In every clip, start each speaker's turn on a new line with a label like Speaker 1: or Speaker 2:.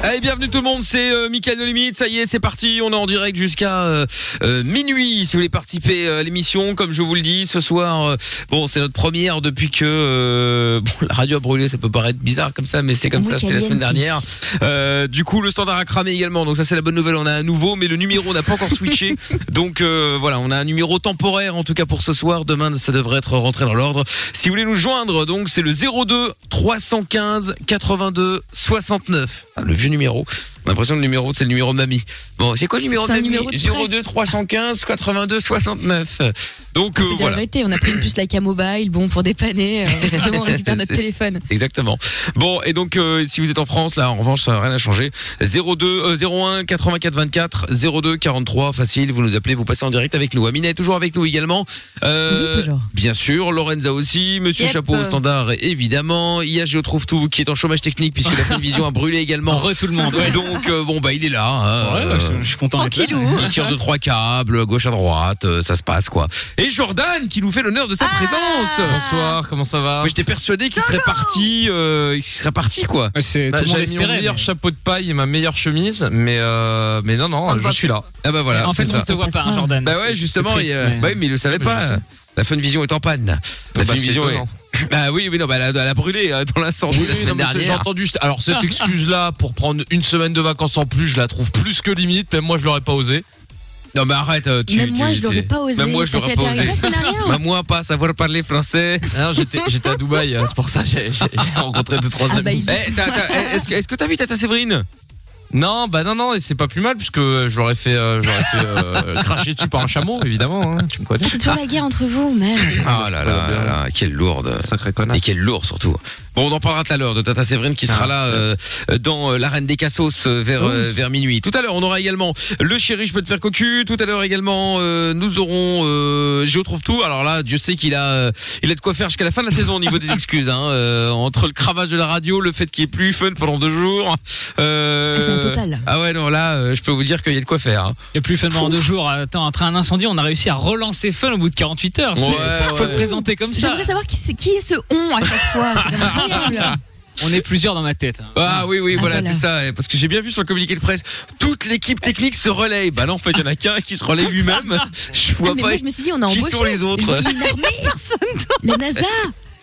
Speaker 1: Allez, bienvenue tout le monde, c'est euh, Mickaël de Limite, ça y est, c'est parti, on est en direct jusqu'à euh, euh, minuit, si vous voulez participer euh, à l'émission, comme je vous le dis, ce soir, euh, bon, c'est notre première depuis que euh, bon, la radio a brûlé, ça peut paraître bizarre comme ça, mais c'est comme ça, c'était la semaine dernière. Euh, du coup, le standard a cramé également, donc ça c'est la bonne nouvelle, on a un nouveau, mais le numéro n'a pas encore switché, donc euh, voilà, on a un numéro temporaire, en tout cas pour ce soir, demain ça devrait être rentré dans l'ordre. Si vous voulez nous joindre, donc c'est le 02 315 82 69, Ah, le vieux numéro. On a l'impression que le numéro, c'est le numéro de mamie. Bon, c'est quoi le numéro de
Speaker 2: C'est un
Speaker 1: mamie
Speaker 2: numéro de
Speaker 1: 02
Speaker 2: prêt.
Speaker 1: 315 82 69. Donc euh,
Speaker 2: On peut dire la
Speaker 1: voilà.
Speaker 2: vérité, on a pris une puce la camobile, bon, pour dépanner, euh, évidemment, on récupère notre
Speaker 1: C'est-
Speaker 2: téléphone.
Speaker 1: Exactement. Bon, et donc euh, si vous êtes en France, là, en revanche, ça n'a rien à changer. 02 euh, 01 84 24 02 43, facile. Vous nous appelez, vous passez en direct avec nous. Amina est toujours avec nous également. Euh,
Speaker 2: Oui, toujours.
Speaker 1: Bien sûr, Lorenza aussi, Monsieur
Speaker 3: Yep.
Speaker 1: Chapeau au standard, évidemment. IHG trouve tout, qui est en chômage technique puisque la télévision a brûlé également.
Speaker 4: Re tout le monde, ouais.
Speaker 1: Donc euh, bon bah il est là. hein.
Speaker 4: Ouais, ouais, je- je suis content d'être là. Tranquillou.
Speaker 1: Il tire de trois câbles, gauche à droite, euh, ça se passe quoi. Et Jordan qui nous fait l'honneur de
Speaker 4: Ah.
Speaker 1: sa présence. Bonsoir, comment ça va J'étais persuadé qu'il serait parti, euh, qu'il serait parti quoi.
Speaker 4: C'est
Speaker 1: Bah,
Speaker 4: tout le monde
Speaker 1: j'avais mis mon
Speaker 4: espérait.
Speaker 1: meilleur
Speaker 4: mais-
Speaker 1: chapeau de paille et ma meilleure chemise, mais euh, mais non non, je suis là. Ah bah voilà.
Speaker 4: En fait,
Speaker 1: c'est
Speaker 4: on
Speaker 1: ça.
Speaker 4: te voit pas, hein, Jordan.
Speaker 1: Bah
Speaker 4: C'est-
Speaker 1: ouais, justement,
Speaker 4: c'est triste,
Speaker 1: il, euh,
Speaker 4: mais-
Speaker 1: bah oui, mais il le savait
Speaker 4: Mais je
Speaker 1: pas.
Speaker 4: sais.
Speaker 1: La Funvision est en panne. La
Speaker 4: bah,
Speaker 1: Funvision
Speaker 4: c'est
Speaker 1: est.
Speaker 4: étonnant.
Speaker 1: Bah oui, mais non, bah, elle, a, elle a brûlé euh, dans l'incendie la
Speaker 5: Oui,
Speaker 1: semaine
Speaker 5: non, mais c'est-
Speaker 1: dernière.
Speaker 5: J'ai entendu. cette- Alors cette excuse-là pour prendre une semaine de vacances en plus, je la trouve plus que limite. Même moi, je l'aurais pas osé.
Speaker 1: Non mais arrête, euh, tu.
Speaker 5: Même
Speaker 1: tu-
Speaker 5: moi, je
Speaker 1: tu-
Speaker 5: l'aurais pas osé.
Speaker 1: Même moi, je
Speaker 5: T'as
Speaker 1: l'aurais
Speaker 5: fait
Speaker 1: pas
Speaker 5: la
Speaker 1: osé.
Speaker 5: terrasse la dernière, ou
Speaker 1: Même moi, pas savoir parler français. j'étais, à Dubaï,
Speaker 5: hein,
Speaker 1: c'est pour ça j'ai, rencontré deux trois
Speaker 5: Ah, bah, amis. il-
Speaker 1: Eh, est-ce que, est-ce que t'as vu Tata Séverine
Speaker 5: Non, bah non, non, et c'est pas plus mal puisque euh, je l'aurais fait, euh, j'aurais fait euh, cracher dessus par un chameau, évidemment. hein, tu me connais.
Speaker 3: C'est toujours la guerre entre vous, merde.
Speaker 1: Ah là là, là là, quelle lourde. Sacré connard. Et quelle lourde surtout. Bon, on en parlera tout à l'heure de Tata Séverine qui sera là euh, dans euh, l'arène des Cassos euh, vers euh,
Speaker 5: Oui.
Speaker 1: vers minuit. Tout à l'heure, on aura également le chéri, je peux te faire cocu. Tout à l'heure également, euh, nous aurons euh, Géo trouve tout. Alors là, Dieu sait qu'il a euh, il a de quoi faire jusqu'à la fin de la saison au niveau des excuses. Hein, Euh, entre le cravage de la radio, le fait qu'il n'y ait plus fun pendant deux jours. Euh,
Speaker 4: Ah, c'est la totale.
Speaker 1: Ah ouais, non là, euh, je peux vous dire qu'il y a de quoi faire. hein.
Speaker 4: Et plus fun pendant deux jours. Attends, après un incendie, on a réussi à relancer fun au bout de 48 heures. C'est-
Speaker 1: Ouais,
Speaker 4: Faut
Speaker 1: ouais.
Speaker 4: le présenter comme ça.
Speaker 3: J'aimerais savoir qui, c'est- qui est ce on à chaque fois. C'est vraiment horrible.
Speaker 4: On est plusieurs dans ma tête.
Speaker 1: Ah oui, oui, voilà, c'est ça. eh, Parce que j'ai bien vu sur le communiqué de presse, toute l'équipe technique se relaye. Bah non, en fait, il y en a qu'un qui se relaye lui-même. Je vois
Speaker 3: Ah, mais
Speaker 1: pas
Speaker 3: moi, je me suis dit, on a
Speaker 1: qui
Speaker 3: embauché.
Speaker 1: sont les autres.
Speaker 3: Je voyais une armée. La NASA.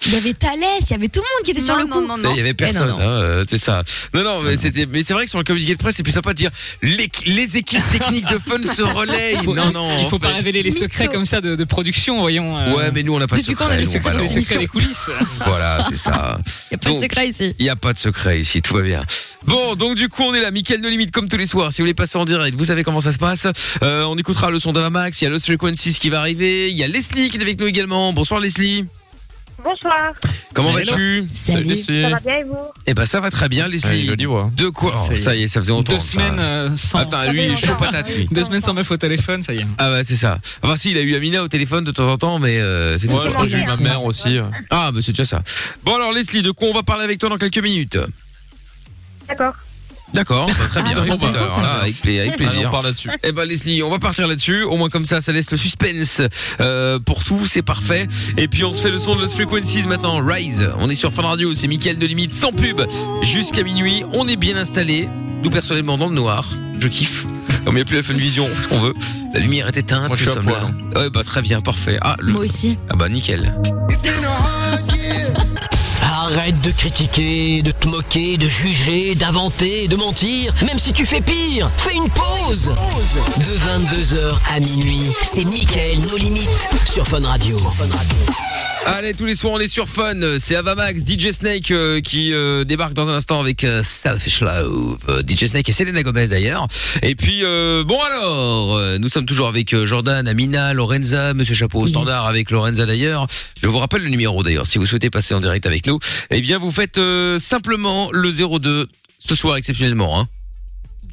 Speaker 3: Il y avait Thalès, il y avait tout le monde qui était sur le coup.
Speaker 1: Il
Speaker 2: Eh,
Speaker 1: y avait personne, hein, euh, c'est ça. Non, non, mais c'était, mais c'est vrai que sur le communiqué de presse, c'est plus sympa de dire les, les équipes techniques de Fun se relaient.
Speaker 4: Faut-
Speaker 1: non, non.
Speaker 4: Il
Speaker 1: en
Speaker 4: faut pas
Speaker 1: fait.
Speaker 4: révéler les secrets comme ça de, de production, voyons. euh.
Speaker 1: Ouais, mais nous, on n'a pas de
Speaker 4: Depuis quand on
Speaker 1: secret,
Speaker 4: a les
Speaker 1: nous, on
Speaker 4: secrets, les
Speaker 1: balance.
Speaker 4: secrets des coulisses
Speaker 1: Voilà, c'est ça.
Speaker 4: Y a pas de secret ici.
Speaker 1: Il n'y a pas de secret ici, tout va bien. Bon, donc du coup, on est là. Mickaël No Limite, comme tous les soirs. Si vous voulez passer en direct, vous savez comment ça se passe. Euh, on écoutera le son d'Avamax. Il y a Los Frequencies qui va arriver. Il y a Leslie qui est avec nous également. Bonsoir, Leslie.
Speaker 6: Bonsoir.
Speaker 1: Comment vas-tu
Speaker 6: Ça va bien et vous
Speaker 1: Eh ben, ça va très bien, Leslie. De quoi Oh,
Speaker 4: Ça y est.
Speaker 1: Ça y est, ça faisait longtemps.
Speaker 4: Deux
Speaker 1: ça.
Speaker 4: semaines euh, sans.
Speaker 1: Attends, lui, il est chaud patate, lui.
Speaker 4: Deux semaines sans meuf au téléphone, ça y est.
Speaker 1: Ah ouais, c'est ça. Enfin, si, il a eu Amina au téléphone de temps en temps, mais euh, c'est
Speaker 5: Ouais,
Speaker 1: tout.
Speaker 5: je crois que j'ai eu ma mère aussi. euh. ouais.
Speaker 1: Ah, mais c'est déjà ça. Bon, alors, Leslie, de quoi on va parler avec toi dans quelques minutes
Speaker 6: D'accord.
Speaker 1: D'accord, bah, très
Speaker 5: Ah,
Speaker 1: bien.
Speaker 5: c'est
Speaker 1: Écoute,
Speaker 5: intéressant,
Speaker 1: alors
Speaker 5: ça.
Speaker 1: là, avec, pla- avec
Speaker 5: Allez,
Speaker 1: plaisir.
Speaker 5: on part là-dessus.
Speaker 1: Eh ben Leslie, on va partir là-dessus. Au moins comme ça, ça laisse le suspense euh, pour tout. C'est parfait. Et puis on se fait le son de Los Frequencies maintenant. Rise. On est sur Fun Radio. C'est Mickaël de Limite sans pub jusqu'à minuit. On est bien installé. Nous personnellement dans le noir. Je kiffe. Comme il n'y a plus la Fun Vision, on fait ce qu'on veut. La lumière est éteinte.
Speaker 5: Moi, je suis
Speaker 1: nous
Speaker 5: à
Speaker 1: sommes
Speaker 5: poil, hein.
Speaker 1: là. Ouais, bah très bien, parfait. Ah, le-
Speaker 3: Moi aussi.
Speaker 1: ah bah nickel.
Speaker 7: Arrête de critiquer, de te moquer, de juger, d'inventer, de mentir. Même si tu fais pire, fais une pause. De 22h à minuit, c'est Michael, nos limites, sur Fun Radio.
Speaker 1: Allez, tous les soirs, on est sur Fun. C'est Avamax, DJ Snake euh, qui euh, débarque dans un instant avec euh, Selfish Love. Euh, DJ Snake et Selena Gomez d'ailleurs. Et puis, euh, bon alors, euh, nous sommes toujours avec euh, Jordan, Amina, Lorenza, Monsieur Chapeau au standard avec Lorenza d'ailleurs. Je vous rappelle le numéro d'ailleurs, si vous souhaitez passer en direct avec nous. Eh bien, vous faites euh, simplement le 02 ce soir exceptionnellement. Hein.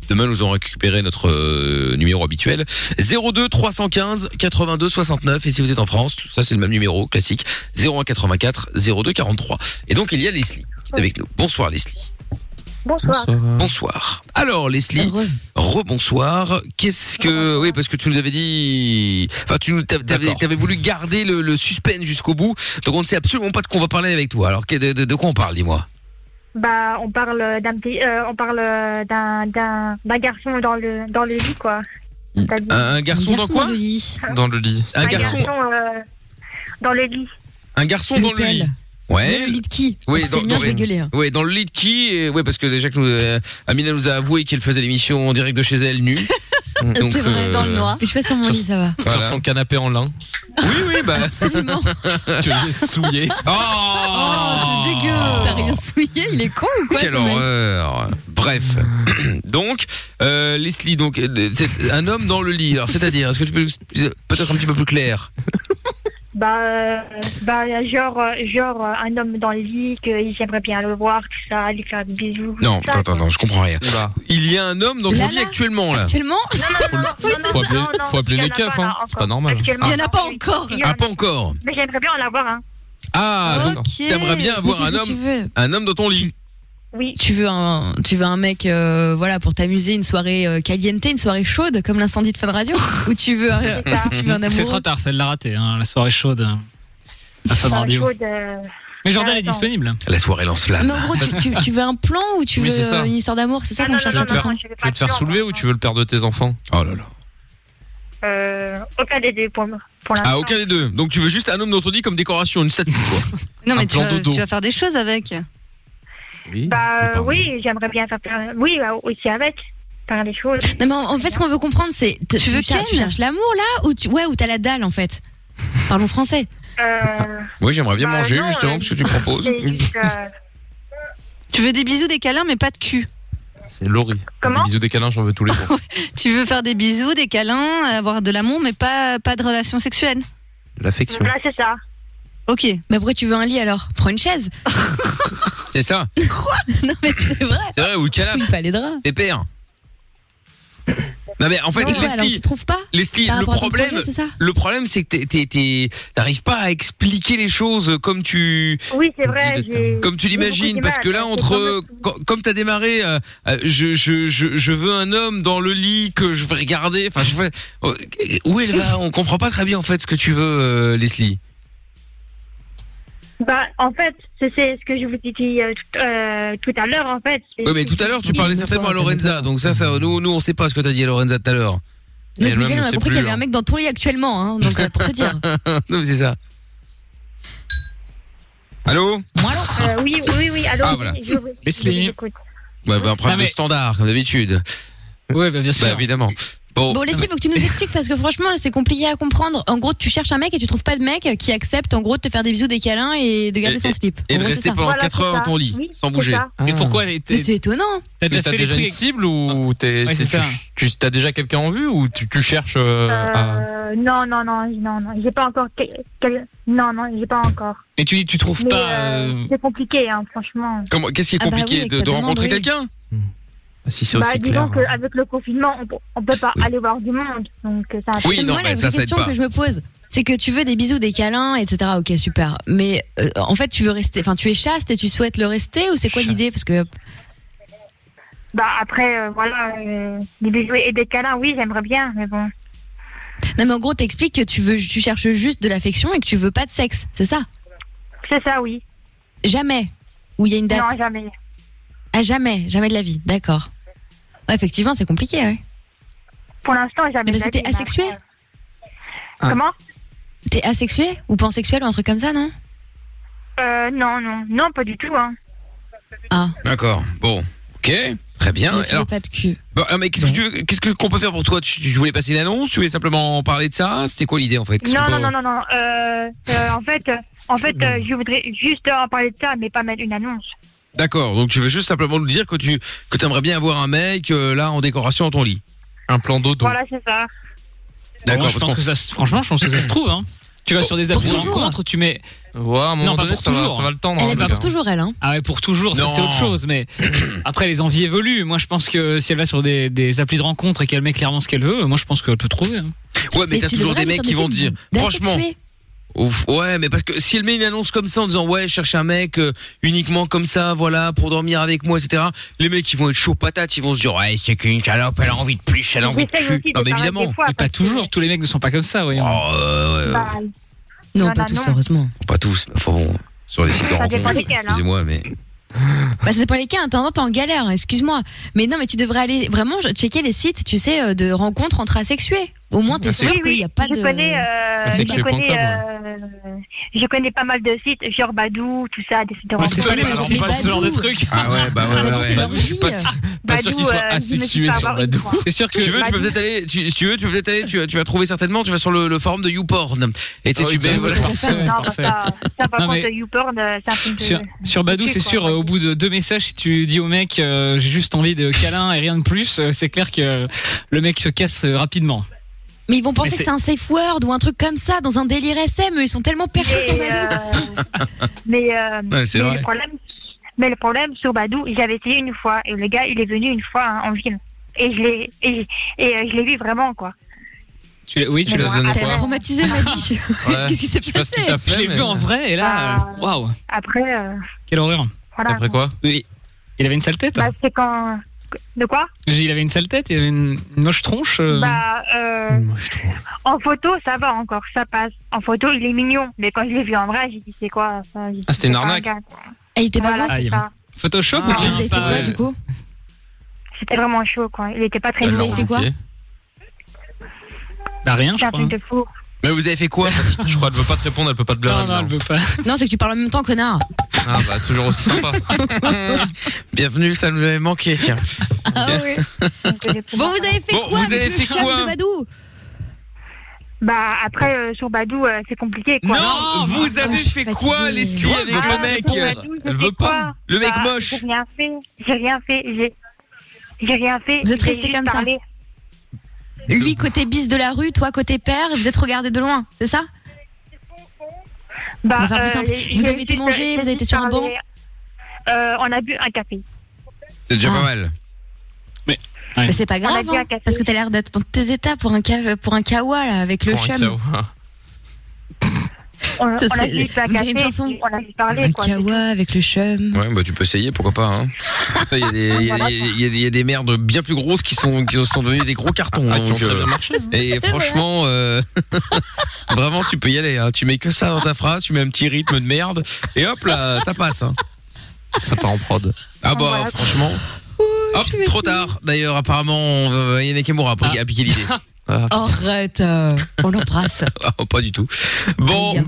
Speaker 1: Demain, nous aurons récupéré notre euh, numéro habituel 02 315 82 69. Et si vous êtes en France, ça c'est le même numéro classique 01 84 02 43. Et donc il y a Leslie qui est avec nous. Bonsoir Leslie.
Speaker 6: Bonsoir.
Speaker 1: Bonsoir. Alors Leslie, rebonsoir. Qu'est-ce que oui parce que tu nous avais dit, enfin tu nous t'avais- t'avais
Speaker 5: D'accord.
Speaker 1: t'avais voulu garder le, le suspense jusqu'au bout, donc on ne sait absolument pas de quoi on va parler avec toi. Alors que- de, de- de quoi on parle, dis-moi.
Speaker 6: Bah, on parle d'un petit, euh, on parle euh, d'un d'un d'un garçon dans le dans le lit quoi. C'est-à-dire
Speaker 1: Un, un garçon dans quoi
Speaker 2: Mm. le lit.
Speaker 5: Dans le lit.
Speaker 1: Un garçon,
Speaker 6: euh, dans le lit.
Speaker 1: un garçon dans le
Speaker 2: Lequel
Speaker 1: lit.
Speaker 2: Dans
Speaker 1: Ouais.
Speaker 2: le lit de qui
Speaker 1: Oui, dans-
Speaker 2: C'est bien
Speaker 1: dans-
Speaker 2: de rigoler. hein.
Speaker 1: Ouais, dans le lit de qui et- Ouais, parce que déjà que nous, euh, Amina nous a avoué qu'elle faisait l'émission en direct de chez elle nue. Donc,
Speaker 2: C'est vrai,
Speaker 1: euh,
Speaker 8: Dans le noir.
Speaker 2: Mais je suis pas sur mon lit, ça va.
Speaker 1: Voilà.
Speaker 5: Sur son canapé en lin.
Speaker 1: Oui, oui, bah.
Speaker 2: Absolument.
Speaker 5: Tu l'ai souillé.
Speaker 1: Oh,
Speaker 8: c'est dégueu.
Speaker 2: T'as rien souillé, il est con ou quoi
Speaker 1: Quelle
Speaker 2: ce mec
Speaker 1: horreur Bref, donc euh, Leslie, donc euh, c'est un homme dans le lit. Alors c'est-à-dire, est-ce que tu peux l'expliquer peut-être un petit peu plus clair
Speaker 6: Bah, euh, bah genre euh, genre euh, un homme dans le lit que j'aimerais bien le voir tout ça, lui faire des bisous.
Speaker 1: Non,
Speaker 6: tout ça,
Speaker 1: attends, attends, attends, je comprends rien.
Speaker 5: Bah,
Speaker 1: Il y a un homme dans
Speaker 2: Là,
Speaker 1: ton lit
Speaker 2: là.
Speaker 1: actuellement là.
Speaker 2: Actuellement
Speaker 5: faut appeler, faut appeler
Speaker 6: il y
Speaker 5: les
Speaker 6: en a
Speaker 5: keufs,
Speaker 6: pas,
Speaker 5: hein.
Speaker 6: là,
Speaker 5: C'est pas
Speaker 6: encore.
Speaker 5: normal.
Speaker 6: Actuellement,
Speaker 8: Il y en a pas
Speaker 6: oui.
Speaker 8: encore.
Speaker 6: Il y en
Speaker 1: Ah
Speaker 6: a-
Speaker 1: pas encore.
Speaker 6: Mais j'aimerais bien en avoir hein. un.
Speaker 1: Ah, donc
Speaker 8: Ok.
Speaker 1: t'aimerais bien
Speaker 2: Mais
Speaker 1: avoir
Speaker 2: qu'est-ce
Speaker 1: un
Speaker 2: que
Speaker 1: homme,
Speaker 2: tu veux
Speaker 1: un homme dans ton lit.
Speaker 6: Oui,
Speaker 2: tu veux un, tu veux un mec, euh, voilà, pour t'amuser, une soirée euh, caliente, une soirée chaude, comme l'incendie de Fun Radio, ou tu veux, un,
Speaker 6: c'est ça.
Speaker 2: Euh, tu veux un
Speaker 4: C'est
Speaker 2: amoureux
Speaker 4: trop tard, celle l'a ratée, hein, la soirée chaude. hein, à Fun
Speaker 2: Ah,
Speaker 6: Enfin,
Speaker 4: Radio.
Speaker 6: chaude, euh,
Speaker 4: Mais Jordan est
Speaker 6: Attends.
Speaker 4: disponible.
Speaker 1: La soirée lance-flamme.
Speaker 2: Mais en gros, tu, tu- tu veux un plan ou tu
Speaker 5: Oui,
Speaker 2: veux
Speaker 5: c'est ça.
Speaker 2: euh, une histoire d'amour C'est ça
Speaker 6: Ah non,
Speaker 2: qu'on
Speaker 6: non,
Speaker 2: cherche
Speaker 6: non,
Speaker 2: maintenant.
Speaker 6: non, je vais
Speaker 5: Tu veux te faire
Speaker 6: pas
Speaker 5: soulever
Speaker 6: non,
Speaker 5: ou tu veux le père de tes enfants
Speaker 1: Oh là là.
Speaker 6: euh, Aucun des deux pour, pour l'instant.
Speaker 1: Ah aucun des deux. Donc tu veux juste un homme dans ton lit comme décoration, une statue. Quoi.
Speaker 8: Non,
Speaker 5: Un
Speaker 8: mais tu
Speaker 5: plan
Speaker 8: vas,
Speaker 5: dodo.
Speaker 8: tu vas faire des choses avec.
Speaker 5: Oui.
Speaker 6: Bah euh,
Speaker 5: Pardon.
Speaker 6: oui, j'aimerais bien faire plein- Oui, bah, aussi avec. Faire des choses.
Speaker 2: Non, mais en, en fait, ce qu'on veut comprendre, c'est t-
Speaker 8: Tu veux
Speaker 2: cher-
Speaker 8: Ken
Speaker 2: tu cherches l'amour là ou tu, ouais, ou t'as la dalle en fait. Parlons français.
Speaker 6: Euh,
Speaker 1: Oui, j'aimerais bien
Speaker 6: Bah,
Speaker 1: manger
Speaker 6: non,
Speaker 1: justement
Speaker 6: euh,
Speaker 1: parce que tu proposes.
Speaker 6: c'est juste, euh,
Speaker 8: Tu veux des bisous, des câlins, mais pas de cul.
Speaker 5: C'est Laurie.
Speaker 6: Comment
Speaker 5: Des bisous, des câlins, j'en veux tous les jours.
Speaker 8: Tu veux faire des bisous, des câlins, avoir de l'amour, mais pas, pas de relation sexuelle.
Speaker 5: De L'affection.
Speaker 6: là, c'est ça.
Speaker 8: Ok.
Speaker 2: Mais pourquoi tu veux un lit alors Prends une chaise.
Speaker 1: C'est ça.
Speaker 2: non, mais c'est vrai.
Speaker 1: C'est vrai ou le canapé,
Speaker 2: Fouille pas les draps.
Speaker 1: pépère. Non mais en fait,
Speaker 2: Non, ouais, alors
Speaker 1: Leslie,
Speaker 2: tu trouves pas
Speaker 1: Leslie,
Speaker 2: Par
Speaker 1: le
Speaker 2: rapport à ton
Speaker 1: problème,
Speaker 2: projet, c'est ça
Speaker 1: Le problème, c'est que t'es- t'es- t'es- t'arrives pas à expliquer les choses comme tu
Speaker 6: Oui, c'est vrai. j'ai-
Speaker 1: comme tu
Speaker 6: j'ai beaucoup
Speaker 1: l'imagines,
Speaker 6: du
Speaker 1: parce
Speaker 6: mal,
Speaker 1: que là,
Speaker 6: c'est
Speaker 1: entre
Speaker 6: comme-
Speaker 1: co- comme t'as démarré, euh, euh, je, je je je veux un homme dans le lit que je vais regarder. Enfin, je vais- euh, où elle va On comprend pas très bien en fait ce que tu veux, euh, Leslie.
Speaker 6: Bah, en fait, c'est c'est ce que je vous ai dit euh, tout, euh, tout à l'heure, en fait. C'est-
Speaker 1: Oui, mais tout à l'heure, tu parlais
Speaker 2: Oui,
Speaker 1: certainement à
Speaker 2: bonsoir,
Speaker 1: Lorenza. Donc ça, ça, nous, nous, on sait pas ce que t'as dit à Lorenza tout à l'heure.
Speaker 2: Donc,
Speaker 5: elle-même
Speaker 2: Miguel,
Speaker 5: ne
Speaker 2: on a
Speaker 5: sait
Speaker 2: compris qu'il y
Speaker 5: plus,
Speaker 2: avait
Speaker 5: hein.
Speaker 2: un mec dans ton lit actuellement, hein, donc euh, pour te dire.
Speaker 1: non, mais c'est ça. Allô
Speaker 2: Moi, alors,
Speaker 6: Euh, oui, oui, oui. Alors,
Speaker 1: Ah, voilà.
Speaker 6: je, je, je
Speaker 4: Leslie.
Speaker 6: vous écoute.
Speaker 1: bah, bah, Un problème
Speaker 4: Non, mais-
Speaker 1: de standard, comme d'habitude.
Speaker 4: Oui, bah, bien sûr.
Speaker 1: Bah évidemment. Bon,
Speaker 2: Bon, Leslie, faut que tu nous expliques parce que franchement, là, c'est compliqué à comprendre. En gros, tu cherches un mec et tu trouves pas de mec qui accepte, en gros, de te faire des bisous, des câlins et de garder
Speaker 1: Et-
Speaker 2: son slip.
Speaker 1: et
Speaker 2: En
Speaker 1: de
Speaker 2: gros,
Speaker 1: rester
Speaker 2: c'est ça.
Speaker 1: pendant
Speaker 6: Voilà,
Speaker 1: 4
Speaker 6: c'est
Speaker 1: heures dans
Speaker 6: ça.
Speaker 1: ton lit,
Speaker 6: Oui,
Speaker 1: sans
Speaker 6: c'est
Speaker 1: bouger.
Speaker 6: ça.
Speaker 4: Mais pourquoi
Speaker 2: Mais
Speaker 4: t'es-
Speaker 2: c'est étonnant.
Speaker 4: T'as
Speaker 5: Mais
Speaker 4: déjà
Speaker 5: t'as
Speaker 4: fait les
Speaker 5: déjà une
Speaker 4: trucs. Ah.
Speaker 5: cible ou t'es,
Speaker 4: Ouais,
Speaker 5: c'est-
Speaker 4: c'est ça.
Speaker 5: tu, tu- t'as déjà quelqu'un en vue ou tu, tu cherches euh, à...
Speaker 1: Ah.
Speaker 6: Euh, Non, non, non, non, non. J'ai pas encore. quel- quel- Non, non, j'ai pas encore.
Speaker 4: Et tu tu trouves
Speaker 6: Mais
Speaker 4: pas.
Speaker 6: euh,
Speaker 4: euh,
Speaker 6: c'est compliqué, hein, franchement.
Speaker 1: Comment- Qu'est-ce qui est
Speaker 2: Ah bah oui,
Speaker 1: compliqué
Speaker 2: avec
Speaker 1: de-
Speaker 2: ta
Speaker 1: de, rencontrer
Speaker 2: demande, oui.
Speaker 1: quelqu'un
Speaker 5: Si c'est
Speaker 6: Bah,
Speaker 5: aussi clair. hein.
Speaker 6: disons qu'avec le confinement, on, peut- on peut pas
Speaker 1: Oui.
Speaker 6: aller voir du monde. Donc, euh, ça
Speaker 1: Oui, non,
Speaker 2: moi,
Speaker 1: mais
Speaker 2: la
Speaker 1: ça,
Speaker 2: vraie
Speaker 1: ça aide
Speaker 2: question
Speaker 1: pas.
Speaker 2: que je me pose, c'est que tu veux des bisous, des câlins, etc. Ok, super. Mais euh, en fait, tu veux rester, enfin, tu es chaste et tu souhaites le rester ou c'est quoi l'idée Parce que
Speaker 6: Bah, après, euh, voilà, euh, des bisous et des câlins, oui, j'aimerais bien, mais bon.
Speaker 2: non, mais en gros, t'expliques que tu veux, tu cherches juste de l'affection et que tu veux pas de sexe, c'est ça
Speaker 6: C'est ça, oui.
Speaker 2: Jamais. Ou il y a une date
Speaker 6: Non, jamais.
Speaker 2: À jamais, jamais de la vie. D'accord. Ouais, effectivement, c'est compliqué. Ouais.
Speaker 6: Pour l'instant, jamais.
Speaker 2: Mais parce que
Speaker 6: d'avis,
Speaker 2: t'es
Speaker 6: mais
Speaker 2: asexué Ah.
Speaker 6: après, euh, Comment
Speaker 2: T'es asexué ou pansexuel ou un truc comme ça, non
Speaker 6: euh, Non, non, non, pas du tout. Hein.
Speaker 2: Ah,
Speaker 1: D'accord. Bon. Ok. Très bien.
Speaker 2: mais tu veux
Speaker 1: Alors,
Speaker 2: pas de cul.
Speaker 1: bon, ah, mais qu'est-ce que tu veux- qu'est-ce que qu'on peut faire pour toi tu, tu voulais passer une annonce Tu voulais simplement parler de ça C'était quoi l'idée en fait Qu'est-ce
Speaker 6: Non,
Speaker 1: qu'on
Speaker 6: non,
Speaker 1: peut-
Speaker 6: non, non, non. Euh, euh, en fait, euh, en fait euh, je voudrais juste en parler de ça, mais pas mettre une annonce.
Speaker 1: D'accord. Donc tu veux juste simplement nous dire que tu que t'aimerais bien avoir un mec euh, là en décoration dans ton lit.
Speaker 5: Un plan dodo.
Speaker 6: Voilà, c'est ça.
Speaker 4: Moi,
Speaker 1: D'accord.
Speaker 4: je
Speaker 1: parce
Speaker 4: pense
Speaker 1: qu'on-
Speaker 4: que ça. se- Franchement, je pense que ça se trouve. hein. Tu vas sur des applis de
Speaker 2: toujours.
Speaker 4: rencontres, tu mets.
Speaker 5: Ouais, à un moment
Speaker 4: Non, pas
Speaker 5: donné,
Speaker 4: pour
Speaker 5: ça va,
Speaker 4: toujours.
Speaker 5: ça va le tendre.
Speaker 2: Elle
Speaker 5: hein,
Speaker 2: a dit
Speaker 5: le
Speaker 2: pour
Speaker 5: gars.
Speaker 2: toujours, elle. Hein.
Speaker 4: Ah ouais, pour toujours, ça
Speaker 1: Non.
Speaker 4: c'est autre chose. Mais après, les envies évoluent. Moi, je pense que si elle va sur des, des applis de rencontre et qu'elle met clairement ce qu'elle veut, moi, je pense qu'elle peut trouver. hein.
Speaker 1: Ouais, mais, t'as
Speaker 2: tu
Speaker 1: toujours
Speaker 2: devrais
Speaker 1: des
Speaker 2: aller
Speaker 1: mecs
Speaker 2: sur
Speaker 1: qui vont te
Speaker 2: sites
Speaker 1: dire. Franchement.
Speaker 2: d'asexués.
Speaker 1: Ouf, ouais, mais parce que si elle met une annonce comme ça en disant ouais, je cherche un mec euh, uniquement comme ça, voilà, pour dormir avec moi, etc. Les mecs ils vont être chauds patates, ils vont se dire ouais, c'est qu'une calope, elle a envie de plus, elle a envie de
Speaker 6: J'essaye
Speaker 1: plus.
Speaker 6: aussi de
Speaker 1: Non mais
Speaker 6: parler
Speaker 1: évidemment.
Speaker 6: des fois,
Speaker 4: Mais pas
Speaker 6: parce que-
Speaker 4: toujours, tous les mecs ne sont pas comme ça, voyons.
Speaker 1: Oh, euh, ouais, ouais,
Speaker 6: Bah,
Speaker 2: Non,
Speaker 6: Non,
Speaker 2: pas
Speaker 6: bah
Speaker 2: tous,
Speaker 6: non.
Speaker 2: heureusement.
Speaker 1: pas tous, mais enfin bon, sur les sites de
Speaker 6: Ça dépend
Speaker 1: rencontres.
Speaker 6: lesquels, hein.
Speaker 1: Excusez-moi, mais
Speaker 2: Bah, ça dépend les cas, hein. t'en t'es en galère, excuse-moi. Mais non, mais tu devrais aller vraiment je- checker les sites, tu sais, euh, de rencontres entre asexués. Au moins, t'es
Speaker 5: Ah, c'est-
Speaker 2: sûr
Speaker 6: oui,
Speaker 2: qu'il
Speaker 6: oui,
Speaker 2: n'y a pas
Speaker 6: je
Speaker 2: de.
Speaker 6: connais, euh,
Speaker 5: Bah,
Speaker 4: Ah,
Speaker 5: c'est
Speaker 6: je,
Speaker 5: sexuel.com,
Speaker 6: connais euh, je connais pas mal de sites, genre Badou, tout ça, des sites de
Speaker 4: Mais c'est
Speaker 6: rencontres.
Speaker 4: pas,
Speaker 2: mais
Speaker 4: alors,
Speaker 2: c'est
Speaker 4: pas
Speaker 2: pas
Speaker 4: ce genre
Speaker 2: doux.
Speaker 4: de truc.
Speaker 1: ah ouais, bah ouais,
Speaker 2: Ah, mais
Speaker 1: ouais,
Speaker 2: non, c'est
Speaker 1: ouais.
Speaker 2: leur
Speaker 5: Badou, je suis
Speaker 2: vie.
Speaker 5: pas- Pas sûr
Speaker 6: Badou,
Speaker 5: qu'ils soient
Speaker 6: euh, je me suis
Speaker 5: asexués
Speaker 6: pas
Speaker 5: sur
Speaker 6: avoir une
Speaker 5: Badou.
Speaker 6: fois.
Speaker 4: C'est sûr que.
Speaker 1: Tu veux, tu peux
Speaker 6: Badou.
Speaker 1: peut-être aller. Tu, si tu veux, tu peux peut-être aller. Tu, vas- tu vas trouver certainement. Tu vas sur le, le forum de YouPorn. Et tu sais,
Speaker 5: Ah oui,
Speaker 1: tu mets,
Speaker 5: bien,
Speaker 1: voilà.
Speaker 4: Parfait,
Speaker 6: Non, bah,
Speaker 4: parfait.
Speaker 6: ça, ça, par
Speaker 4: Non,
Speaker 6: contre,
Speaker 4: mais-
Speaker 6: YouPorn, euh, c'est un film de...
Speaker 4: Sur, sur Badou,
Speaker 6: Ok,
Speaker 4: c'est
Speaker 6: quoi,
Speaker 4: sûr,
Speaker 6: ouais.
Speaker 4: euh, au bout de deux messages, si tu dis au mec euh, j'ai juste envie de câlin et rien de plus, euh, c'est clair que euh, le mec se casse euh, rapidement.
Speaker 2: Mais ils vont penser
Speaker 4: Mais
Speaker 2: que c'est un safe word ou un truc comme ça, dans un délire SM, eux, ils sont tellement perchés sur
Speaker 6: Mais,
Speaker 2: Badou.
Speaker 6: euh, mais, euh,
Speaker 1: Ouais, c'est
Speaker 6: mais
Speaker 1: vrai.
Speaker 6: le problème, mais le problème sur Badou, j'avais essayé une fois et le gars, il est venu une fois hein, en ville et je l'ai et, et, euh, je l'ai vu vraiment quoi.
Speaker 4: Tu l'as- oui, tu
Speaker 6: Mais
Speaker 4: l'as
Speaker 6: bon,
Speaker 4: donné
Speaker 6: après-
Speaker 4: quoi
Speaker 2: T'as traumatisé ma vie.
Speaker 5: Ouais.
Speaker 2: Qu'est-ce qui s'est
Speaker 5: Je sais pas ce
Speaker 2: passé
Speaker 5: qu'il t'a
Speaker 4: Je
Speaker 5: fait.
Speaker 4: l'ai
Speaker 5: mais-
Speaker 4: vu en vrai et là,
Speaker 6: Ah.
Speaker 4: euh, waouh,
Speaker 6: Après, euh,
Speaker 4: quelle horreur.
Speaker 6: voilà.
Speaker 5: Après quoi
Speaker 4: Oui. Il avait une sale tête
Speaker 6: Bah, c'est quand de quoi
Speaker 4: J'ai- Il avait une sale tête, il avait une, une moche tronche. euh,
Speaker 6: Bah euh,
Speaker 4: une moche
Speaker 6: en photo, ça va encore, ça passe. En photo, il est mignon, mais quand je l'ai vu en vrai, j'ai dit c'est quoi ça J'ai dit,
Speaker 5: Ah, c'était
Speaker 6: c'est
Speaker 5: une
Speaker 6: pas un
Speaker 5: arnaque.
Speaker 6: gars, quoi.
Speaker 2: Et il était pas
Speaker 6: Voilà,
Speaker 2: beau.
Speaker 4: Ah,
Speaker 6: c'est
Speaker 4: il y
Speaker 6: ça.
Speaker 4: Photoshop
Speaker 5: Ah,
Speaker 4: ou
Speaker 2: Vous
Speaker 4: bien
Speaker 2: avez fait
Speaker 4: pas,
Speaker 2: quoi,
Speaker 4: euh,
Speaker 2: du coup
Speaker 6: C'était vraiment chaud quoi. Il était pas très
Speaker 2: Et Ah, vous
Speaker 6: bon.
Speaker 2: avez fait quoi
Speaker 5: Ok.
Speaker 4: Bah rien,
Speaker 6: C'est
Speaker 4: je
Speaker 6: un
Speaker 4: crois.
Speaker 6: truc de fou.
Speaker 1: Mais vous avez fait quoi
Speaker 5: Ah, Je crois qu'elle veut pas te répondre, elle peut pas te blairer.
Speaker 4: Non, non, elle veut pas.
Speaker 2: Non, c'est que tu parles en même temps, connard.
Speaker 5: Ah bah toujours aussi sympa.
Speaker 1: Bienvenue, ça nous avait manqué. Tiens.
Speaker 2: Ah oui. Bon, vous avez fait
Speaker 1: Bon,
Speaker 2: quoi
Speaker 1: vous
Speaker 2: avec
Speaker 1: avez
Speaker 2: le
Speaker 1: fait
Speaker 2: charme
Speaker 1: quoi
Speaker 2: de Badou
Speaker 6: Bah après euh, sur Badou, euh, c'est compliqué quoi.
Speaker 1: non, vous avez
Speaker 2: je suis
Speaker 1: fait quoi,
Speaker 2: fatiguée.
Speaker 1: Leslie, avec le
Speaker 6: Ah,
Speaker 1: mec
Speaker 6: bon, bah, nous,
Speaker 5: Elle
Speaker 6: je
Speaker 5: veut
Speaker 6: fais
Speaker 5: pas.
Speaker 6: quoi
Speaker 1: Le mec
Speaker 6: Bah,
Speaker 1: moche.
Speaker 6: J'ai rien fait. J'ai rien fait. J'ai j'ai rien fait.
Speaker 2: Vous êtes
Speaker 6: J'ai
Speaker 2: restés
Speaker 6: juste
Speaker 2: comme ça.
Speaker 6: parlé.
Speaker 2: Lui, côté bis de la rue, toi, côté père, vous êtes regardés de loin, c'est ça
Speaker 6: Bah,
Speaker 2: va faire plus simple.
Speaker 6: les-
Speaker 2: Vous
Speaker 6: j'ai
Speaker 2: avez été
Speaker 6: juste-
Speaker 2: manger,
Speaker 6: j'ai
Speaker 2: vous avez été
Speaker 6: juste
Speaker 2: sur un
Speaker 6: parlé. Euh, On a bu un café.
Speaker 1: C'est déjà
Speaker 2: Ah.
Speaker 1: pas mal.
Speaker 4: Ouais.
Speaker 2: Mais c'est pas grave,
Speaker 6: vu un
Speaker 2: hein,
Speaker 6: café.
Speaker 2: parce que t'as l'air d'être dans tes états pour un, ca- pour un kawa, là, avec le
Speaker 5: Bon,
Speaker 2: chum.
Speaker 5: ciao.
Speaker 6: On, on
Speaker 2: Ça
Speaker 6: a
Speaker 2: serait-
Speaker 6: bu un
Speaker 2: vous avez
Speaker 6: café.
Speaker 2: une chanson
Speaker 6: et On a juste
Speaker 2: Un
Speaker 6: parlé quoi.
Speaker 2: kawa avec le chum.
Speaker 1: Ouais, bah tu peux essayer, pourquoi pas. Hein. Ça, il y, a des- il y a des- il y a des- il y a des merdes bien plus grosses qui sont qui sont devenues des gros cartons.
Speaker 5: Ah,
Speaker 1: hein,
Speaker 5: qui ont
Speaker 1: donc,
Speaker 5: très
Speaker 1: euh,
Speaker 5: bien marché.
Speaker 1: et franchement, euh, vraiment, tu peux y aller. Hein. Tu mets que ça dans ta phrase, tu mets un petit rythme de merde, et hop là, ça passe. hein.
Speaker 5: Ça part en prod.
Speaker 1: Ah bah
Speaker 6: Voilà.
Speaker 1: franchement. Hop, trop tard. D'ailleurs, apparemment, euh, Yannick Emoura a, pris- a piqué l'idée.
Speaker 5: Ah,
Speaker 7: Oh.
Speaker 2: Arrête, euh, on l'embrasse.
Speaker 1: Ah, pas du tout. Bon,
Speaker 2: Aïe.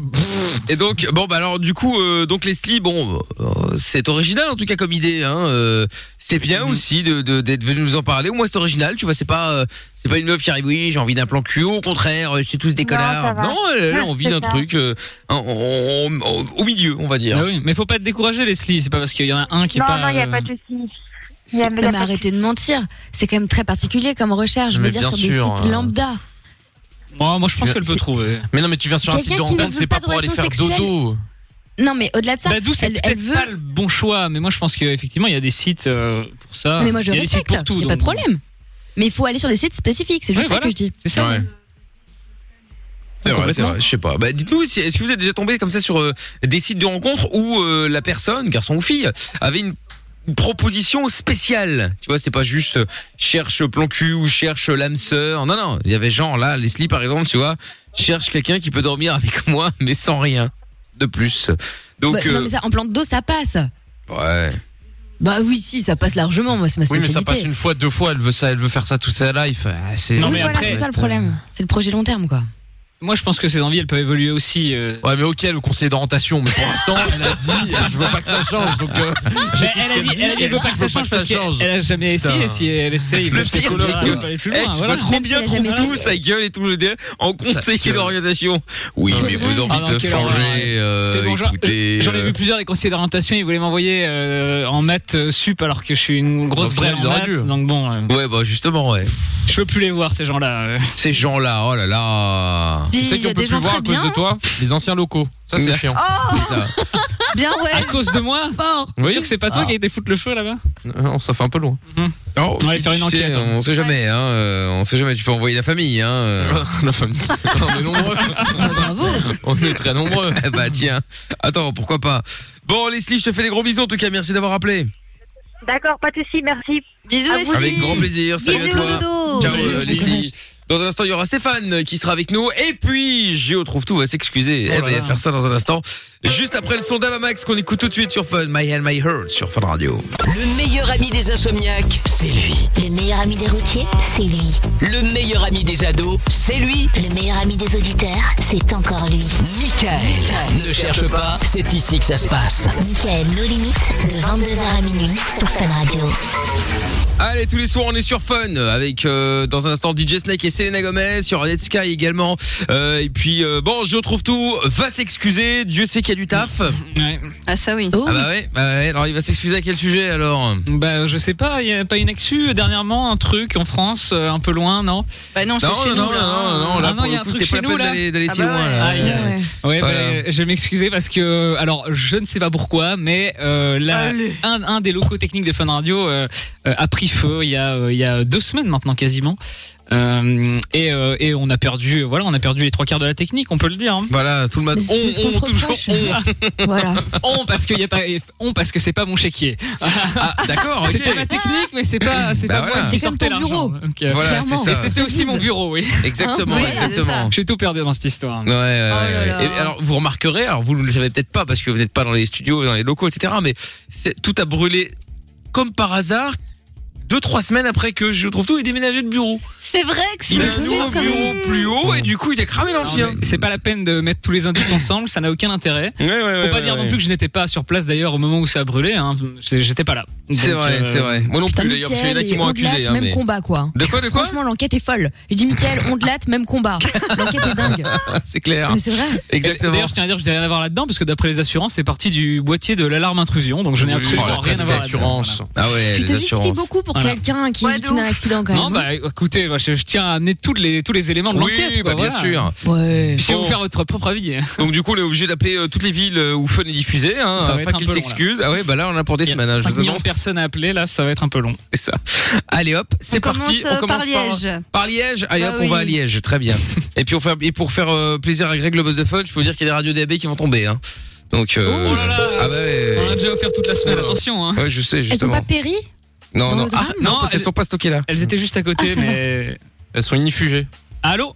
Speaker 1: et donc, bon, bah alors, du coup, euh, donc Leslie, bon, euh, c'est original en tout cas comme idée. Hein, euh, c'est
Speaker 6: Mm-hmm.
Speaker 1: bien aussi de de- d'être venu nous en parler. Au moins, c'est original. Tu vois, c'est pas euh, c'est pas une meuf qui arrive. Oui, j'ai envie d'un plan cul. Au contraire, euh, c'est tous des
Speaker 6: Non, ça
Speaker 1: connards.
Speaker 6: va.
Speaker 1: Non, elle a envie
Speaker 6: C'est
Speaker 1: d'un
Speaker 6: ça.
Speaker 1: truc euh, en- en- en- au milieu, on va dire.
Speaker 4: Bah oui, mais faut pas te décourager, Leslie. C'est pas parce qu'il y en a un qui est
Speaker 6: Non,
Speaker 4: pas.
Speaker 6: non, il n'y a
Speaker 4: euh,
Speaker 6: pas de souci. Il y a- il y a
Speaker 2: Non, mais
Speaker 6: pas de
Speaker 2: arrêtez de mentir. C'est quand même très particulier comme recherche, je
Speaker 5: Mais
Speaker 2: veux dire,
Speaker 5: bien
Speaker 2: sur
Speaker 5: sûr,
Speaker 2: des sites
Speaker 5: euh,
Speaker 2: lambda.
Speaker 4: Moi, moi, je pense
Speaker 5: C'est-
Speaker 4: qu'elle peut trouver.
Speaker 5: Mais non, mais tu viens sur un
Speaker 2: Quelqu'un
Speaker 5: site de
Speaker 2: qui ne
Speaker 5: rencontre,
Speaker 2: veut
Speaker 5: c'est
Speaker 2: pas
Speaker 5: pas
Speaker 2: de
Speaker 5: pour aller faire
Speaker 2: relations
Speaker 5: dodo.
Speaker 2: Non, mais au-delà de ça,
Speaker 4: Badou, Bah, c'est
Speaker 2: elle, elle
Speaker 4: peut-être
Speaker 2: veut.
Speaker 4: pas le bon choix, mais moi, je pense qu'effectivement, il y a des sites euh, pour ça.
Speaker 2: Mais moi, je
Speaker 4: il y a des sites
Speaker 2: respecte.
Speaker 4: pour tout.
Speaker 2: Il n'y a
Speaker 4: donc
Speaker 2: pas de
Speaker 4: bon.
Speaker 2: problème. Mais il faut aller sur des sites spécifiques, c'est juste
Speaker 4: Ouais,
Speaker 2: ça
Speaker 4: voilà.
Speaker 2: que je dis.
Speaker 4: C'est ça.
Speaker 1: Ouais.
Speaker 6: Ah,
Speaker 1: C'est vrai, c'est
Speaker 4: Complètement.
Speaker 1: vrai, je sais pas. Bah, dites-nous, si, est-ce que vous êtes déjà tombé comme ça sur euh, des sites de rencontres où euh, la personne, garçon ou fille, avait une une proposition spéciale. Tu vois, c'était pas juste euh, cherche plan cul ou cherche l'âme sœur. Non, non, il y avait genre là, Leslie par exemple, tu vois, cherche quelqu'un qui peut dormir avec moi, mais sans rien de plus. Donc,
Speaker 2: Bah, Non, mais ça, en plan de dos, ça passe.
Speaker 1: euh, ouais.
Speaker 2: Bah oui, si, ça passe largement, moi, c'est ma
Speaker 5: Oui, mais
Speaker 2: spécialité.
Speaker 5: ça passe une fois, deux fois, elle veut ça, elle veut faire ça tout sa life. Ah, c'est-
Speaker 4: Non,
Speaker 2: Oui,
Speaker 4: mais
Speaker 2: voilà,
Speaker 4: après-
Speaker 2: c'est ça le problème. C'est le projet long terme, quoi.
Speaker 4: Moi, je pense que ses envies, elles peuvent évoluer aussi. euh.
Speaker 5: Ouais, mais ok, le conseiller d'orientation, mais pour l'instant, elle a dit, euh, je veux pas que ça change, donc euh,
Speaker 4: Mais elle, a dit, elle a dit, elle veut pas que ça change parce qu'elle elle a jamais
Speaker 5: Putain.
Speaker 4: essayé. Si elle essaye,
Speaker 1: Le
Speaker 4: peut-être
Speaker 1: pire,
Speaker 4: qu'elle
Speaker 1: c'est
Speaker 4: va
Speaker 1: que-
Speaker 4: aller plus
Speaker 1: Eh,
Speaker 4: loin,
Speaker 1: tu
Speaker 4: voilà.
Speaker 1: vas trop bien
Speaker 2: Même si elle a
Speaker 1: trouver
Speaker 2: jamais
Speaker 1: tout, sa gueule et tout le dé en conseiller
Speaker 5: gueule.
Speaker 1: d'orientation. Oui,
Speaker 5: C'est
Speaker 1: mais
Speaker 2: vrai.
Speaker 1: vos
Speaker 4: Ah non,
Speaker 1: envies peuvent
Speaker 4: quelle horreur.
Speaker 1: changer. euh,
Speaker 4: C'est bon, j'en-
Speaker 1: écoutez,
Speaker 4: J'en ai
Speaker 1: euh,
Speaker 4: vu plusieurs des conseillers d'orientation, ils voulaient m'envoyer euh, en maths euh, sup alors que je suis une grosse
Speaker 5: Bah,
Speaker 4: brêle
Speaker 5: ils
Speaker 4: en
Speaker 5: auraient
Speaker 4: maths.
Speaker 5: dû.
Speaker 4: Donc bon, euh,
Speaker 1: Ouais, bah justement, ouais.
Speaker 4: je peux plus les voir ces gens-là. euh.
Speaker 1: Ces gens-là, oh là là.
Speaker 8: Si,
Speaker 5: tu sais
Speaker 8: il y
Speaker 5: qu'on
Speaker 8: a
Speaker 5: peut
Speaker 8: des
Speaker 5: plus
Speaker 8: gens
Speaker 5: voir
Speaker 8: très
Speaker 5: à cause de
Speaker 8: bien.
Speaker 5: toi, les anciens locaux. Ça, c'est
Speaker 1: Ouais.
Speaker 5: chiant.
Speaker 8: Oh,
Speaker 1: C'est ça.
Speaker 8: bien ouais.
Speaker 4: À cause de moi
Speaker 2: Fort
Speaker 4: Sûr que c'est pas toi
Speaker 5: Ah.
Speaker 4: qui a été foutre le feu là-bas
Speaker 5: Non, Euh, ça fait un peu loin.
Speaker 1: Oh,
Speaker 4: On va
Speaker 1: tu-
Speaker 4: faire une
Speaker 1: tu sais,
Speaker 4: enquête, hein.
Speaker 1: On sait jamais, hein. euh, On sait jamais. Tu peux envoyer la famille, hein. La famille. on est nombreux.
Speaker 2: Bravo.
Speaker 1: On est très nombreux. bah tiens. Attends, pourquoi pas. Bon, Leslie, je te fais des gros bisous. En tout cas, merci d'avoir appelé.
Speaker 6: D'accord, pas de souci, merci.
Speaker 8: Bisous,
Speaker 6: À vous
Speaker 8: Leslie.
Speaker 1: Avec grand plaisir. Salut à
Speaker 6: Bisous,
Speaker 1: toi.
Speaker 8: dodo.
Speaker 1: Ciao, euh,
Speaker 4: Salut.
Speaker 1: Leslie. Dans un instant, il y aura Stéphane qui sera avec nous. Et puis, Géo trouve tout va s'excuser.
Speaker 4: Oh
Speaker 1: eh
Speaker 4: là
Speaker 1: ben, il va
Speaker 4: là.
Speaker 1: faire ça dans un instant. Juste après le son d'Avamax qu'on écoute tout de suite sur Fun. My Hand, My Heart sur Fun Radio.
Speaker 7: Le meilleur ami des insomniaques, c'est lui.
Speaker 9: Le meilleur ami des routiers, c'est lui.
Speaker 7: Le meilleur ami des ados, c'est lui.
Speaker 9: Le meilleur ami des auditeurs, c'est encore lui.
Speaker 7: Michael. Ne cherche pas, c'est ici que ça se passe.
Speaker 9: Michael, nos limites, de 22h à minuit sur Fun Radio.
Speaker 1: Allez, tous les soirs, on est sur Fun avec euh, dans un instant DJ Snake et Selena Gomez, il y aura Netsky également. Euh, et puis euh, bon, je trouve tout. Va s'excuser. Dieu sait qu'il y a du taf.
Speaker 4: Ouais.
Speaker 8: Ah, ça oui.
Speaker 2: Oh,
Speaker 1: Ah bah ouais, bah ouais. Alors il va s'excuser à quel sujet alors
Speaker 4: Bah, je sais pas, il y a pas une actu euh, dernièrement, un truc en France, euh, un peu loin, non
Speaker 8: Bah non, c'est
Speaker 1: Non,
Speaker 8: chez
Speaker 1: non, non,
Speaker 8: nous. là.
Speaker 1: non, non, là
Speaker 4: Ah non,
Speaker 1: pour
Speaker 4: il y
Speaker 1: le
Speaker 4: a un
Speaker 1: coup,
Speaker 4: truc
Speaker 1: c'était pas la
Speaker 4: chez nous,
Speaker 1: peine
Speaker 4: là.
Speaker 1: d'aller d'aller
Speaker 8: Ah
Speaker 1: si
Speaker 8: bah
Speaker 1: loin.
Speaker 8: ouais.
Speaker 1: là.
Speaker 4: Ah, il y a-
Speaker 2: ouais.
Speaker 4: Ouais, bah,
Speaker 1: Voilà.
Speaker 4: je vais m'excuser parce que, euh, alors, je ne sais pas pourquoi, mais euh, là,
Speaker 8: Allez.
Speaker 4: un, un des locaux techniques de Fun Radio euh, euh, a pris feu il y a, euh, il y a deux semaines maintenant quasiment. Euh, et, euh, et on a perdu, voilà, on a perdu les trois quarts de la technique, on peut le dire. hein.
Speaker 1: Voilà, tout le matin.
Speaker 2: Mais c'est ce
Speaker 1: On,
Speaker 2: qu'on
Speaker 1: on,
Speaker 2: te
Speaker 1: toujours
Speaker 2: reproche.
Speaker 1: on.
Speaker 2: Voilà.
Speaker 4: On parce qu'il y a pas, on parce que c'est pas mon chéquier.
Speaker 1: Ah, d'accord, ok.
Speaker 4: C'était ma technique, mais c'est pas, c'est
Speaker 1: Bah
Speaker 4: pas
Speaker 1: voilà.
Speaker 4: moi qui
Speaker 2: C'est comme
Speaker 4: sortais
Speaker 2: ton
Speaker 4: l'argent.
Speaker 2: bureau.
Speaker 4: Donc, euh,
Speaker 1: Voilà,
Speaker 2: Clairement.
Speaker 1: c'est
Speaker 4: Et
Speaker 1: ça.
Speaker 4: c'était aussi mon bureau, oui.
Speaker 1: Exactement,
Speaker 10: Hein
Speaker 8: Oui, c'est
Speaker 1: exactement.
Speaker 4: J'ai tout perdu dans cette histoire.
Speaker 1: Ouais, ouais,
Speaker 8: Oh là
Speaker 1: ouais.
Speaker 8: là.
Speaker 1: Et alors vous remarquerez, alors vous ne le savez peut-être pas parce que vous n'êtes pas dans les studios, dans les locaux, etc. Mais c'est- tout a brûlé comme par hasard deux trois semaines après que je trouve tout et déménagé de bureau.
Speaker 8: C'est vrai que c'est
Speaker 1: Il a un
Speaker 8: une
Speaker 1: nouveau
Speaker 8: connerie.
Speaker 1: bureau plus haut et du coup il a cramé l'ancien.
Speaker 4: Non, mais C'est pas la peine de mettre tous les indices ensemble, ça n'a aucun intérêt.
Speaker 1: Ouais, ouais, ouais,
Speaker 4: Faut pas
Speaker 1: ouais,
Speaker 4: dire non
Speaker 1: ouais.
Speaker 4: plus que je n'étais pas sur place d'ailleurs au moment où ça a brûlé. Hein. C'est- J'étais pas là.
Speaker 1: C'est
Speaker 4: Donc,
Speaker 1: vrai,
Speaker 4: euh,
Speaker 1: c'est vrai. Moi non
Speaker 2: Putain,
Speaker 1: plus d'ailleurs, parce qu'il y en a
Speaker 2: Mickaël
Speaker 1: qui
Speaker 2: et
Speaker 1: m'ont accusé.
Speaker 2: Ondelat,
Speaker 1: hein,
Speaker 2: même
Speaker 1: mais-
Speaker 2: combat, quoi.
Speaker 1: De quoi, de quoi
Speaker 2: Franchement, l'enquête est folle. J'ai dit, Michael, on de latte, même combat. L'enquête est dingue.
Speaker 1: C'est clair.
Speaker 2: Mais c'est vrai.
Speaker 1: Exactement.
Speaker 4: D'ailleurs, je tiens à dire que je n'ai rien à voir là-dedans parce que d'après les assurances, c'est parti du boîtier de l'alarme intrusion, donc je n'ai
Speaker 5: Oui,
Speaker 4: absolument
Speaker 5: oh, la
Speaker 4: rien à
Speaker 5: triste
Speaker 4: voir là-dedans.
Speaker 5: assurance.
Speaker 1: Ah ouais,
Speaker 2: Tu te
Speaker 1: les
Speaker 2: justifies
Speaker 1: assurances.
Speaker 2: beaucoup pour
Speaker 4: Voilà.
Speaker 2: quelqu'un qui,
Speaker 8: Ouais, de
Speaker 2: qui n'a un
Speaker 8: ouf.
Speaker 2: accident quand
Speaker 4: Non,
Speaker 2: même. hein.
Speaker 4: bah écoutez, moi, je, je tiens à amener tous les tous les éléments de l'enquête.
Speaker 1: Oui,
Speaker 4: quoi,
Speaker 1: bah, bien
Speaker 4: voilà.
Speaker 1: sûr.
Speaker 2: Ouais.
Speaker 4: Puis c'est
Speaker 1: Bon.
Speaker 4: vous faire votre propre avis. hein.
Speaker 1: Donc du coup, on est obligé d'appeler euh, toutes les villes euh, où Fun est diffusé, hein,
Speaker 4: Ça va être
Speaker 1: afin
Speaker 4: un
Speaker 1: qu'ils
Speaker 4: peu long, là.
Speaker 1: s'excusent. Ah ouais, bah là, on a pour des
Speaker 4: Il y
Speaker 1: semaines. hein,
Speaker 4: a
Speaker 1: je
Speaker 4: 5
Speaker 1: vous
Speaker 4: millions de
Speaker 1: annonce.
Speaker 4: personnes à appeler, là, ça va être un peu long.
Speaker 1: C'est ça. Allez hop, c'est
Speaker 8: On
Speaker 1: parti.
Speaker 8: commence, euh,
Speaker 1: on commence
Speaker 8: par Liège.
Speaker 1: Par Liège. Allez
Speaker 8: Bah
Speaker 1: hop, on va
Speaker 8: oui.
Speaker 1: à Liège. Très bien. et puis on fait, et pour faire euh, plaisir à Greg le boss de Fun, je peux vous dire qu'il y a des radios DAB qui vont tomber. Hein. Donc. euh,
Speaker 4: Oh là là.
Speaker 1: Ah bah ouais.
Speaker 4: On l'a déjà offert toute la semaine,
Speaker 1: Alors.
Speaker 4: attention. Hein.
Speaker 1: Euh, Ouais, je sais
Speaker 2: Elles sont
Speaker 1: justement.
Speaker 2: pas péri
Speaker 1: non,
Speaker 2: dans
Speaker 1: non.
Speaker 2: le
Speaker 1: Ah,
Speaker 2: drame
Speaker 1: non, parce
Speaker 4: Elles-
Speaker 1: qu'elles sont pas stockées là.
Speaker 4: Elles étaient juste à côté,
Speaker 2: Ah, ça
Speaker 4: mais. euh,
Speaker 5: Elles sont inifugées.
Speaker 4: Allô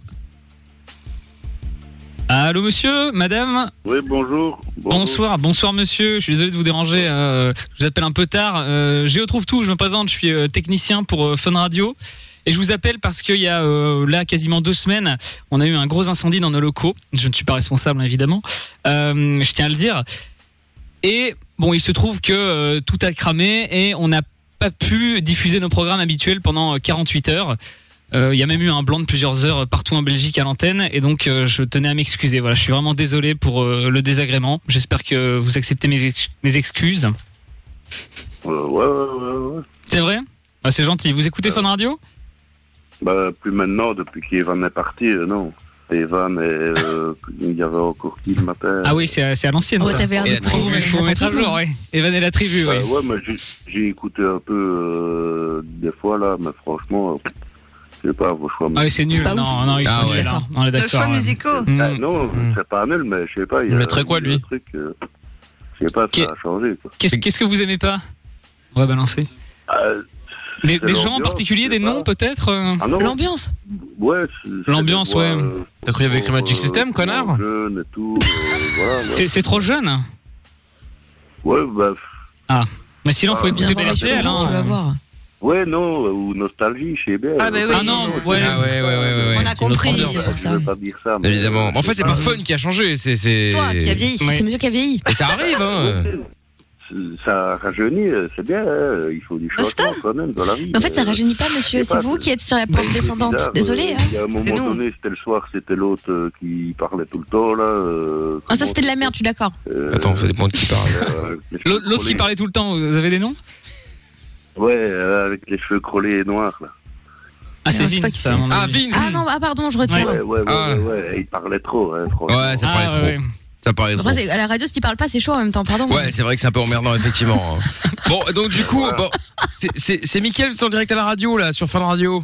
Speaker 4: Allô monsieur, madame,
Speaker 11: Oui, bonjour.
Speaker 4: bonsoir, bonsoir monsieur, je suis désolé de vous déranger, euh, je vous appelle un peu tard. Euh, Géo trouve tout, je me présente, je suis euh, technicien pour euh, Fun Radio et je vous appelle parce qu'il y a euh, là quasiment deux semaines, on a eu un gros incendie dans nos locaux, je ne suis pas responsable évidemment, Euh, je tiens à le dire. Et bon, il se trouve que euh, tout a cramé et on n'a pas pu diffuser nos programmes habituels pendant euh, 48 heures. Euh, Il y a même eu un blanc de plusieurs heures partout en Belgique à l'antenne et donc euh, je tenais à m'excuser. Voilà, je suis vraiment désolé pour euh, le désagrément. J'espère que vous acceptez mes, ex- mes excuses.
Speaker 11: Euh, ouais, ouais, ouais, ouais.
Speaker 4: C'est vrai Ah, C'est gentil. Vous écoutez Fun Radio
Speaker 11: Bah, plus maintenant, depuis qu'Evan est parti, euh, non. Evan, et, euh, il y avait encore qui le matin
Speaker 4: Ah oui, c'est à, c'est à l'ancienne.
Speaker 2: Ouais,
Speaker 4: ça.
Speaker 2: Oh, t'avais l'air
Speaker 1: Et
Speaker 2: de
Speaker 1: la tribu,
Speaker 4: Il
Speaker 2: prendre,
Speaker 4: faut
Speaker 2: euh,
Speaker 4: mettre à
Speaker 2: n'importe
Speaker 4: jour,
Speaker 2: quoi.
Speaker 4: oui. Evan et la tribu, oui.
Speaker 11: Euh, ouais, mais j'ai- j'ai écouté un peu euh, des fois, là, mais franchement, euh, je sais pas, vos choix.
Speaker 4: Ah oui, c'est nul.
Speaker 2: pas
Speaker 4: Non,
Speaker 2: ouf.
Speaker 4: non, ils
Speaker 1: Ah
Speaker 4: sont
Speaker 1: ouais.
Speaker 4: nuls. hein. On est
Speaker 8: De choix
Speaker 4: d'accord. ouais.
Speaker 8: musicaux.
Speaker 4: Mm.
Speaker 11: Ah, non,
Speaker 5: Mm.
Speaker 11: c'est pas nul, mais je sais pas. Il y a-
Speaker 5: mettrait quoi,
Speaker 11: il y a
Speaker 5: lui
Speaker 11: un truc, euh, Je sais pas, ça
Speaker 4: Qu'est-
Speaker 11: a changé, quoi.
Speaker 4: Qu'est-ce qu'est-ce que vous aimez pas On va balancer.
Speaker 11: Ah,
Speaker 4: Des,
Speaker 11: C'est
Speaker 4: des gens en
Speaker 11: l'ambiance,
Speaker 4: particulier,
Speaker 11: je
Speaker 4: des
Speaker 11: sais
Speaker 4: noms
Speaker 11: pas.
Speaker 4: peut-être euh,
Speaker 11: ah non,
Speaker 2: L'ambiance.
Speaker 11: ouais. c'est- c'est
Speaker 4: L'ambiance,
Speaker 11: des voix,
Speaker 4: ouais.
Speaker 11: euh,
Speaker 5: T'as cru qu'il y avait écrit Magic
Speaker 11: euh,
Speaker 5: System, connard
Speaker 11: jeunes et tout, euh, voilà, ouais.
Speaker 4: C'est c'est trop jeune.
Speaker 11: Ouais, bah,
Speaker 4: Mais sinon, faut
Speaker 11: Ah,
Speaker 4: écouter
Speaker 2: Bien
Speaker 4: Belle
Speaker 2: remarqué,
Speaker 4: RTL.
Speaker 2: tu vas
Speaker 4: hein.
Speaker 2: voir.
Speaker 11: Ouais, non, euh, ou nostalgie, je sais bien.
Speaker 8: Ah, bah oui.
Speaker 4: Ah non, ouais.
Speaker 1: Ah ouais, ouais, ouais, ouais, ouais.
Speaker 8: On a compris.
Speaker 4: ambiance,
Speaker 11: Je
Speaker 2: C'est pour ça.
Speaker 11: veux pas dire ça. mais- euh,
Speaker 1: Évidemment. En fait,
Speaker 4: Ah,
Speaker 1: c'est pas Fun qui a changé. C'est c'est.
Speaker 8: Toi qui as vieilli.
Speaker 4: Ouais.
Speaker 2: C'est monsieur qui a vieilli.
Speaker 1: Et ça arrive. Hein.
Speaker 11: Ça rajeunit, euh, c'est bien, hein, il faut du changement quand même dans la vie.
Speaker 2: Mais en fait, ça
Speaker 11: Euh,
Speaker 2: rajeunit pas,
Speaker 11: je
Speaker 2: monsieur.
Speaker 11: sais pas,
Speaker 2: C'est vous
Speaker 11: c'est-
Speaker 2: qui êtes sur la
Speaker 11: c'est
Speaker 2: pente descendante.
Speaker 11: bizarre,
Speaker 2: Désolé.
Speaker 11: euh,
Speaker 2: hein.
Speaker 11: Il y a un moment
Speaker 8: C'est nous.
Speaker 11: donné, c'était le soir, c'était l'autre euh, qui parlait tout le temps, là. euh,
Speaker 2: Ah, ça, c'était de la merde, je suis d'accord.
Speaker 11: euh,
Speaker 1: Attends, ça dépend de qui parle.
Speaker 11: euh, avec les cheveux
Speaker 4: L'autre l'autre qui
Speaker 11: crôlés.
Speaker 4: parlait tout le temps, vous avez des noms
Speaker 11: Ouais, euh, avec les cheveux crôlés et noirs, là.
Speaker 4: Ah, c'est
Speaker 2: Non, je sais pas
Speaker 4: Vince,
Speaker 2: qui
Speaker 4: ça, à mon
Speaker 1: Ah
Speaker 4: avis.
Speaker 1: Vince.
Speaker 2: Ah non, ah pardon, je retire.
Speaker 11: Ouais, ouais, ouais,
Speaker 1: Ah.
Speaker 11: ouais, ouais, et il parlait trop, hein, franchement.
Speaker 1: Ouais, ça parlait
Speaker 4: Ah,
Speaker 1: trop.
Speaker 4: ouais.
Speaker 1: Ça parlait trop.
Speaker 2: Après, c'est- à la radio, si tu parles pas, c'est chaud en même temps, pardon.
Speaker 1: Ouais, c'est vrai que c'est un peu emmerdant, effectivement. bon, donc hein. du coup, bon, C'est- C'est c'est Mickaël, c'est en direct à la radio, là, sur Fun Radio.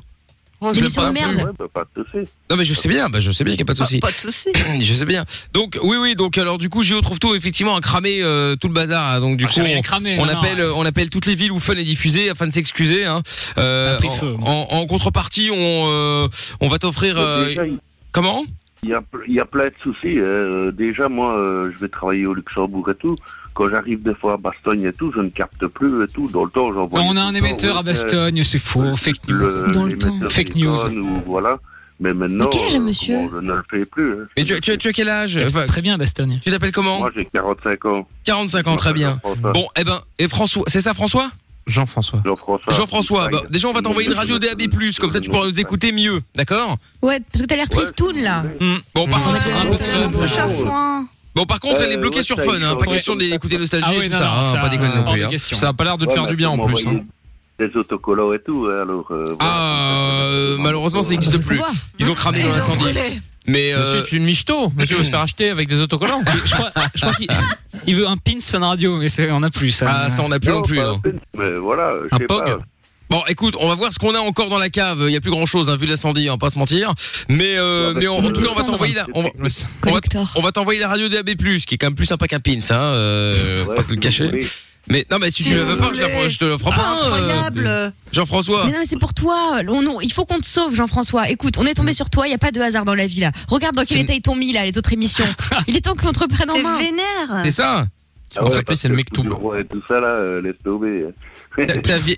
Speaker 11: L'émission
Speaker 1: Oh, Je l'aime
Speaker 11: de
Speaker 1: pas non
Speaker 11: merde.
Speaker 1: plus. Non, mais je sais bien, bah, je sais bien qu'il n'y a pas de souci.
Speaker 8: Pas de souci.
Speaker 1: je sais bien. Donc, oui, oui, donc, alors, du coup, Géo trouve tout, effectivement, à cramer euh, tout le bazar. hein. Donc, du
Speaker 4: Ah,
Speaker 1: coup,
Speaker 4: j'ai rien
Speaker 1: on,
Speaker 4: cramé,
Speaker 1: on
Speaker 4: non, non.
Speaker 1: appelle, euh, on appelle toutes les villes où Fun est diffusé afin de s'excuser. Hein. Euh,
Speaker 4: Ça a pris
Speaker 1: en-
Speaker 4: feu,
Speaker 1: en, en contrepartie, on, euh, on va t'offrir. euh, comment
Speaker 11: Il y, a, il y a plein de soucis. euh, déjà, moi, euh, je vais travailler au Luxembourg et tout. Quand j'arrive des fois à Bastogne et tout, je ne capte plus et tout. Dans le temps, j'envoie.
Speaker 4: On a un émetteur à Bastogne, c'est faux, fake news. Fake news.
Speaker 11: voilà. Mais maintenant,
Speaker 4: Mais quel âge a
Speaker 11: euh,
Speaker 4: monsieur
Speaker 11: bon, je ne le fais plus. hein.
Speaker 1: Mais tu, tu- tu as quel âge Très
Speaker 4: bien, Bastogne.
Speaker 1: Tu t'appelles comment
Speaker 11: Moi, j'ai 45 ans.
Speaker 1: 45 ans, très bien.
Speaker 11: François.
Speaker 1: Bon, eh ben, et François, c'est ça, François
Speaker 5: Jean-François.
Speaker 11: Jean-François.
Speaker 1: Jean-François, bah, déjà on va t'envoyer une radio DAB+, comme ça tu pourras nous écouter mieux, d'accord
Speaker 2: Ouais, parce que t'as l'air tristoun là.
Speaker 1: Bon, par contre,
Speaker 8: Prochain foin.
Speaker 1: Bon, par contre, elle est
Speaker 5: Euh,
Speaker 1: bloquée sur
Speaker 5: ouais,
Speaker 1: Fun, hein, pas
Speaker 5: ouais.
Speaker 1: question d'écouter Nostalgie
Speaker 5: Ah
Speaker 1: et
Speaker 5: oui,
Speaker 1: tout
Speaker 5: non,
Speaker 1: ça,
Speaker 5: non,
Speaker 1: hein,
Speaker 5: ça,
Speaker 1: pas déconner non
Speaker 5: hors
Speaker 1: plus.
Speaker 5: de
Speaker 1: hein.
Speaker 5: question. bah, Ça a pas l'air de te
Speaker 11: Ouais, bah,
Speaker 5: faire
Speaker 11: mais
Speaker 5: du bien, en
Speaker 11: faut
Speaker 5: plus, hein.
Speaker 11: m'envoyer Des autocollants et tout, hein, alors. euh,
Speaker 1: Ah.
Speaker 11: voilà.
Speaker 1: Euh, malheureusement, ça n'existe plus.
Speaker 11: savoir.
Speaker 1: Ils ont cramé dans l'incendie. Mais euh,
Speaker 5: Monsieur, tu es une michto. Monsieur veut se faire acheter avec des autocollants.
Speaker 4: je crois, je crois qu'il
Speaker 5: Ah
Speaker 4: il veut un pins fan radio, mais c'est- on a plus ça.
Speaker 1: Ah, ça, on a plus non plus, non.
Speaker 11: Mais voilà, je sais
Speaker 1: POG
Speaker 11: pas.
Speaker 1: Bon, écoute, on va voir ce qu'on a encore dans la cave. Il y a plus grand chose, hein, vu l'incendie, hein, pas se mentir. Mais, euh,
Speaker 4: bah,
Speaker 1: mais en, en tout cas, on va t'envoyer la, on va, on va- on va t'envoyer la radio DAB+, qui est quand même plus sympa qu'un pins, hein, euh, faut pas te le cacher. Mais non, mais si tu la veux pas, je, la- je te l'offre pas. hein, euh, Jean-François.
Speaker 2: Mais non, mais c'est pour toi. On- non, il faut qu'on te sauve, Jean-François. Écoute, on est tombé sur toi. Il y a pas de hasard dans la vie là. Regarde dans quel
Speaker 1: C'est-
Speaker 2: état ils t'ont mis là, les autres émissions. il est temps qu'on te reprenne en main.
Speaker 8: vénère.
Speaker 1: C'est ça
Speaker 11: Ah ouais, parce que le mec tout. Et tout ça, là, euh, laisse tomber.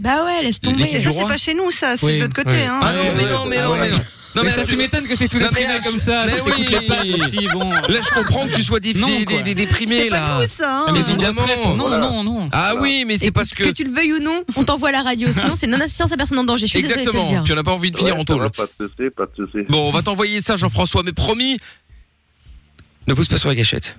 Speaker 2: Bah ouais, laisse tomber.
Speaker 8: Mais ça, c'est pas chez nous, ça. C'est de l'autre côté. hein.
Speaker 1: Ah non, mais non, mais non, mais non. Non,
Speaker 4: mais ça, tu m'étonnes que c'est tout
Speaker 1: Non, mais
Speaker 4: déprimé
Speaker 1: là, je-
Speaker 4: comme ça.
Speaker 1: mais
Speaker 4: si t'écoutes
Speaker 1: oui.
Speaker 4: la plaque aussi, bon.
Speaker 1: Là, je comprends que tu sois dé-
Speaker 4: Non,
Speaker 1: dé-
Speaker 4: quoi.
Speaker 1: dé- dé- déprimé,
Speaker 4: C'est pas
Speaker 1: là.
Speaker 4: nous, ça, hein. Mais c'est une
Speaker 1: Évidemment.
Speaker 4: retraite. Non, non, non.
Speaker 1: Ah oui, mais c'est
Speaker 2: Écoute,
Speaker 1: parce que.
Speaker 2: Que tu le veuilles ou non, on t'envoie à la radio. Sinon, c'est non-assistance à personne en danger. Je suis désolée de te le
Speaker 1: Exactement,
Speaker 2: dire.
Speaker 1: tu n'as pas envie de finir en tôle.
Speaker 11: Pas de soucis, pas de soucis.
Speaker 1: Bon, on va t'envoyer ça, Jean-François, mais promis. Ne pousse pas sur la gâchette.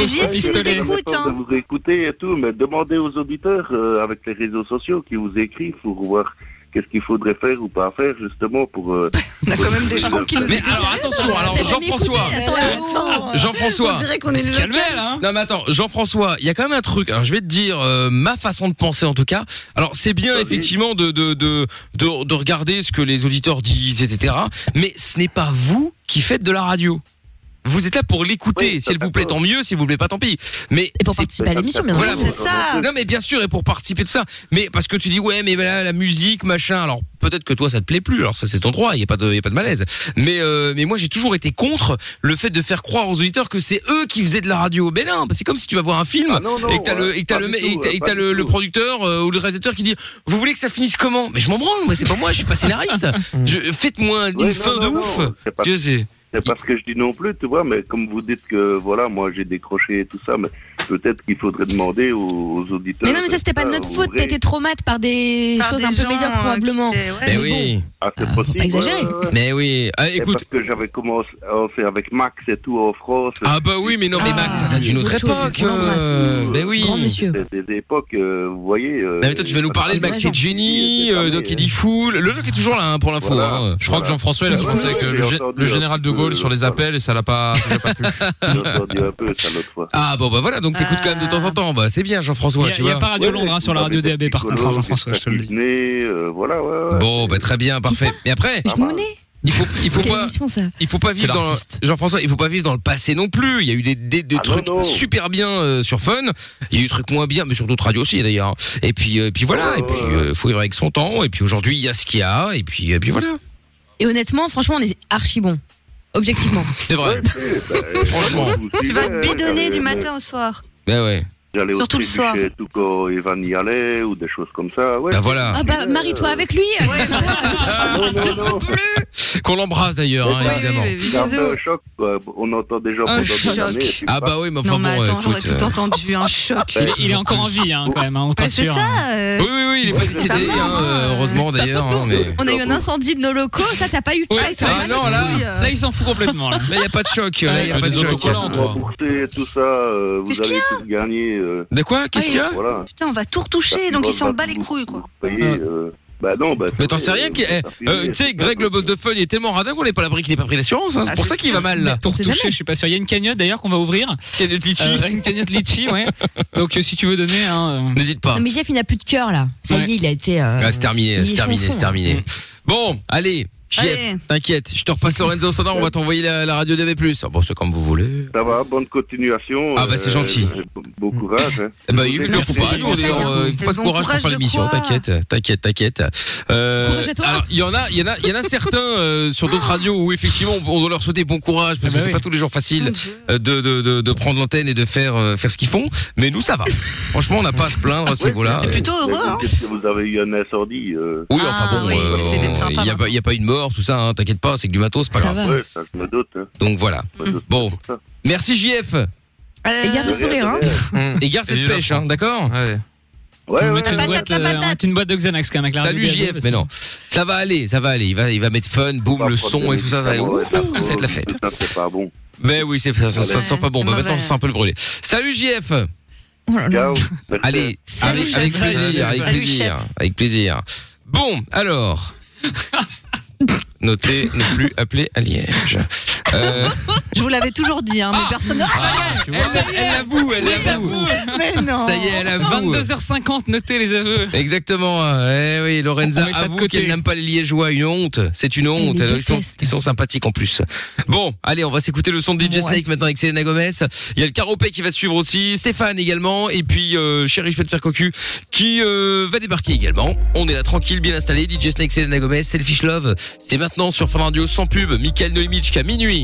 Speaker 8: Et Gilles, tu nous écoutes.
Speaker 11: de
Speaker 8: hein.
Speaker 11: vous écouter et tout, mais demandez aux auditeurs euh, avec les réseaux sociaux qui vous écrivent pour voir qu'est-ce qu'il faudrait faire ou pas faire justement pour. euh,
Speaker 8: On a quand même des gens qui nous
Speaker 1: Mais alors attention, alors Jean-François. Jean-François.
Speaker 4: Se calmer, là. hein.
Speaker 1: Non mais attends, Jean-François, il y a quand même un truc. Alors je vais te dire euh, ma façon de penser en tout cas. Alors c'est bien effectivement de de, de de de regarder ce que les auditeurs disent, etc. Mais ce n'est pas vous qui faites de la radio. Vous êtes là pour l'écouter. si elle vous plaît, tant mieux. Si vous plaît pas, tant pis. Mais
Speaker 2: et pour participer à l'émission, bien
Speaker 1: voilà,
Speaker 2: sûr.
Speaker 1: vous- Non mais bien sûr et pour participer tout ça. Mais parce que tu dis ouais mais voilà la musique machin. Alors peut-être que toi ça te plaît plus. Alors ça c'est ton droit. Il y a pas de y a pas de malaise. Mais euh, mais moi j'ai toujours été contre le fait de faire croire aux auditeurs que c'est eux qui faisaient de la radio. Ben non, c'est comme si tu vas voir un film
Speaker 11: Ah non,
Speaker 1: et que t'as
Speaker 11: ouais,
Speaker 1: le et que t'as
Speaker 11: pas
Speaker 1: le
Speaker 11: du
Speaker 1: mec-
Speaker 11: tout, hein,
Speaker 1: et que t'as- et que t'as
Speaker 11: pas
Speaker 1: le,
Speaker 11: du
Speaker 1: le
Speaker 11: tout.
Speaker 1: producteur euh, ou le réalisateur qui dit vous voulez que ça finisse comment Mais je m'en branle. Moi c'est pas moi. Je suis pas scénariste. Je, faites-moi une
Speaker 11: Ouais, non,
Speaker 1: fin
Speaker 11: non,
Speaker 1: de
Speaker 11: non,
Speaker 1: ouf.
Speaker 11: c'est pas-
Speaker 1: Tu sais,
Speaker 11: C'est pas ce que je dis non plus, tu vois, mais comme vous dites que voilà, moi j'ai décroché et tout ça, mais peut-être qu'il faudrait demander aux, aux auditeurs.
Speaker 2: Mais non, mais ça, c'était pas de
Speaker 1: bah,
Speaker 11: euh,
Speaker 2: notre
Speaker 11: aux
Speaker 2: faute.
Speaker 11: vrais.
Speaker 2: T'étais traumatisé par des
Speaker 8: Par
Speaker 2: choses
Speaker 8: des
Speaker 2: un peu
Speaker 8: gens,
Speaker 2: médiocres,
Speaker 8: euh,
Speaker 2: probablement.
Speaker 1: Mais oui.
Speaker 11: Ah, c'est possible.
Speaker 2: pas exagérer.
Speaker 1: Mais oui. Ah,
Speaker 11: écoute. Parce que j'avais commencé avec Max et tout en France.
Speaker 1: Ah bah oui, mais non, mais Max, ça date d'une autre époque. euh, ben oui.
Speaker 11: Des, des époques, euh, vous voyez. euh,
Speaker 1: Non, mais toi, tu vas nous parler de Max et
Speaker 2: hein.
Speaker 1: Jenny, euh, Doc Eddie Fool. Le doc est toujours là hein, pour l'info.
Speaker 5: Voilà.
Speaker 1: hein.
Speaker 5: Je crois que Jean-François il a
Speaker 1: Voilà.
Speaker 5: commencé avec euh, le,
Speaker 1: J'ai
Speaker 5: gé-
Speaker 11: hein.
Speaker 5: le général de
Speaker 11: Euh,
Speaker 5: Gaulle sur les
Speaker 12: Euh,
Speaker 5: appels et ça l'a pas. ça l'a pas plu.
Speaker 11: entendu un peu ça l'autre fois.
Speaker 1: Ah bon bah voilà, donc t'écoutes quand même de temps en temps. Bah c'est bien Jean-François,
Speaker 4: Ah. Il y a-
Speaker 1: tu
Speaker 4: il y
Speaker 1: vois.
Speaker 4: a pas Radio Londres hein, sur la radio DAB par contre, hein, Jean-François. je te le dis.
Speaker 11: euh, voilà, ouais, ouais.
Speaker 1: Bon bah très bien, parfait. Mais après, il faut il faut
Speaker 2: Quelle
Speaker 1: pas
Speaker 2: émission, ça
Speaker 1: il faut pas
Speaker 5: C'est
Speaker 1: vivre dans
Speaker 5: l'artiste.
Speaker 1: Jean-François, il faut pas vivre dans le passé non plus. Il y a eu des, des- des
Speaker 11: Ah,
Speaker 1: trucs
Speaker 11: non, non.
Speaker 1: super bien euh, sur Fun, il y a eu des trucs moins bien, mais sur d'autres radios aussi d'ailleurs. Et puis euh, et puis voilà, et puis euh, faut vivre avec son temps. Et puis aujourd'hui il y a ce qu'il y a, et puis et puis voilà.
Speaker 2: Et honnêtement, franchement, on est archi bon. Objectivement.
Speaker 1: C'est vrai. Franchement.
Speaker 8: Tu vas te bidonner du matin au soir.
Speaker 1: Bah ouais.
Speaker 11: J'allais au
Speaker 8: Surtout le soir.
Speaker 11: trébuchet et tout quand Evan y allait ou des choses comme ça. Ouais.
Speaker 1: Bah voilà.
Speaker 2: Ah bah, marie-toi avec lui.
Speaker 1: Qu'on l'embrasse d'ailleurs, hein, évidemment.
Speaker 11: C'est un peu un choc, quoi. On entend des gens pendant des années. et puis
Speaker 1: Ah
Speaker 11: paf.
Speaker 1: bah oui, mais enfin
Speaker 8: Non, mais
Speaker 1: bon,
Speaker 8: attends,
Speaker 1: écoute,
Speaker 8: j'aurais tout
Speaker 1: euh,
Speaker 8: entendu. Un choc.
Speaker 4: Il, est- il est encore en vie hein, quand même, hein, on te
Speaker 8: Mais c'est
Speaker 4: rassure,
Speaker 8: ça.
Speaker 4: hein.
Speaker 8: euh,
Speaker 1: Oui, oui, oui, il est pas décédé, hein, euh, heureusement d'ailleurs. hein, mais...
Speaker 2: On a eu un incendie de nos locaux. Ça, t'as pas eu de hein.
Speaker 4: Ouais,
Speaker 2: chance.
Speaker 4: ah, non, là, là, il s'en fout complètement. Là,
Speaker 1: il n'y a pas de choc. Là, il y a pas de choc.
Speaker 11: Remboursé et tout ça, euh, vous allez tout gagner. euh.
Speaker 1: De quoi Qu'est-ce qu'il y a
Speaker 11: Voilà.
Speaker 8: Putain, on va tout retoucher, donc il s'en bat les couilles, quoi.
Speaker 11: Vous voyez, euh, Bah non, bah.
Speaker 1: Ah. Mais t'en sais rien qui. eh, euh, tu sais, Greg, le boss de fun, il est tellement radin qu'on n'est pas à l'abri qu'il n'ait pas pris l'assurance. hein. C'est
Speaker 4: Ah,
Speaker 1: pour
Speaker 4: c'est
Speaker 1: ça qu'il va mal.
Speaker 4: Mais
Speaker 1: là.
Speaker 4: Pour toucher, je suis pas sûr. Il y a une cagnotte d'ailleurs qu'on va ouvrir. Euh,
Speaker 1: Cagnotte litchi.
Speaker 4: une cagnotte litchi, ouais. Donc euh, si tu veux donner,
Speaker 1: n'hésite
Speaker 2: Non, mais Jeff, il n'a plus de cœur là. Ça
Speaker 4: Ouais.
Speaker 2: y est, il a été. euh,
Speaker 1: Ah, c'est terminé,
Speaker 2: il
Speaker 1: c'est
Speaker 2: est
Speaker 1: terminé,
Speaker 2: chanfon,
Speaker 1: c'est
Speaker 2: hein.
Speaker 4: Mm.
Speaker 1: terminé. Bon, allez, Jeff,
Speaker 2: Allez.
Speaker 1: t'inquiète, je te repasse Lorenzo Standard, on va t'envoyer la, la radio DV+. Ah, bon, c'est comme vous voulez.
Speaker 11: Ça va, bonne continuation.
Speaker 1: Ah, bah, c'est gentil.
Speaker 11: Beau, beau courage. Hein.
Speaker 1: Eh ben, il il en faut pas, nous, on est en, euh, il faut pas de
Speaker 11: Bon
Speaker 1: courage pour
Speaker 11: courage
Speaker 1: faire
Speaker 11: de
Speaker 1: l'émission,
Speaker 4: Ah.
Speaker 11: quoi
Speaker 1: t'inquiète, t'inquiète, t'inquiète. Euh,
Speaker 11: Courage à toi. Ah.
Speaker 1: alors, il y en a, il y en a, il y en a certains euh, sur d'autres radios où effectivement on on doit leur souhaiter bon courage
Speaker 4: Eh ben
Speaker 1: parce que c'est pas tous les jours facile euh, de, de, de, de prendre l'antenne et de faire euh, faire ce qu'ils font, mais nous ça va. Franchement, on n'a pas à se plaindre à ce niveau-là. Euh,
Speaker 11: Qu'est-ce que vous avez eu un incendie euh...
Speaker 1: Oui, enfin bon, euh, il n'y a, pas- il y a pas une mort, tout ça, hein, t'inquiète pas, c'est que du matos, c'est pas
Speaker 11: hein. Ça
Speaker 1: grave.
Speaker 11: va. Ouais, ça, je me doute. hein.
Speaker 1: Donc voilà. Bon, merci JF.
Speaker 2: Et garde le
Speaker 8: Euh,
Speaker 2: sourire, hein.
Speaker 1: Et garde cette
Speaker 4: Mmh. Salut,
Speaker 1: pêche, hein, d'accord
Speaker 4: Ouais,
Speaker 1: ouais,
Speaker 4: mettre
Speaker 1: ouais.
Speaker 4: une
Speaker 1: La
Speaker 4: boîte, euh, on va mettre une boîte de Xanax quand même avec la
Speaker 1: Salut JF, mais non. Ça va aller, ça va aller. Il va, il va mettre fun, boum, le son et tout ça. Ça va aller. Ouh, ça va être la fête.
Speaker 11: Ah. Ça, c'est pas bon.
Speaker 1: Mais oui, c'est ça, ça, ça ne sent pas bon. Bah, maintenant, ça sent un peu le brûlé. Salut JF.
Speaker 9: Oh
Speaker 1: Allez,
Speaker 11: Salut,
Speaker 1: avec,
Speaker 11: chef.
Speaker 1: avec
Speaker 11: Salut,
Speaker 1: plaisir, avec
Speaker 11: chef.
Speaker 1: plaisir, avec plaisir. Bon, alors. Notez ne plus appeler à Liège. Euh,
Speaker 8: Je vous l'avais toujours dit, hein, mais
Speaker 4: Ah.
Speaker 8: personne.
Speaker 1: elle elle l'avoue, elle l'avoue.
Speaker 8: Mais non.
Speaker 1: Ça y est, elle avoue.
Speaker 4: 22h50, notez les aveux.
Speaker 1: Exactement. Euh, Eh oui, Lorenza
Speaker 4: On met ça de
Speaker 1: avoue
Speaker 4: côté.
Speaker 1: qu'elle n'aime pas les Liégeois. Une honte. C'est une honte.
Speaker 4: les
Speaker 1: Alors, ils, sont,
Speaker 4: déteste.
Speaker 1: ils sont sympathiques en plus. Bon, allez, on va s'écouter le son de DJ
Speaker 4: Ouais.
Speaker 1: Snake maintenant avec Selena Gomez. Il y a le Caropé qui va suivre aussi, Stéphane également, et puis euh, Chérie, je peux te faire cocu, qui euh, va débarquer également. On est là tranquille, bien installé. DJ Snake, Selena Gomez, Selfish Love. C'est maintenant sur Fun Radio sans pub. Michael Nolimich jusqu'à minuit.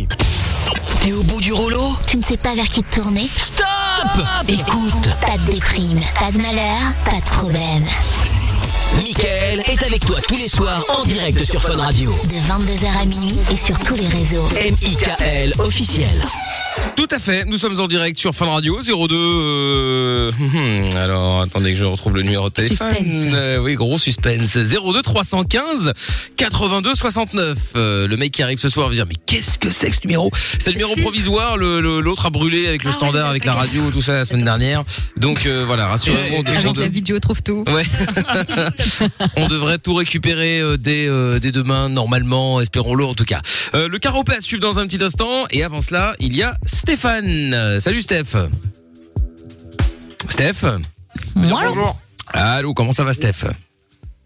Speaker 9: T'es au bout du rouleau Tu ne sais pas vers qui te tourner Stop,
Speaker 7: Écoute
Speaker 9: Pas de déprime, pas de malheur, pas de problème.
Speaker 7: Michael est avec toi tous les soirs en direct sur Fun Radio.
Speaker 9: De 22h à minuit et sur tous les réseaux.
Speaker 7: M.I.K.L. officiel.
Speaker 1: Tout à fait, nous sommes en direct sur Fun Radio 02. euh, hum, hum, Alors attendez que je retrouve le numéro de téléphone.
Speaker 5: Suspense.
Speaker 1: Euh, oui, gros suspense. 02 315 82 69. Euh, le mec qui arrive ce soir va dire mais qu'est-ce que c'est que ce numéro C'est le numéro provisoire. le- le- L'autre a brûlé avec le standard, avec la radio, tout ça la semaine dernière. Donc euh, voilà, rassurez-vous. on
Speaker 2: Avec
Speaker 1: devrait-
Speaker 2: la vidéo trouve tout.
Speaker 1: Ouais. on devrait tout récupérer euh, dès, euh, dès demain, normalement, espérons-le en tout cas. Euh, le caropé à suivre dans un petit instant, et avant cela, il y a Stéphane. Euh, Salut Steph. Steph
Speaker 12: Bonjour.
Speaker 1: Allô, comment ça va Steph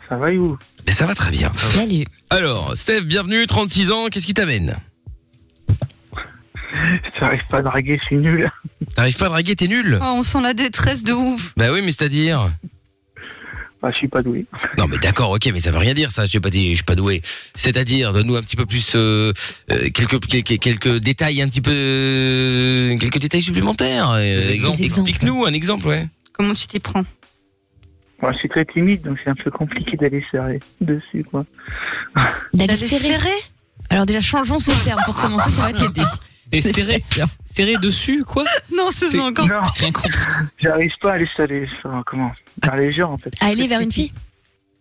Speaker 12: Ça va et vous
Speaker 1: Mais ça va très bien.
Speaker 2: Salut.
Speaker 1: Alors, Steph, bienvenue, 36 ans, qu'est-ce qui t'amène
Speaker 12: J'arrive pas à draguer, je suis nul.
Speaker 1: T'arrives pas à draguer, t'es nul
Speaker 8: Oh, on sent la détresse de ouf.
Speaker 1: Bah oui, mais c'est-à-dire
Speaker 12: Bah, je suis pas doué.
Speaker 1: Non, mais d'accord, ok, mais ça veut rien dire, ça. Je suis pas, dit- je suis pas doué. C'est-à-dire, donne-nous un petit peu plus euh, euh, quelques, quelques quelques détails, un petit peu euh, quelques détails supplémentaires. Euh,
Speaker 12: Des exemples.
Speaker 1: Explique-nous un exemple, ouais.
Speaker 8: Comment tu t'y prends
Speaker 12: Moi, je suis très timide, donc c'est un peu compliqué d'aller serrer dessus, quoi.
Speaker 2: D'aller serrer. Alors déjà, changeons ce terme pour commencer, ça va t'aider.
Speaker 4: Et serrer, serrer dessus, quoi
Speaker 8: Non, c'est
Speaker 4: ça encore.
Speaker 12: J'arrive pas à aller serrer, enfin, comment Vers les gens, en fait.
Speaker 2: À aller vers une fille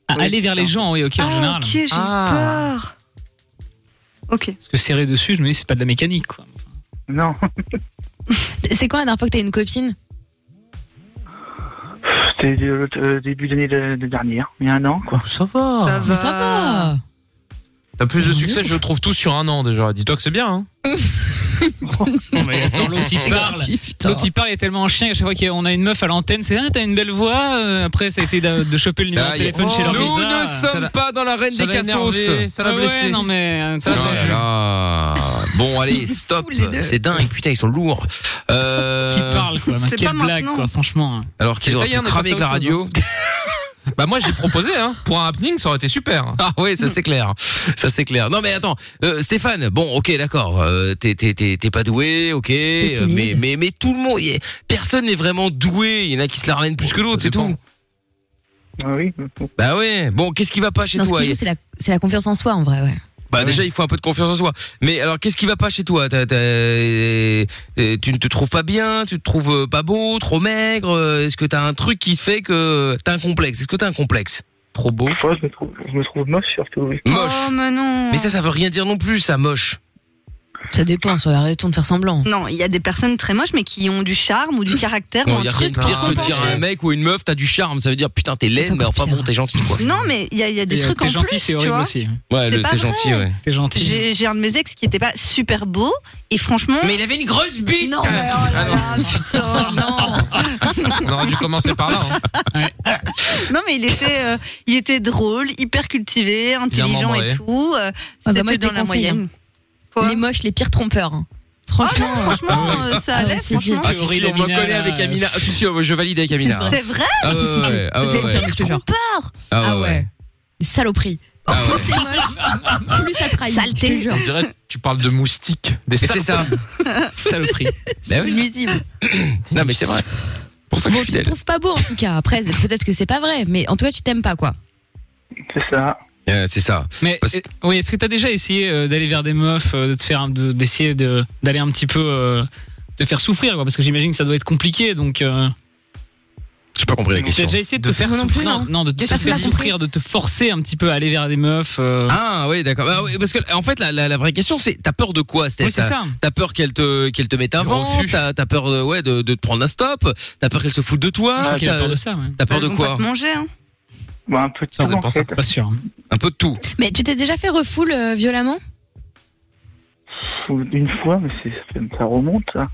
Speaker 4: Ah, aller vers les gens, oui, ok,
Speaker 2: Ah,
Speaker 8: Ah,
Speaker 4: en général. Ah.
Speaker 8: peur. Ok.
Speaker 4: Parce que serrer dessus, je me dis, c'est pas de la mécanique, quoi.
Speaker 12: Non.
Speaker 2: C'est quand la dernière fois que t'as eu une copine
Speaker 12: C'était le euh, début d'année de, de dernière, il y a un an, quoi.
Speaker 4: Ça va.
Speaker 8: Ça va. Ça va.
Speaker 5: T'as plus de succès, je trouve tout sur un an déjà. Dis-toi que c'est bien. Hein.
Speaker 4: Non, mais Oh attends, l'autre il
Speaker 5: C'est
Speaker 4: parle.
Speaker 5: gratuit,
Speaker 4: L'autre il parle, il est tellement en chien qu'à chaque fois qu'on a une meuf à l'antenne, c'est Ah, t'as une belle voix. euh, Après, ça essaie de, de choper le numéro de
Speaker 1: Aïe.
Speaker 4: téléphone chez leur
Speaker 1: Oh, Nous
Speaker 4: bizarre.
Speaker 1: ne sommes
Speaker 4: Ça l'a-
Speaker 1: pas dans la reine
Speaker 4: ça
Speaker 1: des
Speaker 4: l'a
Speaker 1: cassos.
Speaker 4: énervé,
Speaker 1: Ça l'a
Speaker 4: Ah
Speaker 1: blessé.
Speaker 4: Ouais, non, mais. euh, ça
Speaker 1: Oh
Speaker 4: l'a-
Speaker 1: là là. Bon, allez, stop.
Speaker 4: saoulent les deux.
Speaker 1: C'est dingue, putain, ils sont lourds. Euh,
Speaker 4: Qui parle, quoi.
Speaker 1: C'est
Speaker 4: Quelle
Speaker 1: pas
Speaker 4: blague,
Speaker 1: maintenant.
Speaker 4: quoi, franchement.
Speaker 1: Alors qu'ils auraient
Speaker 5: Essaye,
Speaker 1: pu
Speaker 5: hein, de
Speaker 1: cramer
Speaker 5: passer
Speaker 1: avec la
Speaker 5: à autre
Speaker 1: radio.
Speaker 5: Bah moi j'ai proposé hein. Pour un happening, ça aurait été super.
Speaker 1: Ah oui, ça c'est clair. Ça c'est clair. Non mais attends, euh, Stéphane, bon, ok, d'accord, euh, t'es t'es t'es t'es pas doué, ok, euh, mais mais mais tout le monde, y est- personne n'est vraiment doué. Il y en a qui se la ramènent plus que l'autre, c'est tout.
Speaker 12: Ah oui.
Speaker 1: Bah ouais. Bon, qu'est-ce qui va pas chez
Speaker 2: Non, ce
Speaker 1: toi
Speaker 2: qui joue, c'est la, c'est la confiance en soi en vrai, ouais.
Speaker 1: Bah déjà, il faut un peu de confiance en soi. Mais alors, qu'est-ce qui va pas chez toi T'as- t'as- euh, Tu ne te trouves pas bien, tu te trouves euh, pas beau, trop maigre. euh, Est-ce que t'as un truc qui fait que t'as un complexe Est-ce que t'as un complexe Trop beau.
Speaker 12: Moi, je me trouve, je me trouve moche, surtout. oui.
Speaker 1: Moche.
Speaker 8: Oh, mais non.
Speaker 1: Mais ça, ça veut rien dire non plus, ça moche.
Speaker 2: Ça dépend, ça, arrêtons de faire semblant.
Speaker 8: Non, il y a des personnes très moches, mais qui ont du charme ou du caractère ou
Speaker 1: Non,
Speaker 8: un
Speaker 1: y a rien
Speaker 8: truc.
Speaker 1: de pire que de dire à un mec ou une meuf, t'as du charme. Ça veut dire putain, t'es laide, mais enfin bon, t'es gentil quoi.
Speaker 8: Non, mais il y a, il y a hein. des
Speaker 1: Et, euh,
Speaker 8: trucs
Speaker 1: t'es
Speaker 8: en
Speaker 1: gentil,
Speaker 8: plus.
Speaker 1: c'est
Speaker 8: tu
Speaker 1: horrible
Speaker 8: vois.
Speaker 1: aussi. Ouais,
Speaker 8: C'est
Speaker 1: le-
Speaker 8: pas
Speaker 1: t'es gentil,
Speaker 8: vrai.
Speaker 1: ouais. T'es gentil.
Speaker 8: J'ai j'ai un de mes ex qui était pas super beau et franchement. Mais
Speaker 1: il avait une grosse bite.
Speaker 8: Non, mais oh là là, putain, non.
Speaker 5: On aurait dû commencer par là. hein.
Speaker 8: non, mais il était, euh, il était drôle, hyper cultivé, intelligent et
Speaker 5: membré.
Speaker 8: tout. euh,
Speaker 2: Ah bah
Speaker 8: C'était
Speaker 2: moi, je
Speaker 8: dans la
Speaker 2: déconseille, hein.
Speaker 8: moyenne.
Speaker 2: les moches, les pires trompeurs. hein. Franchement,
Speaker 8: franchement, euh, ça allait, franchement.
Speaker 1: Ah, si, si, on me connaît avec Amina. Ah, si, si, je valide avec Amina. hein.
Speaker 8: C'est vrai
Speaker 1: Ah ouais, ouais, ouais, ah ouais,
Speaker 8: C'est
Speaker 1: ouais.
Speaker 8: le pire trompeur
Speaker 1: Ah ouais, Ah ouais.
Speaker 2: les saloperies.
Speaker 1: Plus
Speaker 2: c'est moche, plus ça trahit. je te jure.
Speaker 5: On dirait que tu parles de moustiques. Des
Speaker 1: Mais c'est ça.
Speaker 5: Saloperie.
Speaker 1: Bah oui.
Speaker 2: Nuisible.
Speaker 1: Non, mais c'est vrai. Pour ça que je suis
Speaker 2: Tu te
Speaker 1: fidèle.
Speaker 2: trouves pas beau en tout cas. Après, c'est- peut-être que c'est pas vrai, mais en tout cas, tu t'aimes pas quoi.
Speaker 12: C'est ça.
Speaker 1: c'est ça.
Speaker 4: Mais euh, oui, est-ce que t'as déjà essayé euh, d'aller vers des meufs, euh, de te faire, un- de- d'essayer de- d'aller un petit peu, euh, de faire souffrir, quoi, parce que j'imagine que ça doit être compliqué, donc. euh,
Speaker 1: J'ai pas compris la
Speaker 4: T'as
Speaker 1: question.
Speaker 4: déjà essayé de, te faire
Speaker 1: Non
Speaker 4: souffrir,
Speaker 1: plus,
Speaker 4: non,
Speaker 1: non.
Speaker 4: non, de te
Speaker 1: Qu'est-ce que
Speaker 4: faire
Speaker 1: t'as
Speaker 4: souffrir, de te forcer un petit peu à aller vers des meufs. euh,
Speaker 1: Ah oui d'accord Bah oui, parce que en fait la, la, la vraie question c'est t'as peur de quoi Steph
Speaker 4: Oui, c'est
Speaker 1: T'as-
Speaker 4: ça.
Speaker 1: t'as peur qu'elle te qu'elle te mette un vent t'as t'as peur de, ouais de, de te prendre un stop t'as peur qu'elle se foute de toi
Speaker 4: Je crois qu'elle a
Speaker 1: t'as-
Speaker 4: peur de ça, ouais.
Speaker 1: t'as peur de
Speaker 12: Euh,
Speaker 8: Ils vont pas
Speaker 1: quoi
Speaker 8: te manger, hein.
Speaker 12: un peu de
Speaker 4: ça, on dépend, ça, pas sûr. hein.
Speaker 1: un peu de tout
Speaker 2: Mais tu t'es déjà fait refoule euh, violemment
Speaker 12: Une fois, mais c'est- ça, fait- ça remonte. ça.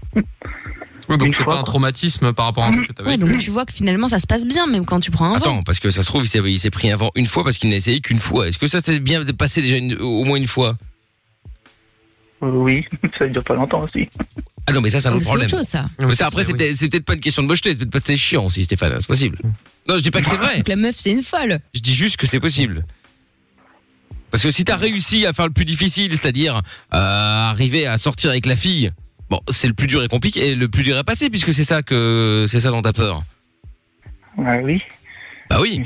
Speaker 5: Oui,
Speaker 12: Une
Speaker 5: donc c'est
Speaker 12: fois,
Speaker 5: pas un
Speaker 12: quoi.
Speaker 5: traumatisme par rapport à un truc que t'avais.
Speaker 2: Ouais, donc tu vois que finalement ça se passe bien, même quand tu prends un vent.
Speaker 1: Ah bah Attends parce que ça se trouve il s'est il s'est pris un vent une fois parce qu'il n'a essayé qu'une fois est-ce que ça s'est bien passé déjà une- au moins une fois
Speaker 12: Euh, oui, ça dure pas longtemps aussi.
Speaker 1: Ah non mais ça c'est un
Speaker 12: Mais
Speaker 1: autre
Speaker 12: c'est
Speaker 1: problème
Speaker 12: autre chose, ça.
Speaker 1: mais ça après c'est peut-être- c'est peut-être pas une question de mocheté c'est peut-être pas c'est chiant aussi Stéphane c'est possible non je
Speaker 4: Bah,
Speaker 1: dis pas que c'est vrai
Speaker 2: Donc la meuf, c'est une folle.
Speaker 1: Je dis juste que c'est possible. Parce que si t'as réussi à faire le plus difficile, c'est-à-dire euh, arriver à sortir avec la fille, bon, c'est le plus dur et compliqué, et le plus dur à passer puisque c'est ça que c'est ça dans ta peur.
Speaker 12: Ah oui.
Speaker 1: Bah oui.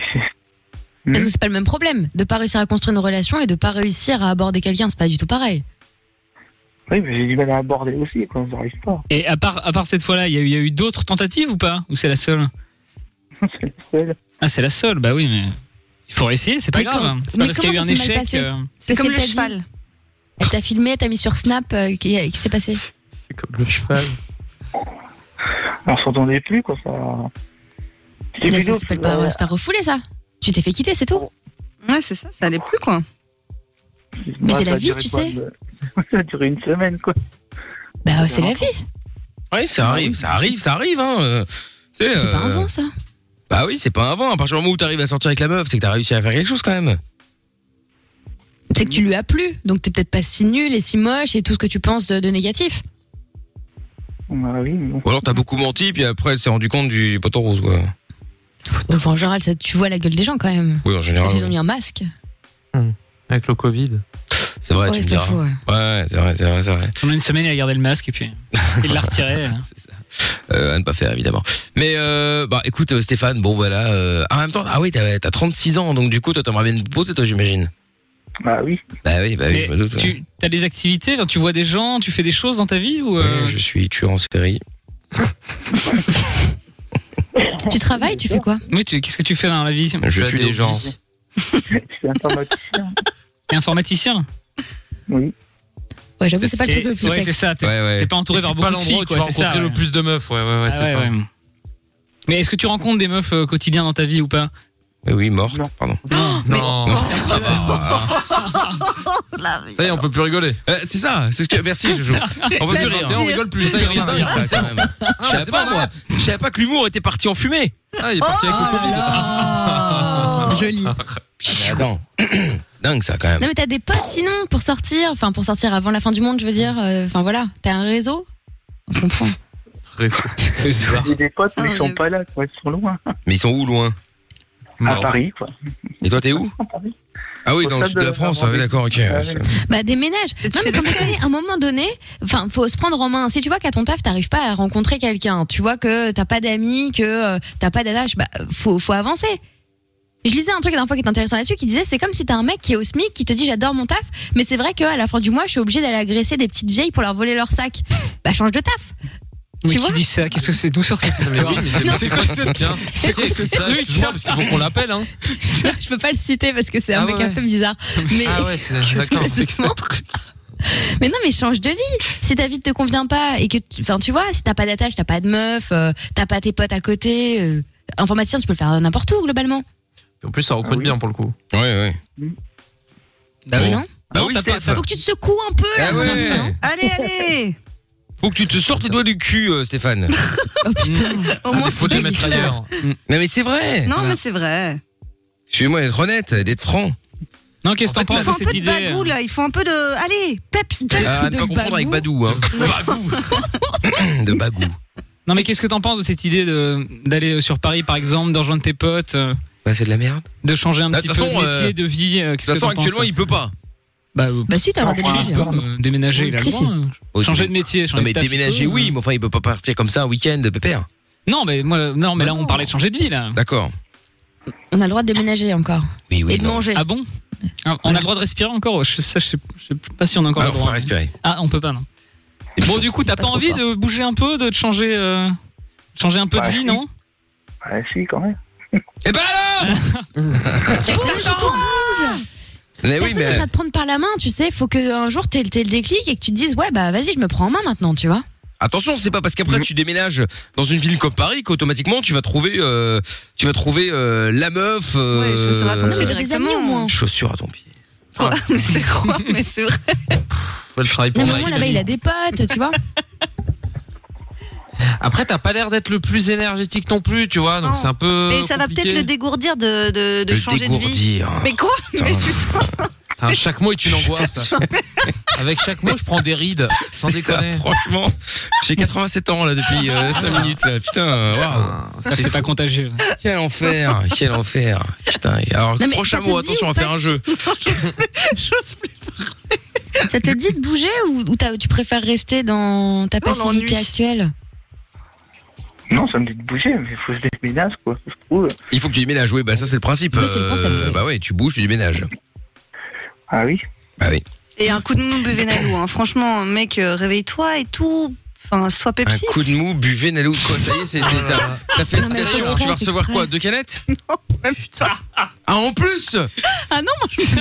Speaker 8: Mm.
Speaker 2: Parce que c'est pas le même problème de pas réussir à construire une relation et de pas réussir à aborder quelqu'un, c'est pas du tout pareil.
Speaker 12: Oui, mais j'ai du mal à aborder aussi, quoi. J'arrive pas.
Speaker 4: Et à part, à part cette fois-là, il y a eu, il y a eu d'autres tentatives ou pas Ou c'est la seule Ah, c'est la seule, bah oui, mais. Il faut essayer, c'est pas
Speaker 2: Mais
Speaker 4: grave.
Speaker 2: com-
Speaker 4: C'est pas
Speaker 2: mais
Speaker 4: parce qu'il y a eu
Speaker 2: comment
Speaker 4: un
Speaker 2: ça s'est mal
Speaker 4: échec.
Speaker 2: passé
Speaker 4: euh,
Speaker 8: C'est
Speaker 2: Parce
Speaker 8: comme
Speaker 2: qu'elle
Speaker 8: le
Speaker 2: t'a dit-
Speaker 8: cheval.
Speaker 2: Elle t'a filmé, t'as mis sur Snap, euh, qui, qui s'est passé
Speaker 5: Comme le cheval.
Speaker 12: On s'entendait plus, quoi. Ça.
Speaker 2: Mais ça s'appelle pas euh, se faire refouler ça. Tu t'es fait quitter, c'est tout.
Speaker 8: Ouais, c'est ça, ça allait plus quoi. Bah,
Speaker 2: Mais
Speaker 12: Ouais,
Speaker 2: c'est la
Speaker 12: ça a
Speaker 2: vie,
Speaker 12: duré
Speaker 2: tu
Speaker 12: quoi,
Speaker 2: sais.
Speaker 12: une- Ça a duré une semaine, quoi.
Speaker 2: Bah ouais, c'est la vie.
Speaker 1: Oui, ça arrive, ça arrive, ça arrive. Hein. euh, tu sais,
Speaker 2: C'est pas un
Speaker 1: euh,
Speaker 2: vent ça.
Speaker 1: Bah oui, c'est pas un vent. À partir du moment où t'arrives à sortir avec la meuf, c'est que t'as réussi à faire quelque chose quand même.
Speaker 2: C'est que tu lui as plu, donc t'es peut-être pas si nul et si moche et tout ce que tu penses de, de négatif.
Speaker 12: Bah oui, mais bon.
Speaker 1: Ou alors t'as beaucoup menti, puis après elle s'est rendu compte du poteau rose, quoi.
Speaker 2: Donc en général, ça, tu vois la gueule des gens quand même.
Speaker 1: Oui, en général.
Speaker 2: Ils ont mis un masque.
Speaker 5: Avec le Covid.
Speaker 1: C'est vrai,
Speaker 2: Ouais,
Speaker 1: tu me
Speaker 2: c'est pas
Speaker 1: diras.
Speaker 2: faux, ouais.
Speaker 1: ouais, c'est vrai, c'est vrai, c'est vrai.
Speaker 4: Pendant une semaine, il a gardé le masque et puis il l'a retiré.
Speaker 1: Euh, à ne pas faire évidemment. Mais euh, bah écoute euh, Stéphane, bon voilà. euh, ah, en même temps, ah oui, t'as t'as 36 ans, donc du coup toi t'aimerais bien te poser toi j'imagine.
Speaker 12: Bah oui.
Speaker 1: Bah oui, bah oui, je me doute. ouais.
Speaker 4: Tu as des activités, enfin, tu vois des gens, tu fais des choses dans ta vie ou euh,
Speaker 1: Je suis tueur en série.
Speaker 2: Tu travailles, tu fais quoi
Speaker 4: Oui, tu- qu'est-ce que tu fais dans la vie
Speaker 1: Je tue des gens.
Speaker 12: C'est informatique.
Speaker 4: T'es informaticien
Speaker 12: Oui.
Speaker 2: Ouais, j'avoue, c'est pas le truc le plus
Speaker 4: Ouais,
Speaker 2: sexe.
Speaker 4: c'est ça. T'es t'es pas entouré
Speaker 5: Et
Speaker 4: par
Speaker 5: c'est
Speaker 4: beaucoup
Speaker 5: pas
Speaker 4: de filles.
Speaker 5: l'endroit où tu vas
Speaker 4: quoi, c'est ça,
Speaker 5: rencontrer le
Speaker 4: ouais.
Speaker 5: plus de meufs. Ouais, ouais, ouais,
Speaker 4: Ah
Speaker 5: c'est
Speaker 4: ouais,
Speaker 5: ça.
Speaker 4: ouais. Mais est-ce que tu rencontres des meufs euh, quotidiens dans ta vie ou pas
Speaker 1: Mais oui, morte, pardon. Ah bah,
Speaker 5: Non.
Speaker 8: La
Speaker 5: Ça y est, on peut plus rigoler.
Speaker 1: Euh, c'est ça, c'est ce que. Merci, Jojo. On peut plus rire.
Speaker 5: On rigole plus. Ça y est, rien à dire.
Speaker 1: Ah, quand même. Je savais pas, moi. Je savais pas que l'humour était parti en fumée. Oh
Speaker 5: Ah, il est parti avec le Covid.
Speaker 2: Joli.
Speaker 1: Ah, Attends. Dingue ça quand
Speaker 2: Non
Speaker 1: même.
Speaker 2: mais t'as des potes sinon pour sortir, enfin pour sortir avant la fin du monde, je veux dire. euh, Enfin voilà, t'as un réseau. On comprend.
Speaker 12: J'ai des potes, mais ils sont pas là, quoi. Ils sont loin.
Speaker 1: Mais ils sont où loin
Speaker 12: À Paris, quoi.
Speaker 1: Et toi t'es où Ah oui, dans
Speaker 12: stade
Speaker 1: le sud de
Speaker 12: de
Speaker 1: la
Speaker 12: la
Speaker 1: France. Ah
Speaker 12: Vendée.
Speaker 1: oui, d'accord, ok. ouais, ça-
Speaker 2: Bah déménage. Non mais sans déconner, à un moment donné, enfin faut se prendre en main. Si tu vois qu'à ton taf t'arrives pas à rencontrer quelqu'un, tu vois que t'as pas d'amis, que euh, t'as pas d'attache, bah faut faut avancer. Je lisais un truc la dernière fois qui était intéressant là-dessus qui disait c'est comme si t'as un mec qui est au SMIC qui te dit j'adore mon taf, mais c'est vrai qu'à la fin du mois je suis obligé d'aller agresser des petites vieilles pour leur voler leur sac. Bah change de taf.
Speaker 4: Mais qui dit ça Qu'est-ce que c'est D'où sort cette histoire C'est quoi ce
Speaker 5: Tiens, c'est quoi ce truc Dis-moi, parce qu'il faut qu'on l'appelle. Hein.
Speaker 2: je peux pas le citer parce que c'est un
Speaker 5: Ah
Speaker 2: mec
Speaker 5: ouais,
Speaker 2: un peu bizarre. Mais
Speaker 5: Ah ouais, c'est d'accord.
Speaker 2: Qu'est-ce que c'est que ce truc Mais non, mais change de vie. Si ta vie te convient pas et que, tu- enfin, tu vois, si t'as pas d'attache, t'as pas de meuf, euh, t'as pas tes potes à côté, euh, informaticien, tu peux le faire n'importe où globalement.
Speaker 5: En plus, ça recrute
Speaker 12: Ah
Speaker 5: bien pour le coup.
Speaker 1: Ouais, ouais.
Speaker 5: Bah
Speaker 2: oui. Non
Speaker 1: Bah oui, Steph.
Speaker 2: Faut que tu hein. te secoues un peu là. Ah,
Speaker 1: Ah ouais.
Speaker 8: Allez, allez
Speaker 1: Faut que tu te sortes les doigts du cul, euh,
Speaker 8: Ah,
Speaker 1: Stéphane. Ah,
Speaker 8: Au moins,
Speaker 1: faut te mettre ailleurs. Non, mais c'est vrai.
Speaker 8: Mm. Non, mais c'est vrai.
Speaker 1: Excusez-moi d'être honnête, d'être franc.
Speaker 4: Non, qu'est-ce que t'en
Speaker 8: Il faut un peu de bagou,
Speaker 1: euh
Speaker 4: euh
Speaker 8: là. Il faut un peu de. Allez, peps, peps.
Speaker 1: Ah, ne Ah, pas confondre avec Badou, hein. De bagou.
Speaker 4: Non, mais qu'est-ce que t'en penses de cette idée de- d'aller euh, sur Paris, par exemple, de rejoindre tes potes euh,
Speaker 1: Bah, c'est de la merde.
Speaker 4: De changer un
Speaker 1: Bah,
Speaker 4: petit
Speaker 1: de
Speaker 4: peu
Speaker 1: toute façon,
Speaker 4: de métier,
Speaker 1: euh,
Speaker 4: de vie. euh,
Speaker 1: De toute
Speaker 4: qu'est-ce que
Speaker 1: façon,
Speaker 4: t'en penses
Speaker 1: actuellement, il peut pas.
Speaker 4: Bah, euh,
Speaker 2: Bah si, t'as le droit de déménager.
Speaker 4: déménager, il a le
Speaker 2: Si,
Speaker 4: droit,
Speaker 2: si.
Speaker 4: hein. Changer de métier, changer
Speaker 1: Non, mais
Speaker 4: de taf, il
Speaker 1: déménager,
Speaker 4: peut,
Speaker 1: oui,
Speaker 4: hein.
Speaker 1: mais enfin, il peut pas partir comme ça un week-end, pépère.
Speaker 4: Non, mais moi, non, mais là, on parlait de changer de vie, là.
Speaker 1: D'accord.
Speaker 2: On a le droit de déménager encore.
Speaker 1: Oui, oui.
Speaker 2: et de manger.
Speaker 4: Ah bon Ah, On a le droit de respirer encore je, Ça, je sais, je sais pas si on a encore
Speaker 1: Ah,
Speaker 4: le
Speaker 1: on
Speaker 4: droit.
Speaker 1: peut respirer.
Speaker 4: Ah, on peut pas, non. Bon, du coup, t'as pas, envie de bouger un peu, de te changer, euh, changer un peu de vie, non
Speaker 12: Ouais, si, quand même.
Speaker 1: Eh ben alors
Speaker 4: Qu'est-ce que t'attends
Speaker 1: Mais oui,
Speaker 2: Personne qui
Speaker 1: mais.
Speaker 2: va te prendre par la main, tu sais. Faut qu'un jour t'aies t'aies le déclic et que tu te dises, ouais, bah vas-y, je me prends en main maintenant, tu vois.
Speaker 1: Attention, c'est pas parce
Speaker 8: Mm.
Speaker 1: qu'après tu déménages dans une ville comme Paris qu'automatiquement tu vas trouver, euh, tu vas trouver euh, la meuf. Euh,
Speaker 8: Ouais, chaussures à ton pied directement. au moins.
Speaker 1: Chaussures à ton pied.
Speaker 8: Quoi Mais c'est quoi Mais c'est vrai.
Speaker 5: le travail
Speaker 2: Non,
Speaker 5: pour
Speaker 2: mais au moins là-bas, il a des potes, tu vois.
Speaker 5: Après, t'as pas l'air d'être le plus énergétique non plus, tu vois, Ah, donc c'est un peu.
Speaker 8: Mais ça va peut-être le dégourdir de, de, de
Speaker 5: Le
Speaker 8: changer
Speaker 5: dégourdir.
Speaker 8: de vie. Mais quoi Mais putain
Speaker 5: Putain, chaque mot est une angoisse. Avec chaque mot, je prends des rides. Sans
Speaker 1: C'est ça,
Speaker 5: déconner. Ah.
Speaker 1: franchement, j'ai 87 ans là depuis 5 minutes là. Putain, waouh.
Speaker 4: C'est pas contagieux.
Speaker 1: Quel enfer, quel enfer. Putain, alors
Speaker 2: Non, mais
Speaker 1: prochain
Speaker 2: ça te
Speaker 1: mot,
Speaker 2: dit
Speaker 1: attention, on
Speaker 2: ou
Speaker 1: va faire
Speaker 2: pas
Speaker 1: un jeu.
Speaker 2: Ça te dit de bouger ou, ou t'as- tu préfères rester dans ta passivité actuelle
Speaker 12: Non, ça me dit de bouger, mais il faut que je déménage, quoi. Ça se trouve.
Speaker 1: Il faut que tu déménages, oui, bah ça c'est le principe. Euh, bah ouais, tu bouges, tu déménages.
Speaker 12: Ah oui
Speaker 1: Bah oui.
Speaker 8: Et un coup de mou Benalou, hein. franchement, mec, euh, réveille-toi et tout. Enfin, sois
Speaker 1: Un
Speaker 8: Pepsi.
Speaker 1: coup de mou, buvez, Nalou, quoi, ça y est, c'est, c'est- t'as, t'as fait
Speaker 8: Non, mais
Speaker 1: station,
Speaker 8: exprès,
Speaker 1: tu vas recevoir
Speaker 8: exprès.
Speaker 1: quoi Deux canettes Non, putain. Ah, en plus
Speaker 8: Ah non, moi je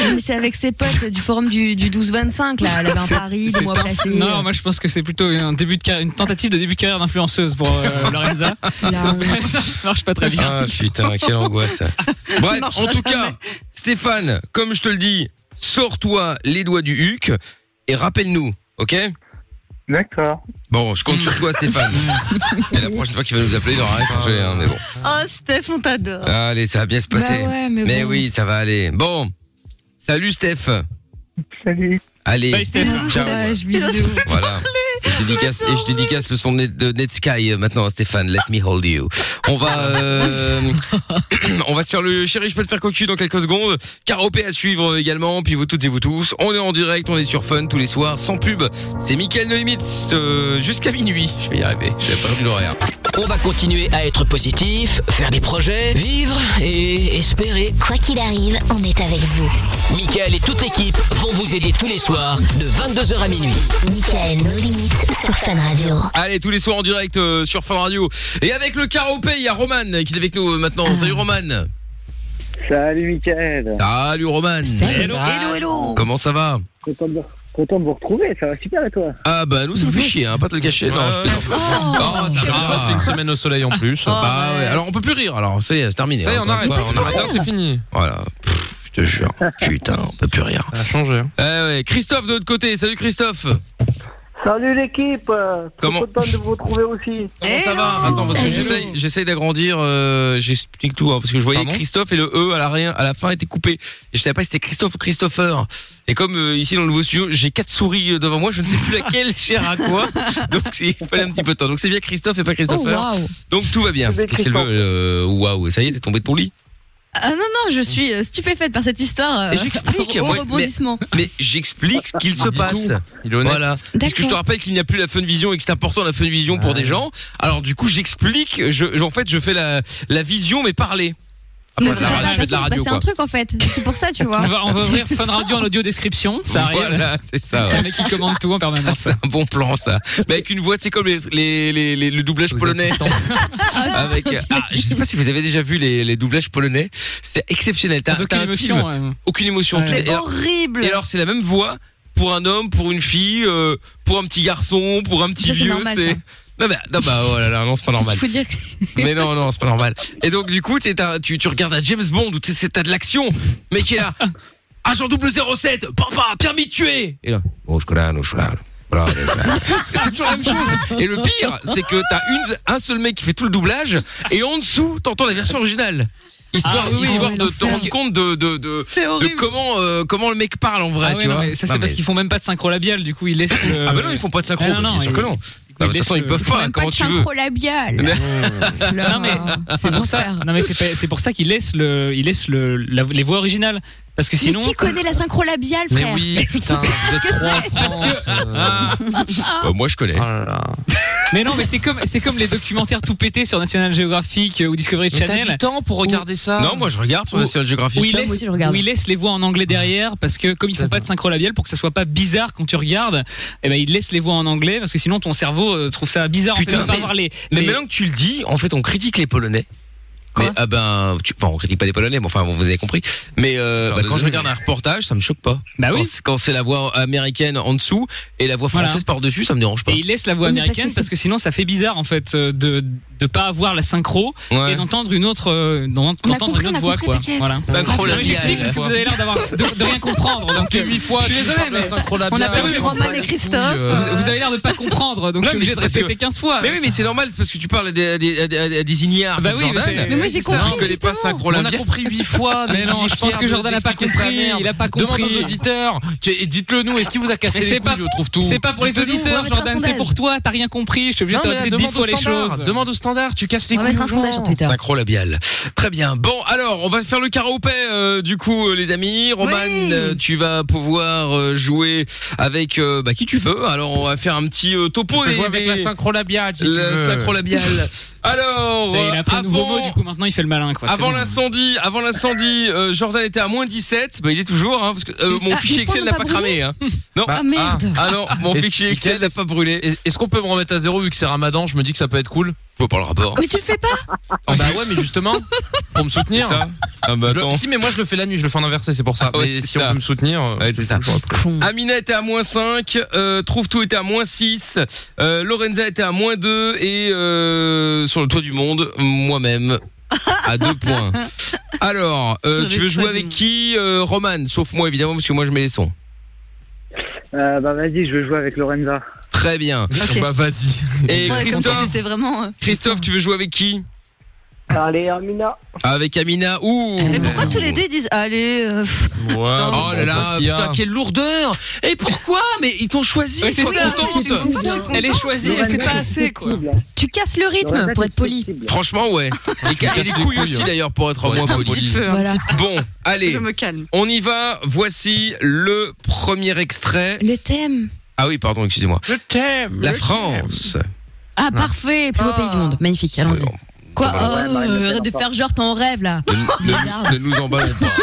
Speaker 2: Non, mais C'est avec ses potes du forum du, du 12-25, là. Elle avait un pari, des mois placés.
Speaker 4: Non, moi je pense que c'est plutôt un début de carrière- une tentative de début de carrière d'influenceuse pour euh, Lorenza. ça marche pas très
Speaker 1: Ah
Speaker 4: bien.
Speaker 1: putain, quelle angoisse. Bref,
Speaker 4: marchera
Speaker 1: en tout cas, Stéphane, comme je te le dis, sors-toi les doigts du huc et rappelle-nous, ok
Speaker 12: D'accord.
Speaker 1: Bon, je compte sur toi, Stéphane. et la prochaine fois qu'il va nous appeler, il aura rien changé, hein, mais bon.
Speaker 8: Oh, Steph, on t'adore.
Speaker 1: Allez, ça va bien se
Speaker 8: Bah
Speaker 1: passer.
Speaker 8: ouais, mais bon.
Speaker 1: oui, ça va aller. Bon, salut Steph.
Speaker 12: Salut.
Speaker 1: Allez,
Speaker 4: Bye, Steph.
Speaker 1: ciao. Voilà. Et je dédicace, et je dédicace le son de, Net- de Netsky euh, maintenant à Stéphane. Let me hold you. On va, euh, on va se faire le chéri, je peux te faire cocu dans quelques secondes. Caropé à suivre également, puis vous toutes et vous tous. On est en direct, on est sur Fun tous les soirs, sans pub. C'est Mickaël No Limite euh, jusqu'à minuit. Je vais y arriver, j'ai pas perdu l'horaire.
Speaker 7: On va continuer à être positif, faire des projets, vivre et espérer.
Speaker 9: Quoi qu'il arrive, on est avec vous.
Speaker 7: Michael et toute l'équipe vont vous aider tous les soirs de 22h à minuit.
Speaker 9: Michael, nos limites sur Fun Radio.
Speaker 1: Allez, tous les soirs en direct euh, sur Fun Radio. Et avec le caropé, il y a Roman qui est avec nous euh, maintenant.
Speaker 13: Ah.
Speaker 1: Salut Roman.
Speaker 13: Salut Mickaël
Speaker 1: Salut Roman.
Speaker 13: Hello. Hello, hello.
Speaker 1: Comment ça va
Speaker 13: Content de, vous- content de vous retrouver, ça va super et toi
Speaker 1: Ah bah nous ça nous fait chier, hein, pas te le cacher. Non, je plaisante.
Speaker 13: Oh.
Speaker 1: Non, ça va.
Speaker 5: c'est une semaine au soleil en plus.
Speaker 1: bah ouais. Alors on peut plus rire. Alors ça y est, c'est terminé.
Speaker 5: Ça y est, on
Speaker 1: Encore une
Speaker 5: arrête.
Speaker 1: fois, on arrête.
Speaker 5: Attends, c'est fini.
Speaker 1: Voilà. Pff, je te jure. Putain, on peut plus rire.
Speaker 5: Ça a changé. hein.
Speaker 1: Eh ouais, Christophe de l'autre côté. Salut Christophe.
Speaker 13: Salut l'équipe euh, Trop
Speaker 1: Comment-
Speaker 13: content de vous retrouver aussi Eh,
Speaker 1: Comment ça va Attends parce que j'essaye, j'essaye d'agrandir. euh, J'explique tout hein, parce que je voyais
Speaker 5: Pardon
Speaker 1: Christophe et le E à la rien- à la fin était coupé. Et je savais pas si c'était Christophe ou Christopher. Et comme euh, ici dans le nouveau studio, j'ai quatre souris euh, devant moi, je ne sais plus laquelle chère à quoi. Donc il fallait un petit peu de temps. Donc c'est bien Christophe et pas Christopher.
Speaker 2: Oh, waouh.
Speaker 1: Donc tout va bien.
Speaker 2: C'est bien
Speaker 1: Qu'est-ce qu'elle veut
Speaker 2: Christophe.
Speaker 1: euh, Waouh, ça y est, t'es tombé de ton lit.
Speaker 2: Ah non, non, je suis euh, stupéfaite par cette histoire. euh,
Speaker 1: J'explique,
Speaker 2: Au, au
Speaker 1: moi,
Speaker 2: rebondissement.
Speaker 4: Ah,
Speaker 1: Mais j'explique ce qu'il se
Speaker 5: Dis
Speaker 1: passe.
Speaker 5: tout. Il est honnête.
Speaker 1: Voilà. Parce que je te
Speaker 2: D'accord.
Speaker 1: rappelle qu'il n'y a plus la fun vision et que c'est important la fun vision pour des gens. Alors du coup, j'explique. Je, je- en fait, je fais la, la vision mais parler.
Speaker 2: Mais
Speaker 1: de la
Speaker 2: c'est
Speaker 1: radio,
Speaker 2: pas
Speaker 1: je fais de la
Speaker 2: attention,
Speaker 1: radio,
Speaker 2: bah, C'est un
Speaker 1: quoi.
Speaker 2: truc en fait. C'est pour ça, tu vois.
Speaker 4: On va, on va ouvrir Fun Radio en audio description, ça arrive.
Speaker 1: Voilà, c'est ça.
Speaker 4: Un mec qui commande tout en permanence.
Speaker 1: C'est un bon plan ça. Mais avec une voix, c'est comme les, les- les- les- le doublage polonais. avec, euh, ah, je sais pas si vous avez déjà vu les, les doublages polonais. C'est exceptionnel. T'as
Speaker 4: Sans
Speaker 1: t'as
Speaker 4: aucune
Speaker 1: un
Speaker 4: émotion,
Speaker 1: film,
Speaker 4: ouais.
Speaker 1: Aucune émotion.
Speaker 4: Ouais.
Speaker 1: Tout est-
Speaker 4: C'est
Speaker 1: et alors-
Speaker 8: horrible.
Speaker 1: Et alors c'est la même voix pour un homme, pour une fille, euh, pour un petit garçon, pour un petit
Speaker 2: Ça, c'est
Speaker 1: vieux.
Speaker 2: normal,
Speaker 1: c'est
Speaker 2: ça.
Speaker 1: non mais non bah oh là là, non c'est pas normal.
Speaker 2: Il faut dire que
Speaker 1: Mais non, non, c'est pas normal. Et donc, du coup, t'es un- tu, tu regardes à James Bond où t'es- c'est- t'as de l'action, mais qui est là. Agent 007, papa, permis de tuer Et là, oh, je connais un autre, je connais un autre. Voilà, voilà, voilà. C'est toujours la même chose. Et le pire, c'est que t'as une- un seul mec qui fait tout le doublage, et en dessous, t'entends la version originale. Histoire,
Speaker 4: Ah oui, oui.
Speaker 1: histoire
Speaker 4: Oh,
Speaker 1: de te
Speaker 4: l'enfer.
Speaker 1: rendre compte de, de, de, de comment, euh, comment le mec parle en vrai,
Speaker 4: Ah ouais,
Speaker 1: tu
Speaker 4: non,
Speaker 1: vois.
Speaker 4: mais ça, c'est
Speaker 1: Non,
Speaker 4: parce
Speaker 1: mais-
Speaker 4: qu'ils font même pas de synchro labial, du coup, ils laissent le-
Speaker 1: Ah bah non, ils font pas de synchro,
Speaker 4: Ah
Speaker 1: bah, bien sûr
Speaker 4: ils-
Speaker 1: que non. Non, mais de toute
Speaker 4: laissent
Speaker 1: façon, ils
Speaker 4: le-
Speaker 1: peuvent pas,
Speaker 4: même
Speaker 1: comment tu veux.
Speaker 2: synchro-labial.
Speaker 4: euh. Non, mais c'est pour ça. Non, mais c'est pas- c'est pour ça qu'ils laissent le, ils laissent le, la- les voix originales. Parce que sinon. euh,
Speaker 2: Mais qui connaît la synchro labiale,
Speaker 4: Mais
Speaker 2: frère
Speaker 4: oui, putain, vous êtes trop en France. Ah.
Speaker 2: Ah.
Speaker 1: Euh, moi, je connais.
Speaker 4: Oh Mais non, mais c'est comme, c'est comme les documentaires tout pétés sur National Geographic euh, ou Discovery
Speaker 1: Mais t'as
Speaker 4: Channel.
Speaker 1: du temps
Speaker 4: pour
Speaker 1: regarder ça Non, moi, je regarde sur National Geographic.
Speaker 4: Où ils
Speaker 1: Ah, moi
Speaker 4: laissent,
Speaker 1: aussi, je regarde.
Speaker 4: où ils laissent les voix en anglais derrière parce que comme ils font pas de synchro labial pour que ça soit pas bizarre quand tu regardes, eh ben ils laissent les voix en anglais parce que sinon ton cerveau euh, trouve ça bizarre en fait, de pas
Speaker 1: mais,
Speaker 4: avoir les.
Speaker 1: mais
Speaker 4: les-
Speaker 1: maintenant que tu le dis, en fait, on critique les Polonais. mais, ah ben, tu- enfin, on critique pas les Polonais, mais enfin, bon, vous avez compris. Mais euh, bah, quand je regarde un reportage, ça me choque pas.
Speaker 4: Bah oui.
Speaker 1: Quand c'est- Quand c'est la voix américaine en dessous et la voix
Speaker 4: Voilà.
Speaker 1: française par dessus, ça me dérange pas.
Speaker 4: Et ils laissent la voix
Speaker 1: Oui, mais parce
Speaker 4: américaine parce que, sinon ça fait bizarre en fait euh, de de pas avoir la synchro
Speaker 1: Ouais.
Speaker 4: et d'entendre une autre euh, d'en-
Speaker 1: On a
Speaker 4: d'entendre
Speaker 1: compris,
Speaker 4: une
Speaker 1: on a
Speaker 4: autre voix
Speaker 1: compris,
Speaker 4: quoi.
Speaker 1: t'inquiète.
Speaker 4: Voilà.
Speaker 1: Synchro
Speaker 4: Non, mais
Speaker 1: labiale.
Speaker 4: J'explique parce que vous avez l'air d'avoir de, de rien comprendre donc huit fois. Je suis désolé
Speaker 5: parle de la
Speaker 4: mais
Speaker 5: synchro labiale.
Speaker 4: Bah oui, mais
Speaker 5: Roman
Speaker 4: vous-
Speaker 5: et Christophe.
Speaker 4: Vous, vous avez l'air de pas comprendre
Speaker 1: euh. Non,
Speaker 4: donc je
Speaker 1: mais
Speaker 4: suis obligé
Speaker 1: c'est
Speaker 4: de
Speaker 1: parce que-
Speaker 4: répéter 15 fois.
Speaker 1: Mais oui, mais c'est normal, c'est parce que tu parles à des, à des, à des- à des ignares.
Speaker 4: Bah
Speaker 1: comme
Speaker 4: oui, mais
Speaker 1: Jordan.
Speaker 4: c'est- Mais moi, j'ai
Speaker 1: Ça,
Speaker 4: compris,
Speaker 1: Tu connais pas
Speaker 4: justement.
Speaker 1: synchro
Speaker 4: On a compris huit fois, mais
Speaker 1: Mais
Speaker 4: non,
Speaker 1: non,
Speaker 4: je pense que Jordan a pas compris, il a pas compris.
Speaker 5: Demande aux auditeurs. Tu- et Dites-le nous, est-ce qu'il vous a cassé
Speaker 4: Mais c'est
Speaker 5: les
Speaker 4: pas-
Speaker 5: couilles, je trouve tout.
Speaker 4: C'est pas pour les
Speaker 5: Dites-le nous.
Speaker 4: auditeurs, Jordan, c'est pour toi, t'as rien compris, je suis obligé
Speaker 5: Non,
Speaker 4: de te
Speaker 5: mais
Speaker 4: répéter
Speaker 5: demande
Speaker 4: 10 fois
Speaker 5: au
Speaker 4: les
Speaker 5: standard,
Speaker 4: choses.
Speaker 5: Demande au standard, tu casses les
Speaker 4: On va
Speaker 5: couilles.
Speaker 4: mettre un sondage sur Twitter.
Speaker 1: Synchro labial. Très bien. Bon, alors, on va faire le karaopé, euh, du coup, euh, les amis. Roman, euh, tu vas pouvoir euh, jouer avec euh, bah, qui tu veux. Alors, on va faire un petit euh, topo.
Speaker 5: On peut
Speaker 1: les-
Speaker 5: jouer avec la
Speaker 1: les-
Speaker 5: synchro labiale. si tu
Speaker 1: La
Speaker 5: veux.
Speaker 1: synchro labiale. Alors,
Speaker 4: Et il a pris un nouveau
Speaker 1: avant-
Speaker 4: mot, du coup maintenant il fait le malin quoi. c'est
Speaker 1: Avant
Speaker 4: bon.
Speaker 1: l'incendie, avant l'incendie, euh, Jordan était à moins 17. Bah, il est toujours, hein, parce que euh, mon
Speaker 5: Ah,
Speaker 1: fichier
Speaker 5: les points
Speaker 1: Excel
Speaker 5: n'ont
Speaker 1: n'a
Speaker 5: pas
Speaker 1: pas
Speaker 5: brûlé
Speaker 1: cramé. Hein. Non.
Speaker 5: Bah,
Speaker 1: Ah non, mon
Speaker 5: Et-
Speaker 1: fichier
Speaker 5: et
Speaker 1: Excel
Speaker 5: quel-
Speaker 1: n'a pas brûlé.
Speaker 5: Et- Est-ce qu'on peut me remettre à zéro vu que c'est Ramadan Je me dis que ça peut être cool.
Speaker 1: Je vois pas le rapport.
Speaker 2: Mais tu le fais pas
Speaker 5: Ah bah ouais, mais justement, pour me soutenir.
Speaker 1: C'est ça Ah bah
Speaker 5: Je le-
Speaker 1: attends.
Speaker 5: Si, mais moi je le fais la nuit, je le fais en inversé, c'est pour ça.
Speaker 1: Ah ouais,
Speaker 5: mais
Speaker 1: c'est
Speaker 5: si
Speaker 1: ça.
Speaker 5: on peut me soutenir. euh,
Speaker 1: Ouais, c'est ça. Amina était à moins 5, euh, Trouve tout était à moins 6, euh, Lorenza était à moins 2 et euh, sur le toit du monde, moi-même à 2 points. Alors, euh, tu veux jouer avec qui euh, Roman, sauf moi évidemment parce que moi je mets les sons.
Speaker 12: Euh, bah vas-y, je vais jouer avec Lorenza.
Speaker 1: Très bien.
Speaker 12: Ok. Bah,
Speaker 1: vas-y. Et Christophe,
Speaker 8: C'était vraiment. euh,
Speaker 1: Christophe, tu veux jouer avec qui
Speaker 13: Allez, Amina.
Speaker 1: Avec Amina ou
Speaker 8: Mais pourquoi tous les deux ils disent allez euh, pff,
Speaker 1: Oh là là,
Speaker 5: parce qu'il y a-
Speaker 1: putain, quelle lourdeur Et pourquoi Mais ils t'ont choisi,
Speaker 4: Ouais, c'est
Speaker 1: sois
Speaker 4: ça,
Speaker 1: contente.
Speaker 4: je suis- je suis Elle est contente. choisie, et c'est pas assez, quoi.
Speaker 2: Tu casses le rythme pour être poli.
Speaker 1: Franchement, ouais. Et, ca- et les couilles
Speaker 4: hein.
Speaker 1: aussi, d'ailleurs, pour être moins poli.
Speaker 2: Voilà.
Speaker 1: Bon, allez.
Speaker 8: Je me calme.
Speaker 1: On y va. Voici le premier extrait.
Speaker 2: Le thème.
Speaker 1: Ah oui, pardon, excusez-moi.
Speaker 2: Le thème.
Speaker 1: La France.
Speaker 2: Ah, parfait, plus beau pays du monde.
Speaker 1: Ah.
Speaker 2: Magnifique, allons-y. Quoi
Speaker 1: va.
Speaker 2: Oh,
Speaker 1: Ouais, Marine, ne
Speaker 2: Arrête de faire genre ton rêve là.
Speaker 1: Ne, ne nous emballons pas.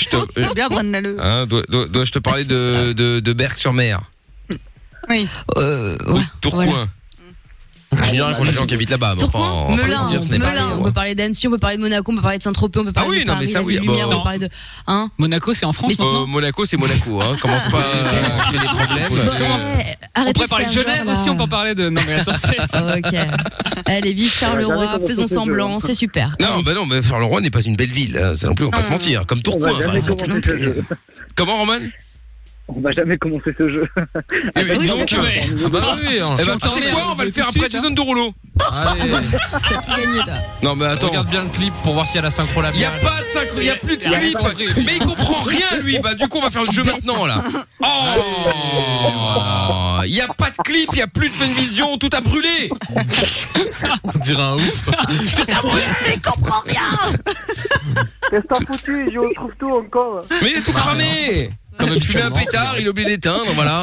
Speaker 1: Je te- euh,
Speaker 8: bien Brandaleux.
Speaker 1: hein, dois- dois- Dois-je te parler de, de, de Berck-sur-Mer
Speaker 8: Oui.
Speaker 2: Euh,
Speaker 1: Tourcoing. J'ignore qu'on a des gens qui habitent là-bas. mais enfin, on va pas se
Speaker 2: Melun,
Speaker 1: mentir, ce n'est pas
Speaker 2: Melun.
Speaker 1: rien,
Speaker 2: Oh, on
Speaker 1: ouais.
Speaker 2: peut parler d'Annecy, on peut parler de Monaco, on peut parler de Saint-Tropez, on peut parler
Speaker 1: oui,
Speaker 2: de
Speaker 1: non, mais
Speaker 2: Paris,
Speaker 1: ça,
Speaker 2: la
Speaker 1: oui,
Speaker 2: Ville Lumière,
Speaker 1: bon.
Speaker 2: on peut parler de hein
Speaker 4: Monaco c'est en France
Speaker 1: Euh, Monaco, c'est Monaco. Hein. Commence pas à créer des problèmes.
Speaker 4: On
Speaker 2: Arrêtez
Speaker 4: pourrait
Speaker 2: de
Speaker 4: parler de
Speaker 2: faire
Speaker 4: Genève
Speaker 2: genre, là.
Speaker 4: aussi, Ah, on peut parler de. Non mais attends, c'est.
Speaker 2: OK. Allez, vive
Speaker 1: Regardez
Speaker 2: Charleroi,
Speaker 1: comment
Speaker 2: faisons
Speaker 1: c'est fait,
Speaker 2: semblant,
Speaker 1: Jérôme.
Speaker 2: c'est super.
Speaker 1: Non, bah non, mais Charleroi n'est pas une belle ville, hein, ça non plus, on va pas se mentir, comme
Speaker 12: Ah. On
Speaker 1: Tourcoing.
Speaker 12: va
Speaker 1: par
Speaker 12: jamais
Speaker 1: exemple.
Speaker 12: commencer ce jeu.
Speaker 1: Comment, Roman
Speaker 12: On va jamais commencer ce jeu.
Speaker 1: Eh ben,
Speaker 12: oui,
Speaker 1: donc,
Speaker 12: d'accord.
Speaker 1: ouais.
Speaker 12: Ah
Speaker 1: bah
Speaker 12: bah
Speaker 1: oui,
Speaker 12: oui, hein.
Speaker 1: Eh
Speaker 12: Si
Speaker 1: ben,
Speaker 12: on
Speaker 1: tu sais
Speaker 12: t'emmerde,
Speaker 1: quoi, on va
Speaker 12: on
Speaker 1: le
Speaker 12: fait
Speaker 1: faire
Speaker 12: tout de
Speaker 1: après
Speaker 12: suite,
Speaker 5: hein.
Speaker 1: Jason Derulo.
Speaker 2: T'as tout gagné toi.
Speaker 1: Non mais attends.
Speaker 5: Regarde bien le clip pour voir s'il y a la synchro
Speaker 1: Il y a
Speaker 5: labiale.
Speaker 1: pas de synchro, il y a plus de
Speaker 5: Il a
Speaker 1: clip.
Speaker 5: pas compris.
Speaker 1: Mais il comprend rien lui. Bah du coup, on va faire le jeu maintenant là. Oh
Speaker 5: Ah,
Speaker 1: Il y a pas de clip, il y a plus de fun vision, tout a brûlé.
Speaker 5: On dirait un ouf.
Speaker 1: Tout a brûlé.
Speaker 8: comprends rien
Speaker 13: Qu'est-ce que t'as foutu Je retrouve tout encore.
Speaker 1: Mais il est tout cramé. Comme il fumait un pétard, il a oublié d'éteindre, voilà.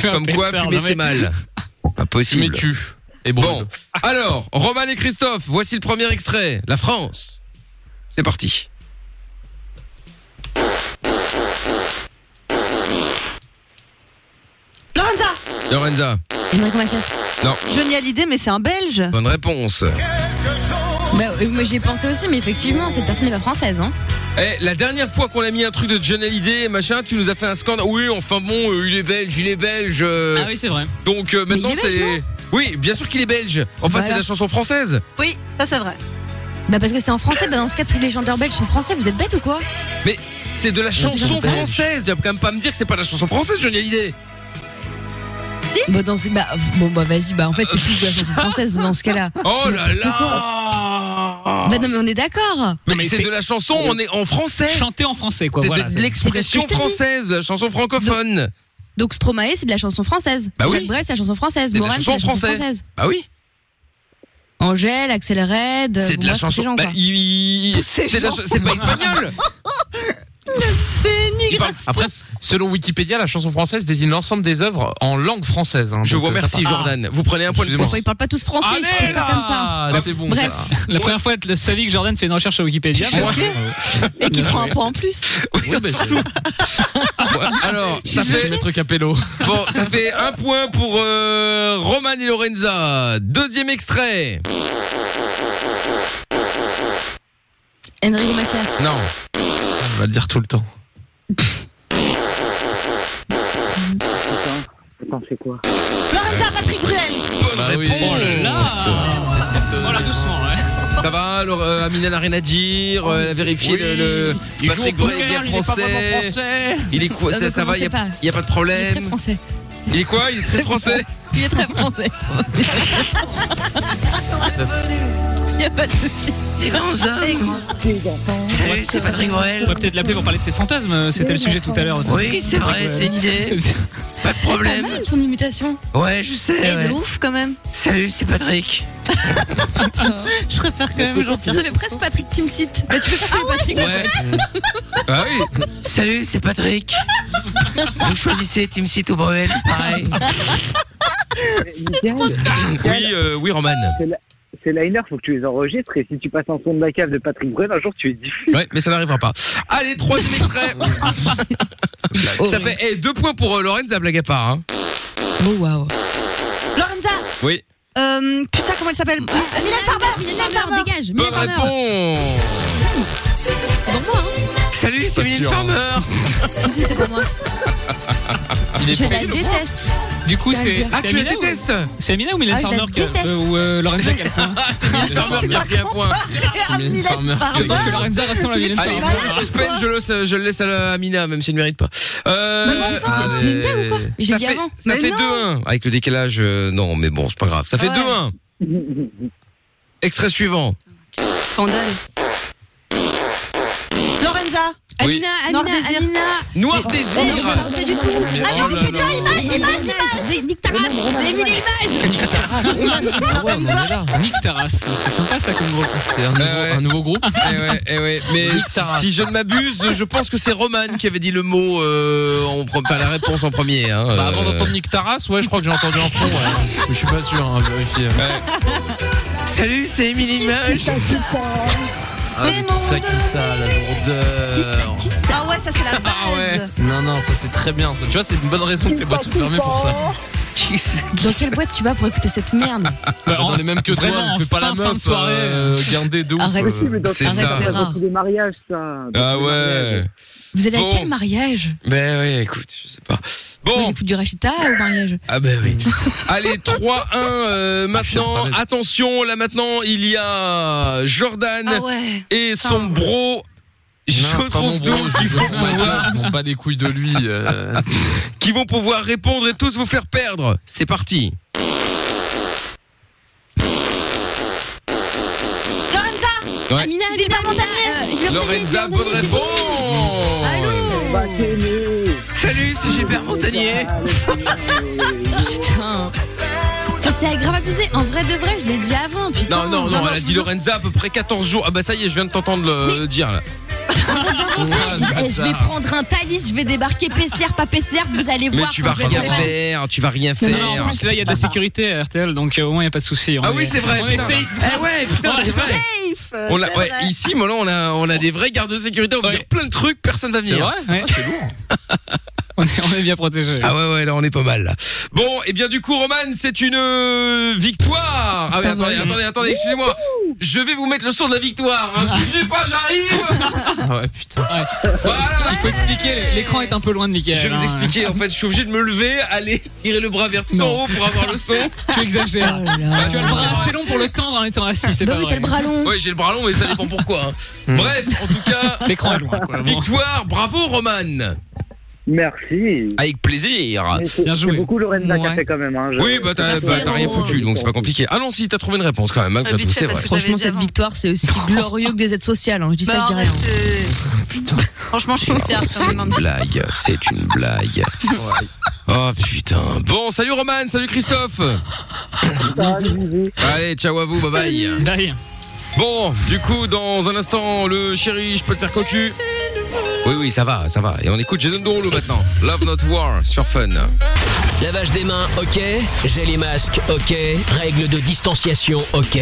Speaker 1: Comme quoi,
Speaker 5: pétard,
Speaker 1: fumer
Speaker 5: non, mais-
Speaker 1: c'est mal. Impossible.
Speaker 5: Mais tu. Et
Speaker 1: Bon, alors, Roman et Christophe, voici le premier extrait, la France. C'est parti.
Speaker 8: Lorenza
Speaker 1: Lorenza.
Speaker 2: Enrico Macias.
Speaker 1: Non.
Speaker 8: Johnny Hallyday, mais c'est un belge.
Speaker 1: Bonne réponse.
Speaker 2: Bah, euh, moi j'y ai pensé aussi, mais effectivement, cette personne n'est pas française. Hein.
Speaker 1: Eh, la dernière fois qu'on a mis un truc de John Hallyday, machin, tu nous as fait un scandale. Oui, enfin bon, euh, il est belge, il est belge. euh.
Speaker 4: Ah oui, c'est vrai.
Speaker 1: Donc euh, maintenant
Speaker 4: il est belge,
Speaker 1: c'est. Oui, bien sûr qu'il est belge. Enfin,
Speaker 2: Voilà.
Speaker 1: c'est la chanson française.
Speaker 8: Oui, ça c'est vrai.
Speaker 2: Bah parce que c'est en français, bah dans ce cas tous les chanteurs belges sont français, vous êtes bêtes ou quoi
Speaker 1: Mais c'est de la chanson
Speaker 2: belge.
Speaker 1: française. Tu vas quand même pas me dire que c'est pas de la chanson française, Johnny Hallyday.
Speaker 2: Bah dans ce... bah, f- bon bah vas-y, bah en fait c'est plus de la chanson française dans ce cas-là.
Speaker 1: Oh
Speaker 2: C'est
Speaker 1: là
Speaker 2: n'importe
Speaker 1: là
Speaker 2: quoi. Bah non mais on est d'accord
Speaker 1: Mais c'est de la chanson, on est en français.
Speaker 4: Chanté en français, quoi.
Speaker 1: C'est
Speaker 4: voilà,
Speaker 1: de l'expression
Speaker 2: C'est parce que je t'ai dit.
Speaker 1: française, de la chanson francophone.
Speaker 2: Donc Stromae c'est de la chanson française.
Speaker 1: Bah oui.
Speaker 2: Jacques Brel c'est la chanson française.
Speaker 1: C'est de la
Speaker 2: Morane,
Speaker 1: chanson française. Bah oui.
Speaker 2: Angèle, Axel Red.
Speaker 8: Euh,
Speaker 1: C'est
Speaker 2: bon,
Speaker 1: de la
Speaker 2: bref, tous ces
Speaker 1: chanson.
Speaker 2: gens,
Speaker 1: bah,
Speaker 2: quoi.
Speaker 1: il- il-
Speaker 2: ces
Speaker 1: C'est de la
Speaker 2: gens.
Speaker 1: ch- c'est pas espagnol.
Speaker 5: Après, selon Wikipédia, la chanson française désigne l'ensemble des œuvres en langue française. hein.
Speaker 1: Je
Speaker 5: Donc,
Speaker 1: vous
Speaker 5: euh, ça
Speaker 4: Ah.
Speaker 1: remercie,
Speaker 5: part-
Speaker 1: Jordan. Vous prenez un point de
Speaker 5: Excusez-moi.
Speaker 2: Enfin, ils parlent pas tous français,
Speaker 5: Allez,
Speaker 2: je pense pas comme ça.
Speaker 5: Ah, c'est bon.
Speaker 2: Bref.
Speaker 5: ça.
Speaker 4: La première fois, elle savait que Jordan fait une recherche sur Wikipédia.
Speaker 5: Je suis
Speaker 4: mais-
Speaker 5: choqué.
Speaker 8: Et qui prend un point en plus.
Speaker 1: Oui, bah, surtout. Ouais, Alors, ça fait le
Speaker 5: truc à pélo.
Speaker 1: Bon, ça fait un point pour euh, Roman et Lorenza. Deuxième extrait.
Speaker 2: Enrico Macias.
Speaker 1: Non.
Speaker 5: On va le dire tout le temps.
Speaker 12: Attends, c'est quoi
Speaker 8: Lorenza, Patrick Bruel.
Speaker 1: Bonne réponse. Oh,
Speaker 4: Voilà, doucement, ouais.
Speaker 1: Ça va, alors, euh, Amina n'a rien à dire. euh, elle a vérifié
Speaker 5: Oui.
Speaker 1: le, le-
Speaker 5: Il joue
Speaker 1: Patrick
Speaker 5: au poker,
Speaker 1: Bruel est bien
Speaker 5: il est pas vraiment
Speaker 1: français.
Speaker 5: français.
Speaker 1: Il est quoi
Speaker 2: Non,
Speaker 1: Ça,
Speaker 2: mais
Speaker 1: ça va, il
Speaker 2: commencez
Speaker 1: n'y
Speaker 2: pas.
Speaker 1: a, y a pas de
Speaker 2: Il est très
Speaker 1: problème.
Speaker 2: français.
Speaker 1: Il est quoi Il est très français
Speaker 2: Il est très français. Il y a pas de souci.
Speaker 1: Salut, c'est Patrick
Speaker 4: On
Speaker 1: Bruel.
Speaker 4: pourrait peut-être l'appeler pour parler de ses fantasmes. euh, C'était le sujet tout à l'heure.
Speaker 1: Oui, c'est vrai, c'est une idée. Pas de
Speaker 2: Pas
Speaker 1: problème.
Speaker 2: mal ton imitation.
Speaker 1: Ouais, je sais.
Speaker 8: Et
Speaker 1: ouais.
Speaker 8: de ouf quand même.
Speaker 1: Salut, c'est Patrick.
Speaker 8: Je préfère quand même hein.
Speaker 2: Ça
Speaker 8: gentil.
Speaker 2: fait presque Patrick Timsit. Bah, tu veux faire le Patrick
Speaker 1: Ah Ouais. Ah oui. Salut, c'est Patrick. Vous choisissez Team Site ou Bruel, c'est pareil. Oui, euh, oui, Roman.
Speaker 12: Ces liners, faut que tu les enregistres et si tu passes en son de la cave de Patrick Bruel, un jour tu es diffusé.
Speaker 1: Ouais, mais ça n'arrivera pas. Allez, troisième extrait. ça fait eh, deux points pour euh, Lorenz à blague à part. Hein.
Speaker 2: Oh waouh.
Speaker 8: Lorenza.
Speaker 1: Oui.
Speaker 8: Euh, putain, comment elle s'appelle Ah, Mylène Farmer. Mylène
Speaker 2: Farmer,
Speaker 8: Farmer.
Speaker 2: dégage. Mylène
Speaker 1: Bonne
Speaker 2: Farmer.
Speaker 8: hein.
Speaker 1: réponse.
Speaker 2: C'est pour moi. Hein.
Speaker 1: Salut, c'est
Speaker 5: Pas
Speaker 1: Mylène
Speaker 5: sûr, hein.
Speaker 1: Farmer.
Speaker 2: Si, si, C'était pour moi.
Speaker 4: Ah,
Speaker 5: Il
Speaker 2: Je
Speaker 5: est
Speaker 2: la
Speaker 5: pélo.
Speaker 2: déteste.
Speaker 4: Du coup,
Speaker 2: Ça veut
Speaker 4: c'est.
Speaker 2: dire-
Speaker 1: Ah,
Speaker 4: c'est
Speaker 1: tu la
Speaker 4: Amina ou-
Speaker 1: détestes
Speaker 4: C'est Amina ou Mylène
Speaker 2: Ah, je la
Speaker 4: Farmer que-
Speaker 2: déteste.
Speaker 4: euh, Ou euh, Lorenza Calpin
Speaker 1: Mylène Farmer, bien pris un point.
Speaker 8: Ah, Mylène
Speaker 5: Farmer.
Speaker 8: Farmer.
Speaker 4: Parce que Lorenza ressemble à Mylène
Speaker 1: Allez,
Speaker 4: Farmer.
Speaker 1: pour le suspense, je le, je le laisse à la- à Mina, même si elle ne mérite pas. Euh,
Speaker 2: J'ai une blague ou quoi J'ai
Speaker 1: ça
Speaker 2: dit
Speaker 1: fait,
Speaker 2: avant.
Speaker 1: ça
Speaker 8: Mais
Speaker 1: fait hein.
Speaker 8: non.
Speaker 1: 2-1. Avec le décalage, euh, non, mais bon, c'est pas grave. Ça fait
Speaker 8: Ouais.
Speaker 1: 2-1. Extrait suivant.
Speaker 8: Scandale. Lorenza.
Speaker 2: Amina,
Speaker 8: Nord
Speaker 2: Amina,
Speaker 8: Désir.
Speaker 2: Amina.
Speaker 1: Noir
Speaker 2: On ne
Speaker 1: désir. oh
Speaker 2: parle pas du tout.
Speaker 8: Ah non, mais
Speaker 5: là
Speaker 8: putain, image, image, image Nique ta race J'ai mis les images
Speaker 4: Ah, Ouais, on est là. Nick Taras. C'est sympa ça comme groupe.
Speaker 5: C'est un, nouveau-
Speaker 1: Ah ouais.
Speaker 5: un nouveau groupe.
Speaker 1: Eh ouais, eh ouais. Mais
Speaker 5: Oui,
Speaker 1: si-
Speaker 5: Sarah.
Speaker 1: si je ne m'abuse, je pense que c'est Roman qui avait dit le mot, euh, en pre- enfin la réponse en premier. Hein,
Speaker 5: Bah, avant
Speaker 1: euh.
Speaker 5: d'entendre Nick Taras, ouais, je crois que j'ai entendu en fond. ouais. Mais Je suis pas sûr, hein, vérifier.
Speaker 1: Salut, c'est Emily Mage.
Speaker 5: Ah, mais qui ça, qui ça, la lourdeur.
Speaker 8: Ah ouais, ça c'est la base
Speaker 1: Ah ouais.
Speaker 5: Non, non, ça c'est très bien. Ça. Tu vois, c'est une bonne raison que les boîtes sont fermées pour ça.
Speaker 2: Dans quelle boîte tu vas pour écouter cette merde
Speaker 5: Bah, on est même que toi,
Speaker 4: Vraiment,
Speaker 5: on fait pas
Speaker 4: en
Speaker 5: la
Speaker 4: fin-
Speaker 5: meuf.
Speaker 4: fin de soirée.
Speaker 5: euh, guindée de ouf.
Speaker 2: Arrête.
Speaker 5: euh.
Speaker 12: Si, mais dans
Speaker 1: C'est
Speaker 12: tous les
Speaker 1: ça.
Speaker 12: mariages, dans tous les mariages, ça. Dans
Speaker 1: Ah
Speaker 12: tous les
Speaker 1: ouais.
Speaker 12: mariages.
Speaker 2: Vous allez à
Speaker 1: Bon.
Speaker 2: quel mariage
Speaker 1: Mais ouais, écoute, je sais pas.
Speaker 2: Moi
Speaker 1: Bon,
Speaker 2: j'écoute du Rachita au mariage.
Speaker 1: ah ben oui. Allez, 3-1 euh, maintenant.
Speaker 5: Mm. Ah, je suis
Speaker 1: Attention, là maintenant, il y a Jordan
Speaker 8: Ah ouais
Speaker 1: et son bro. Je
Speaker 5: Non, pas mon
Speaker 1: trouve
Speaker 5: bro,
Speaker 1: tout
Speaker 5: je
Speaker 1: qui
Speaker 5: veux
Speaker 1: vont
Speaker 5: dire,
Speaker 1: pouvoir,
Speaker 5: ils n'ont pas les couilles de lui. euh.
Speaker 1: qui vont pouvoir répondre et tous vous faire perdre. C'est parti.
Speaker 8: Lorenza
Speaker 1: Ouais.
Speaker 2: Amina,
Speaker 8: Gilbert
Speaker 2: Amina,
Speaker 8: Montagnier.
Speaker 2: euh, Gilbert
Speaker 1: Lorenza,
Speaker 2: Montagnier,
Speaker 1: bonne
Speaker 2: Gilbert Montagnier.
Speaker 1: réponse
Speaker 12: Bah, t'es Bah, né.
Speaker 1: Salut, c'est Gilbert Montagnier
Speaker 2: Putain. Enfin, C'est grave abusé. En vrai de vrai, je l'ai dit avant. Putain.
Speaker 1: Non, non, non, elle a dit Lorenza à peu près 14 jours. Ah bah ça y est, je viens de t'entendre le le dire là. Ah,
Speaker 2: Eh, je vais prendre un Thalys, je vais débarquer PCR, pas PCR, vous allez
Speaker 1: Mais
Speaker 2: voir.
Speaker 1: tu vas
Speaker 2: quand je vais
Speaker 1: rien
Speaker 2: faire.
Speaker 1: faire, tu vas rien
Speaker 4: Non, non, en
Speaker 1: faire.
Speaker 4: plus, là, il y a de la sécurité à RTL, donc euh, au moins, il n'y a pas de souci. On
Speaker 1: Ah oui,
Speaker 4: est-
Speaker 1: c'est vrai.
Speaker 4: On est
Speaker 1: putain.
Speaker 4: safe.
Speaker 1: Eh ouais, putain, c'est vrai.
Speaker 8: Safe ouf. euh,
Speaker 1: On a-
Speaker 8: c'est
Speaker 1: ouais,
Speaker 8: vrai.
Speaker 1: ici, Molan, on a, on a des vrais gardes de sécurité. On peut dire plein de trucs, personne va venir.
Speaker 4: C'est vrai, ouais.
Speaker 1: C'est lourd. on, est, bien protégé. Ah ouais, ouais, là, on est pas mal. Là. Bon, et bien du coup, Roman, c'est une euh, victoire. Ah ouais, attendez, attendez, attendez, excusez-moi. Je vais vous mettre le son de la victoire. hein. Bougez pas, j'arrive.
Speaker 4: Ah ouais, putain. Il faut expliquer, l'écran est un peu loin de Michael. hein.
Speaker 1: Je vais vous expliquer. En fait, je suis obligé de me lever, aller tirer le bras vers tout en haut pour avoir le son.
Speaker 4: Tu exagères.
Speaker 1: Bah,
Speaker 4: tu as le bras assez long pour le tendre en étant assis, c'est
Speaker 1: Bah
Speaker 4: pas
Speaker 1: oui,
Speaker 4: vrai.
Speaker 1: t'as le bras long. Ouais, j'ai le bras long, mais ça dépend pourquoi. hein. Bref, en tout cas.
Speaker 4: Hmm. L'écran est loin, quoi.
Speaker 1: Victoire, bravo, Roman.
Speaker 13: Merci.
Speaker 1: Avec plaisir.
Speaker 13: Mais c'est- C'est beaucoup Lorenza qui a fait quand même. hein, je-
Speaker 1: Oui, bah t'as
Speaker 13: c'est
Speaker 1: bah,
Speaker 13: assez
Speaker 1: t'as rien
Speaker 13: drôle.
Speaker 1: foutu, donc c'est pas compliqué. Ah non, si t'as trouvé une réponse quand même,
Speaker 2: Ah,
Speaker 1: malgré tout, c'est vrai.
Speaker 2: Franchement, cette victoire, c'est aussi glorieux que des aides sociales. hein. Je dis ça, je dis rien.
Speaker 8: Franchement, je suis fière quand même. hein. un petit
Speaker 1: blague, c'est une blague. Ouais. Oh putain. Bon, salut Roman, salut Christophe. Allez, ciao à vous, bye bye. Bon, du coup, dans un instant, le chéri, je peux te faire cocu. Oui, oui, ça va, ça va. Et on écoute Jason Derulo maintenant. Love Not War sur Fun.
Speaker 7: Lavage des mains, ok. Gel et masque, ok. Règles de distanciation, ok.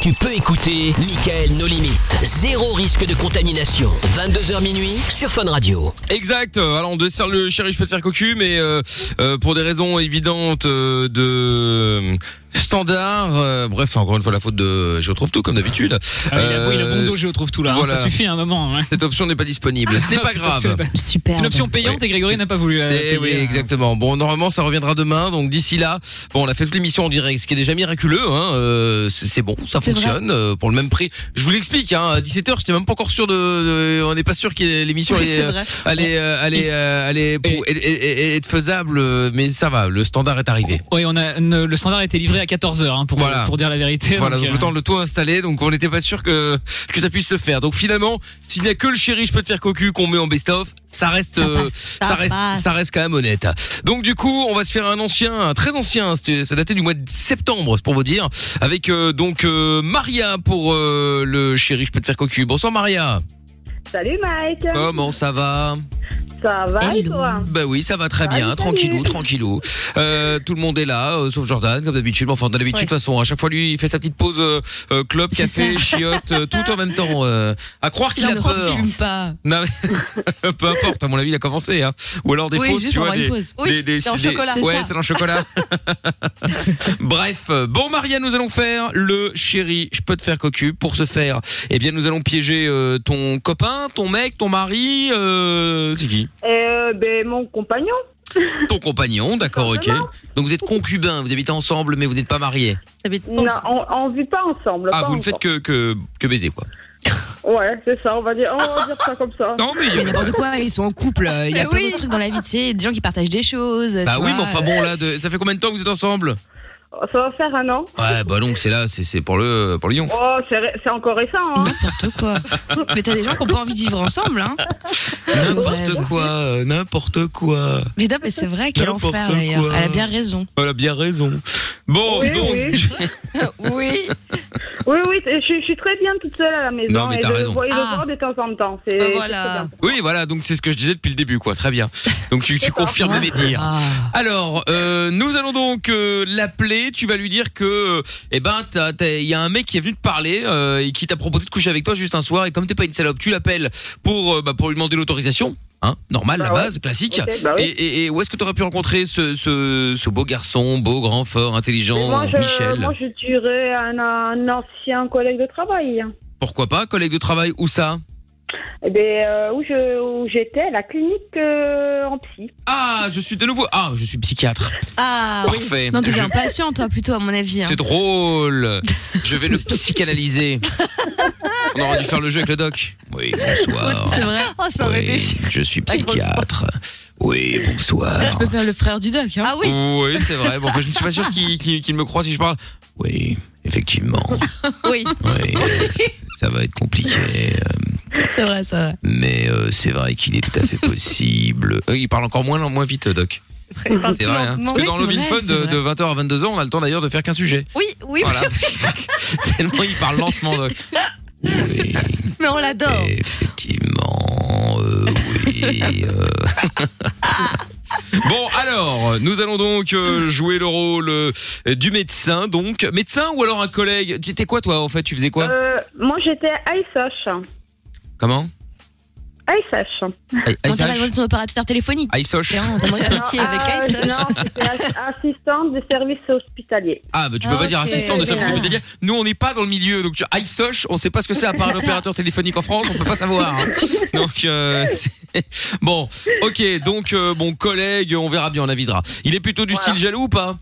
Speaker 7: Tu peux écouter Michael No Limites. Zéro risque de contamination. 22h minuit sur Fun Radio.
Speaker 1: Exact. Euh, Alors on dessert le chéri, je peux te faire cocu, mais euh, euh, pour des raisons évidentes euh, de standard. euh, bref, encore une fois la faute de. Je retrouve tout comme d'habitude.
Speaker 4: Ah, il a- oui, le
Speaker 1: Euh,
Speaker 4: bon dos, je retrouve tout là. hein,
Speaker 1: voilà.
Speaker 4: Ça suffit à un moment. ouais.
Speaker 1: Cette option n'est pas disponible. Ce n'est pas
Speaker 4: Ah, Cette option
Speaker 1: grave.
Speaker 4: est pas- C'est une option payante et Grégory n'a pas voulu la
Speaker 1: Eh
Speaker 4: payer. hein.
Speaker 1: oui, exactement. Bon, normalement, ça reviendra demain. Donc d'ici là, bon, on a fait toute l'émission en direct, ce qui est déjà miraculeux. Hein, euh, c'est c'est bon, ça
Speaker 5: C'est
Speaker 1: fonctionne
Speaker 5: vrai.
Speaker 1: euh, pour le même prix. Je vous l'explique. Hein, à 17 h j'étais même pas encore sûr de. de- on n'est pas sûr que l'émission
Speaker 5: Oui,
Speaker 1: allait,
Speaker 5: c'est
Speaker 1: euh,
Speaker 5: vrai.
Speaker 1: allait, euh, allait, euh, allait pour- et- et- et- être faisable, euh, mais ça va. Le standard est arrivé.
Speaker 4: Oui, on a, ne- le standard a été livré à 14h hein, pour, pour dire la vérité.
Speaker 1: Voilà,
Speaker 4: donc,
Speaker 1: donc
Speaker 4: euh,
Speaker 1: le temps de le tout installer, donc on n'était pas sûr que que ça puisse se faire. Donc finalement, s'il n'y a que le chéri, je peux te faire cocu qu'on met en best-of, ça reste, euh, ça,
Speaker 5: ça
Speaker 1: reste,
Speaker 5: passe.
Speaker 1: ça reste quand même honnête. Donc du coup, on va se faire un ancien, un très ancien, c'était- ça datait du mois de septembre, c'est pour vous dire, avec euh, donc euh, Maria pour euh, le chéri, je peux te faire cocu. Bonsoir Maria.
Speaker 10: Salut Mike
Speaker 1: Comment ça va
Speaker 10: Ça va et toi
Speaker 1: Bah oui, ça va
Speaker 2: Ah,
Speaker 1: très bien, tranquillou, tranquillou. Euh, tout le monde est là, euh, sauf Jordan, comme d'habitude. Mais Enfin, d'habitude, de toute façon, à chaque fois, lui, il fait sa petite pause euh, euh, club, café, chiotte, euh, tout en même temps. euh, à croire qu'il a
Speaker 2: Non,
Speaker 1: peur.
Speaker 2: fume pas.
Speaker 1: Non, mais- peu importe, à mon avis, il a commencé. Hein. Ou alors des
Speaker 2: Oui,
Speaker 1: fausses,
Speaker 2: juste
Speaker 1: tu
Speaker 2: pour
Speaker 1: vois.
Speaker 2: avoir
Speaker 1: Des,
Speaker 2: une pause. Oui,
Speaker 1: des- des-
Speaker 2: c'est en
Speaker 1: des-
Speaker 2: chocolat. C'est
Speaker 1: Ouais,
Speaker 2: ça.
Speaker 1: c'est dans le chocolat. Bref, euh, bon Maria, nous allons faire le chéri, je peux te faire cocu. Pour ce faire, eh bien, nous allons piéger euh, ton copain, ton mec, ton mari. Euh, c'est qui
Speaker 10: Euh, ben, Mon compagnon
Speaker 1: Ton compagnon, d'accord, ok. Donc vous êtes concubins, vous habitez ensemble, mais vous n'êtes pas mariés.
Speaker 10: Non, on, ne vit pas ensemble.
Speaker 1: Ah,
Speaker 10: pas
Speaker 1: vous ne
Speaker 10: encore.
Speaker 1: faites que, que, que baiser, quoi.
Speaker 10: Ouais, c'est ça, on va dire, on va dire ça comme ça.
Speaker 1: Non, mais il y a-
Speaker 2: Mais n'importe quoi, ils sont en couple. euh, Il y a
Speaker 10: Mais
Speaker 2: plein
Speaker 10: oui.
Speaker 2: d'autres trucs dans la vie, tu sais, des gens qui partagent des choses.
Speaker 1: Bah
Speaker 2: tu
Speaker 1: oui,
Speaker 2: vois,
Speaker 1: mais enfin
Speaker 2: euh,
Speaker 1: bon, là, de- ça fait combien de temps que vous êtes ensemble
Speaker 10: Ça va faire un an.
Speaker 1: Ouais, bah donc c'est là, c'est- c'est pour le, pour le lion.
Speaker 10: Oh, c'est ré- c'est encore récent, hein.
Speaker 2: N'importe quoi. Mais t'as des gens qui n'ont pas envie de vivre ensemble, hein.
Speaker 1: N'importe quoi, euh, n'importe quoi.
Speaker 2: Mais non, mais c'est vrai, quel
Speaker 1: N'importe
Speaker 2: enfer d'ailleurs.
Speaker 1: quoi.
Speaker 2: Elle a bien raison.
Speaker 1: Elle a bien raison. Bon,
Speaker 10: Oui,
Speaker 1: donc.
Speaker 10: oui.
Speaker 8: oui.
Speaker 10: Oui, oui, c'est- je, je suis très bien toute seule à la maison.
Speaker 1: Non, mais
Speaker 10: et
Speaker 1: t'as
Speaker 10: de
Speaker 1: raison.
Speaker 10: le voir- et de le
Speaker 8: Ah.
Speaker 10: voir de temps en temps. c'est-
Speaker 8: Ah,
Speaker 10: c'est
Speaker 8: voilà.
Speaker 10: très bien.
Speaker 1: Oui, voilà, donc c'est ce que je disais depuis le début, quoi. Très bien. Donc tu, tu confirmes mes dires. Alors, euh, nous allons donc euh, l'appeler. Tu vas lui dire que, euh, eh ben, t'as- t'as- il y a un mec qui est venu te parler euh, et qui t'a proposé de coucher avec toi juste un soir. Et comme t'es pas une salope, tu l'appelles pour, euh, bah, pour lui demander l'autorisation. Hein, normal, la
Speaker 5: ouais.
Speaker 1: base, classique.
Speaker 5: Ok, bah oui.
Speaker 1: et, et- et où est-ce que tu aurais pu rencontrer ce, ce, ce beau garçon, beau, grand, fort,
Speaker 10: Et
Speaker 1: intelligent,
Speaker 10: moi, je,
Speaker 1: Oh, Michel
Speaker 10: moi, je dirais un, un ancien collègue de travail.
Speaker 1: Pourquoi pas, collègue de travail, où ça
Speaker 10: Eh ben, euh, où je- où j'étais, à la clinique euh, en psy.
Speaker 1: Ah, je suis de nouveau. Ah, je suis psychiatre.
Speaker 2: Ah,
Speaker 1: oui. Parfait.
Speaker 2: Non, t'es
Speaker 1: Je-
Speaker 2: impatient, toi, plutôt, à mon avis. hein.
Speaker 1: C'est drôle. Je vais le psychanalyser. On aurait dû faire le jeu avec le doc. Oui, bonsoir.
Speaker 2: C'est vrai.
Speaker 8: Oh, ça aurait été chiant.
Speaker 1: Je suis psychiatre. Oui, bonsoir.
Speaker 2: Je peux faire le frère du doc, hein.
Speaker 8: Ah
Speaker 1: Oui, c'est vrai. Bon, enfin, je ne suis pas sûr qu'il qu'il- qu'il me croit si je parle. Oui, effectivement.
Speaker 8: Oui.
Speaker 1: Oui, ça va être compliqué.
Speaker 2: C'est vrai, c'est vrai.
Speaker 1: Mais euh, c'est vrai qu'il est tout à fait possible. Euh, il parle encore moins, moins vite, doc. C'est
Speaker 8: il parle tout
Speaker 1: vrai. hein.
Speaker 8: lentement.
Speaker 1: Parce que
Speaker 8: Oui,
Speaker 1: dans
Speaker 8: c'est
Speaker 1: le Bin
Speaker 8: vrai,
Speaker 1: Fun
Speaker 8: c'est
Speaker 1: de,
Speaker 8: vrai.
Speaker 1: de 20h à 22h, on a le temps d'ailleurs de faire qu'un sujet.
Speaker 8: Oui, oui.
Speaker 1: Voilà. Tellement il parle lentement, doc.
Speaker 8: Mais on l'adore.
Speaker 1: Effectivement, euh, oui. euh. Bon, alors, nous allons donc euh, jouer le rôle euh, du médecin, donc. Médecin ou alors un collègue Tu étais quoi, toi, en fait Tu faisais quoi
Speaker 10: Euh, moi, j'étais ASH.
Speaker 1: Comment
Speaker 10: ASH.
Speaker 2: On travaille dans ton opérateur téléphonique.
Speaker 1: Isoche
Speaker 2: On t'aimerait te métier avec
Speaker 10: Ah,
Speaker 2: ASH.
Speaker 10: Non, j'étais as- assistante de service hospitalier.
Speaker 1: Ah, bah tu peux
Speaker 10: Ah,
Speaker 1: pas dire
Speaker 10: ok.
Speaker 1: assistant de service
Speaker 10: Ah.
Speaker 1: médical. Nous, on n'est pas dans le milieu, donc tu ISOCH, on sait pas ce que c'est à part
Speaker 10: C'est ça.
Speaker 1: l'opérateur téléphonique en France, on peut pas savoir. hein. Donc euh, c'est- bon, ok, donc euh, bon collègue, on verra bien, on avisera. Il est plutôt du style jaloux ou pas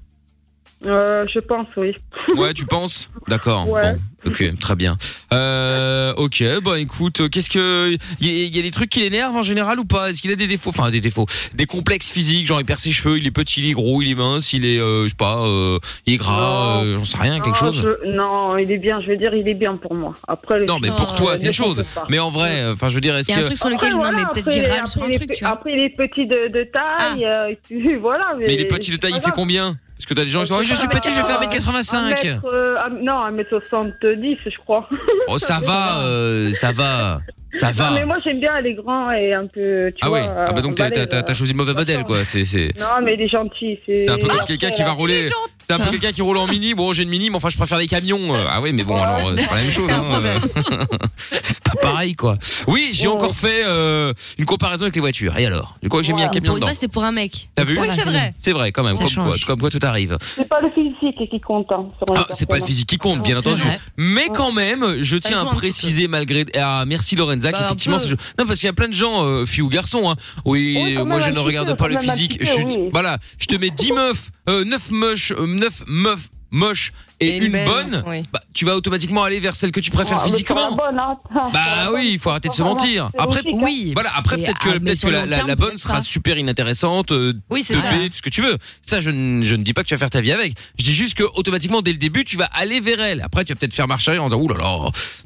Speaker 10: Euh, je pense, oui.
Speaker 1: Ouais, tu penses D'accord.
Speaker 10: Ouais.
Speaker 1: Bon, ok, très bien. Euh, ok, bah écoute, euh, qu'est-ce que il y, a- il y a des trucs qui l'énervent en général ou pas Est-ce qu'il a des défauts Enfin, des défauts, des complexes physiques, genre il perd ses cheveux, il est petit, il est gros, il est mince, il est, euh, je sais pas, euh, il est gras, euh, j'en sais rien, quelque
Speaker 10: Non,
Speaker 1: chose.
Speaker 10: Oh, je- Non, il est bien, je veux dire, il est bien pour moi. Après, le-
Speaker 1: Non, mais pour
Speaker 10: euh,
Speaker 1: toi, c'est une chose. Mais en vrai, enfin, je veux dire, est-ce que
Speaker 2: lequel- non, mais peut-être
Speaker 10: après,
Speaker 2: qu'il
Speaker 10: il est-
Speaker 2: râle sur
Speaker 10: après, il est
Speaker 2: un truc,
Speaker 10: pe-
Speaker 2: tu vois. Ah.
Speaker 10: Après, il est petit de, de taille, euh, et puis voilà.
Speaker 1: mais il est petit de taille, il fait combien Parce que t'as des gens qui
Speaker 10: Ah,
Speaker 1: sont, oh, je suis petit, je vais faire 1m85.
Speaker 10: euh, Non, 1m70, je crois.
Speaker 1: Oh, ça va, euh, ça va, ça va.
Speaker 10: Non, mais moi, j'aime bien, elle est grand et un peu.
Speaker 1: Eh
Speaker 10: Tu
Speaker 1: ben. Ah
Speaker 10: vois, euh,
Speaker 1: ouais, ah bah donc t'as
Speaker 10: emballé,
Speaker 1: t'as- t'as-
Speaker 10: là.
Speaker 1: t'as choisi le mauvais modèle, quoi. C'est c'est-
Speaker 10: Non, mais il est gentil.
Speaker 1: C'est un peu comme quelqu'un qui va rouler. C'est un peu quelqu'un qui roule en mini. Bon, j'ai une mini, mais enfin, je préfère les camions. Euh, Ah oui, mais bon, alors, euh, c'est pas la même chose. hein. c'est pas pareil, quoi. Oui, j'ai encore fait euh, une comparaison avec les voitures. Et alors Du coup, j'ai mis un camion
Speaker 2: Pour une
Speaker 1: dedans.
Speaker 2: fois, c'était pour un mec.
Speaker 1: T'as
Speaker 2: Donc
Speaker 1: vu
Speaker 2: ça va,
Speaker 1: C'est vrai, quand même.
Speaker 2: Ça
Speaker 1: Comme
Speaker 2: change.
Speaker 1: quoi, comme quoi, tout arrive.
Speaker 10: C'est pas le physique qui compte. hein, sur les
Speaker 1: Ah, c'est pas le
Speaker 10: performances.
Speaker 1: physique qui compte, bien
Speaker 10: C'est
Speaker 1: entendu.
Speaker 10: vrai.
Speaker 1: Mais quand même, je
Speaker 10: Ça
Speaker 1: tiens
Speaker 10: joue
Speaker 1: à
Speaker 10: un petit
Speaker 1: préciser malgré. Ah, merci Lorenza,
Speaker 10: Bah, un
Speaker 1: qu'effectivement,
Speaker 10: peu.
Speaker 1: ce jeu- non parce qu'il y a plein de gens, euh, filles ou garçons. Hein. Oui,
Speaker 10: Oui, quand
Speaker 1: euh, moi
Speaker 10: même
Speaker 1: je
Speaker 10: un
Speaker 1: ne
Speaker 10: petit
Speaker 1: regarde
Speaker 10: peu,
Speaker 1: pas
Speaker 10: quand
Speaker 1: le
Speaker 10: même un
Speaker 1: physique.
Speaker 10: petit
Speaker 1: Je,
Speaker 10: peu, oui.
Speaker 1: Voilà, je te mets 10 meufs, euh, 9 moches, 9 meufs moches et,
Speaker 10: Et une
Speaker 1: une
Speaker 10: belle,
Speaker 1: bonne.
Speaker 10: oui.
Speaker 1: Bah, tu vas automatiquement aller vers celle que tu préfères
Speaker 10: Ah, mais c'est pas
Speaker 1: physiquement.
Speaker 10: la bonne, hein.
Speaker 1: Bah oui, il faut arrêter de se
Speaker 10: Voilà,
Speaker 1: mentir.
Speaker 10: c'est
Speaker 1: Après,
Speaker 10: logique, hein. Oui.
Speaker 1: Voilà, après
Speaker 10: Et,
Speaker 1: peut-être
Speaker 10: ah,
Speaker 1: que
Speaker 10: mais
Speaker 1: peut-être
Speaker 10: sur
Speaker 1: que
Speaker 10: le
Speaker 1: la,
Speaker 10: long
Speaker 1: la-
Speaker 10: terme,
Speaker 1: la bonne
Speaker 10: peut-être
Speaker 1: sera
Speaker 10: pas.
Speaker 1: super inintéressante. euh,
Speaker 10: Oui, c'est
Speaker 1: de
Speaker 10: ça.
Speaker 1: B, tout ce que tu veux. Ça, je ne, je ne dis pas que tu vas faire ta vie avec. Je dis juste que automatiquement dès le début, tu vas aller vers elle. Après, tu vas peut-être faire marche arrière en disant ouh là là.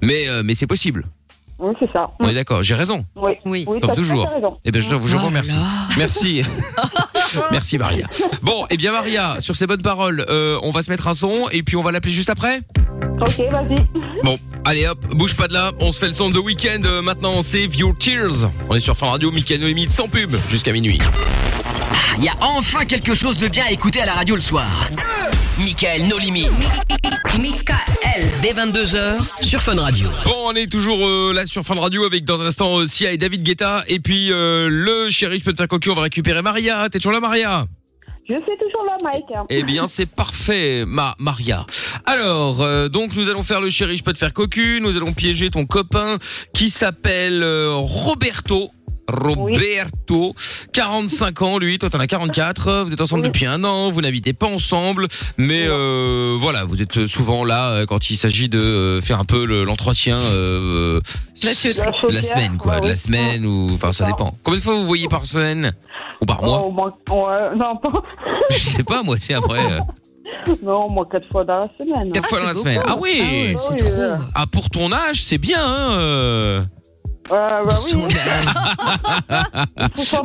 Speaker 1: Mais euh, mais c'est possible.
Speaker 10: Oui, c'est ça.
Speaker 1: On est d'accord. J'ai raison.
Speaker 10: Oui, oui.
Speaker 1: Comme toujours. Eh ben, je, je vous
Speaker 10: Oh là
Speaker 1: remercie.
Speaker 10: là.
Speaker 1: Merci. Merci, Maria. Bon, eh bien, Maria, sur ces bonnes paroles, euh, on va se mettre un son et puis on va l'appeler juste après.
Speaker 10: Ok, vas-y.
Speaker 1: Bon, allez hop, bouge pas de là. On se fait le son de week-end. euh, maintenant, Save Your Tears. On est sur Fan Radio, Micano Limite, sans pub, jusqu'à minuit.
Speaker 7: Il y a enfin quelque chose de bien à écouter à la radio le soir. Michael No Limit. Michael. Dès 22h sur Fun Radio.
Speaker 1: Bon, on est toujours euh, là sur Fin de Radio avec dans un instant euh, Sia et David Guetta. Et puis, euh, le chéri, je peux te faire cocu, on va récupérer Maria. T'es toujours là, Maria
Speaker 10: Je suis toujours là, Mike.
Speaker 1: Eh bien, c'est parfait, ma Maria. Alors, euh, donc nous allons faire le chéri, je peux te faire cocu. Nous allons piéger ton copain qui s'appelle euh, Roberto. Roberto, 45 ans lui, toi t'en as 44, vous êtes ensemble depuis un an, vous n'habitez pas ensemble, mais euh, voilà, vous êtes souvent là euh, quand il s'agit de euh, faire un peu le- l'entretien euh,
Speaker 8: La tuyauterie.
Speaker 1: de la semaine quoi,
Speaker 10: Ouais,
Speaker 1: de la
Speaker 10: oui.
Speaker 1: semaine ou enfin ça dépend. Combien de fois vous voyez par semaine ou par mois
Speaker 10: Oh, moi, ouais, non, pas.
Speaker 1: Je sais pas moi, c'est après. euh,
Speaker 10: non, moi, quatre fois dans la semaine.
Speaker 1: Quatre fois dans la semaine. Ah oui.
Speaker 10: Ah oui, euh,
Speaker 1: Ah, pour ton âge, c'est bien, hein euh.
Speaker 10: euh, bah oui.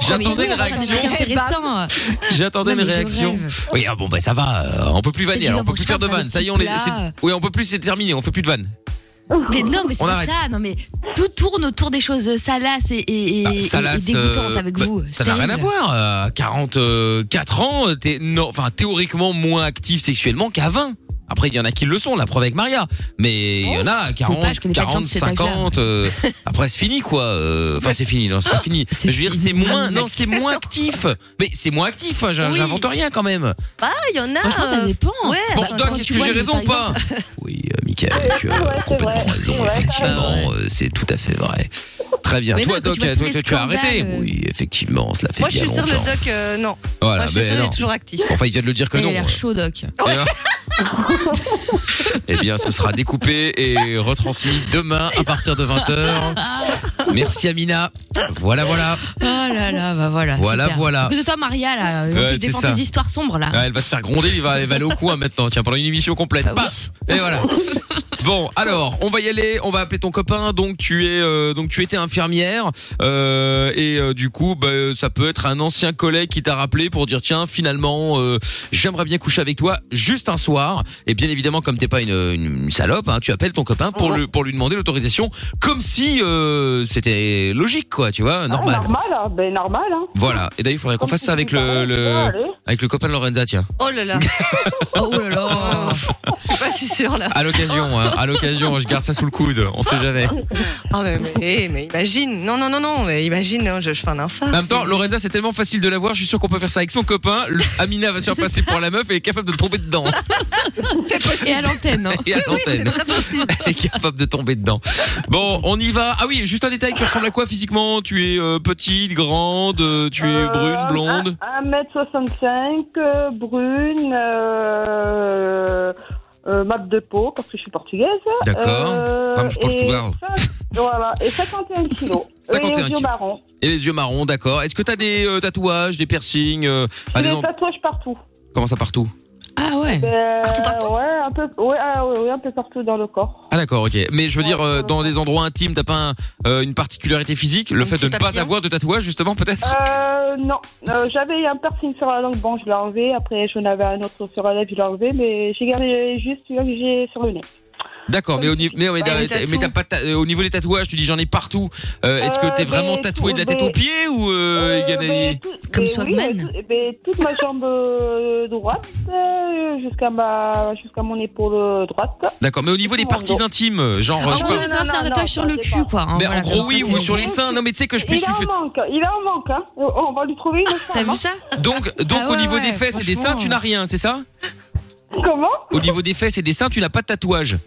Speaker 1: J'attendais une réaction.
Speaker 2: C'est
Speaker 10: Bah,
Speaker 2: intéressant.
Speaker 1: J'attendais une
Speaker 2: Non, mais je
Speaker 1: réaction. Oui, ah bon, bah ça va. euh, on peut plus vanner,
Speaker 2: Peut-être
Speaker 1: alors,
Speaker 2: ils
Speaker 1: on peut plus
Speaker 2: embauchent
Speaker 1: faire de
Speaker 2: pas un
Speaker 1: vannes. Ça y est, on
Speaker 2: petit
Speaker 1: est.
Speaker 2: plat.
Speaker 1: c'est- Oui, on peut plus, c'est terminé. On fait plus de vannes.
Speaker 2: Mais non, mais c'est
Speaker 1: On
Speaker 2: pas
Speaker 1: arrête.
Speaker 2: ça. Non, mais tout tourne autour des choses salaces et, et, et-
Speaker 1: Ah,
Speaker 2: et-
Speaker 1: Salas,
Speaker 2: et dégoûtantes
Speaker 1: euh,
Speaker 2: avec
Speaker 1: bah,
Speaker 2: vous.
Speaker 1: Ça n'a rien à voir. euh, À 44 ans, euh, t'es non, enfin théoriquement moins actif sexuellement qu'à 20. Après, il y en a qui le sont, la preuve avec Maria. Mais il y en
Speaker 2: Oh,
Speaker 1: a à
Speaker 5: Faut pas,
Speaker 1: 40,
Speaker 5: je connais pas de gens
Speaker 1: 40,
Speaker 5: de cet âge-là.
Speaker 1: 50. euh, après, c'est fini, quoi. euh, Enfin, c'est fini. Non, c'est pas fini. Mais je veux dire, c'est
Speaker 2: Ah,
Speaker 1: moins. Non, c'est moins actif. Mais c'est moins actif. hein, j'in-
Speaker 14: Oui.
Speaker 1: J'invente rien quand même.
Speaker 14: Bah,
Speaker 8: Ah,
Speaker 14: il y en a.
Speaker 2: Franchement, ça
Speaker 14: euh,
Speaker 2: dépend.
Speaker 14: Ouais.
Speaker 1: Bon,
Speaker 14: bah,
Speaker 1: Doc,
Speaker 14: quand
Speaker 1: est-ce
Speaker 14: tu
Speaker 1: que
Speaker 14: vois
Speaker 1: j'ai
Speaker 14: les-
Speaker 1: raison ou pas Oui, euh, Mickaël, tu as complètement raison. effectivement, euh, c'est tout à fait vrai. Très bien.
Speaker 14: Mais
Speaker 1: toi,
Speaker 14: non, quand
Speaker 1: Doc,
Speaker 14: tu vois
Speaker 1: euh,
Speaker 14: tous
Speaker 1: toi,
Speaker 14: les
Speaker 1: toi, tu as arrêté.
Speaker 14: scandales, euh.
Speaker 1: Oui, effectivement, cela fait
Speaker 14: Moi, je
Speaker 1: bien
Speaker 14: suis sûre, le
Speaker 1: longtemps.
Speaker 14: doc, euh, non.
Speaker 1: Voilà,
Speaker 14: Moi, je suis
Speaker 1: mais
Speaker 14: sûre, il
Speaker 1: non.
Speaker 14: est toujours actif.
Speaker 1: Enfin, il vient de le dire que
Speaker 2: Il
Speaker 1: non. hein.
Speaker 2: a l'air chaud, Doc.
Speaker 1: Et là- Eh bien, ce sera découpé et retransmis demain à partir de 20h. Merci Amina. Voilà, voilà.
Speaker 2: Oh là là, bah voilà.
Speaker 1: Voilà,
Speaker 2: super.
Speaker 1: voilà.
Speaker 2: À cause de toi, Maria, là.
Speaker 1: Ouais,
Speaker 2: tu
Speaker 1: c'est
Speaker 2: défends
Speaker 1: ça.
Speaker 2: tes histoires sombres, là.
Speaker 1: Ah, elle va se faire gronder, il va, elle va aller au coin maintenant. Tiens, pendant une émission complète. Paf Et voilà. Bon, alors, on va y aller. On va appeler ton copain. Donc tu es, euh, donc tu étais infirmière euh, et euh, du coup, bah, ça peut être un ancien collègue qui t'a rappelé pour dire tiens, finalement, euh, j'aimerais bien coucher avec toi juste un soir. Et bien évidemment, comme t'es pas une, une salope, hein, tu appelles ton copain pour le, pour lui demander l'autorisation, comme si euh, c'était logique, quoi. Tu vois,
Speaker 10: Ah,
Speaker 1: normal.
Speaker 10: normal, hein. ben normal. Hein.
Speaker 1: Voilà. Et d'ailleurs, il faudrait qu'on fasse ça avec le, le- avec le copain de Lorenza, tiens.
Speaker 8: Oh là là.
Speaker 2: oh là là.
Speaker 8: Je suis pas si sûre là.
Speaker 1: À l'occasion, hein, à l'occasion, je garde ça sous le coude. On sait jamais.
Speaker 8: Ah mais, mais, mais imagine. Non, non, non, non. Mais imagine, hein, je, je fais un
Speaker 1: En
Speaker 8: infarct.
Speaker 1: même temps, Lorenza, c'est tellement facile de l'avoir, je suis sûr qu'on peut faire ça avec son copain. Le- Amina va se faire passer pour la meuf et est capable de tomber dedans.
Speaker 2: Et à l'antenne. hein.
Speaker 1: Ah. Et à l'antenne. Elle est capable de tomber dedans. Bon, on y va. Ah oui, juste un détail, tu ressembles à quoi physiquement Tu es euh, petite, grande, euh, tu es brune, blonde
Speaker 10: 1m65, euh, brune, euh, euh, mat de peau, parce que je suis portugaise. Euh,
Speaker 1: D'accord. Vamos Portugal.
Speaker 10: et cin- Voilà, et 51 kilos.
Speaker 1: 51
Speaker 10: et les yeux
Speaker 1: kilos.
Speaker 10: marrons.
Speaker 1: Et les yeux marrons, d'accord. Est-ce que t'as des euh, tatouages, des piercings euh, à
Speaker 10: J'ai
Speaker 1: des
Speaker 10: des
Speaker 1: en-
Speaker 10: tatouages partout.
Speaker 1: Comment ça partout
Speaker 2: Ah ouais
Speaker 10: Partout, partout Ben, ouais un, peu, ouais, ah ouais, ouais, un peu partout dans le corps.
Speaker 1: Ah d'accord, ok. Mais je veux dire, euh, dans des endroits intimes, t'as pas un- euh, une particularité physique Le fait de ne pas avoir de tatouage, justement, peut-être
Speaker 10: Euh, non, Euh, j'avais un piercing sur la langue, bon, je l'ai enlevé. Après, j'en avais un autre sur la lèvre, je l'ai enlevé. Mais j'ai gardé juste celui que j'ai sur le nez.
Speaker 1: D'accord, mais, au, ni- mais, mais,
Speaker 10: Bah, les
Speaker 1: t'as- mais
Speaker 10: tatous.
Speaker 1: t'as pas ta- euh, au niveau des tatouages, tu dis j'en ai partout. Euh, Est-ce que
Speaker 10: Euh, bah,
Speaker 1: t'es vraiment
Speaker 10: des-
Speaker 1: tatoué de la tête
Speaker 10: des-
Speaker 1: aux pieds ou euh, il y en
Speaker 10: bah,
Speaker 1: a des-
Speaker 10: Comme Swagman ben, Toute ma jambe euh, droite euh, jusqu'à ma, jusqu'à mon épaule euh, droite.
Speaker 1: D'accord, mais au niveau des parties intimes, euh, genre
Speaker 10: Ah,
Speaker 1: je sais
Speaker 10: oui,
Speaker 1: pas-
Speaker 10: oui, Ah,
Speaker 2: Ça va faire un
Speaker 10: Non,
Speaker 2: tatouage
Speaker 10: non,
Speaker 2: sur le cul, quoi. hein,
Speaker 1: Mais en
Speaker 2: voilà,
Speaker 1: gros
Speaker 2: comme
Speaker 1: oui
Speaker 2: ça,
Speaker 1: ou
Speaker 2: c'est
Speaker 1: sur
Speaker 2: bon.
Speaker 1: les seins. Non mais tu sais que je puisse
Speaker 10: Il est
Speaker 1: lui
Speaker 10: en
Speaker 1: faire-
Speaker 10: manque, il est en manque. Hein. On va lui trouver une femme. hein. T'as vu
Speaker 2: ça
Speaker 1: Donc donc au
Speaker 10: Ah ouais,
Speaker 1: niveau des
Speaker 10: ouais,
Speaker 1: fesses et des seins,
Speaker 10: franchement,
Speaker 1: tu n'as rien, c'est ça
Speaker 10: Comment
Speaker 1: Au niveau des fesses et des seins, tu n'as pas de tatouage.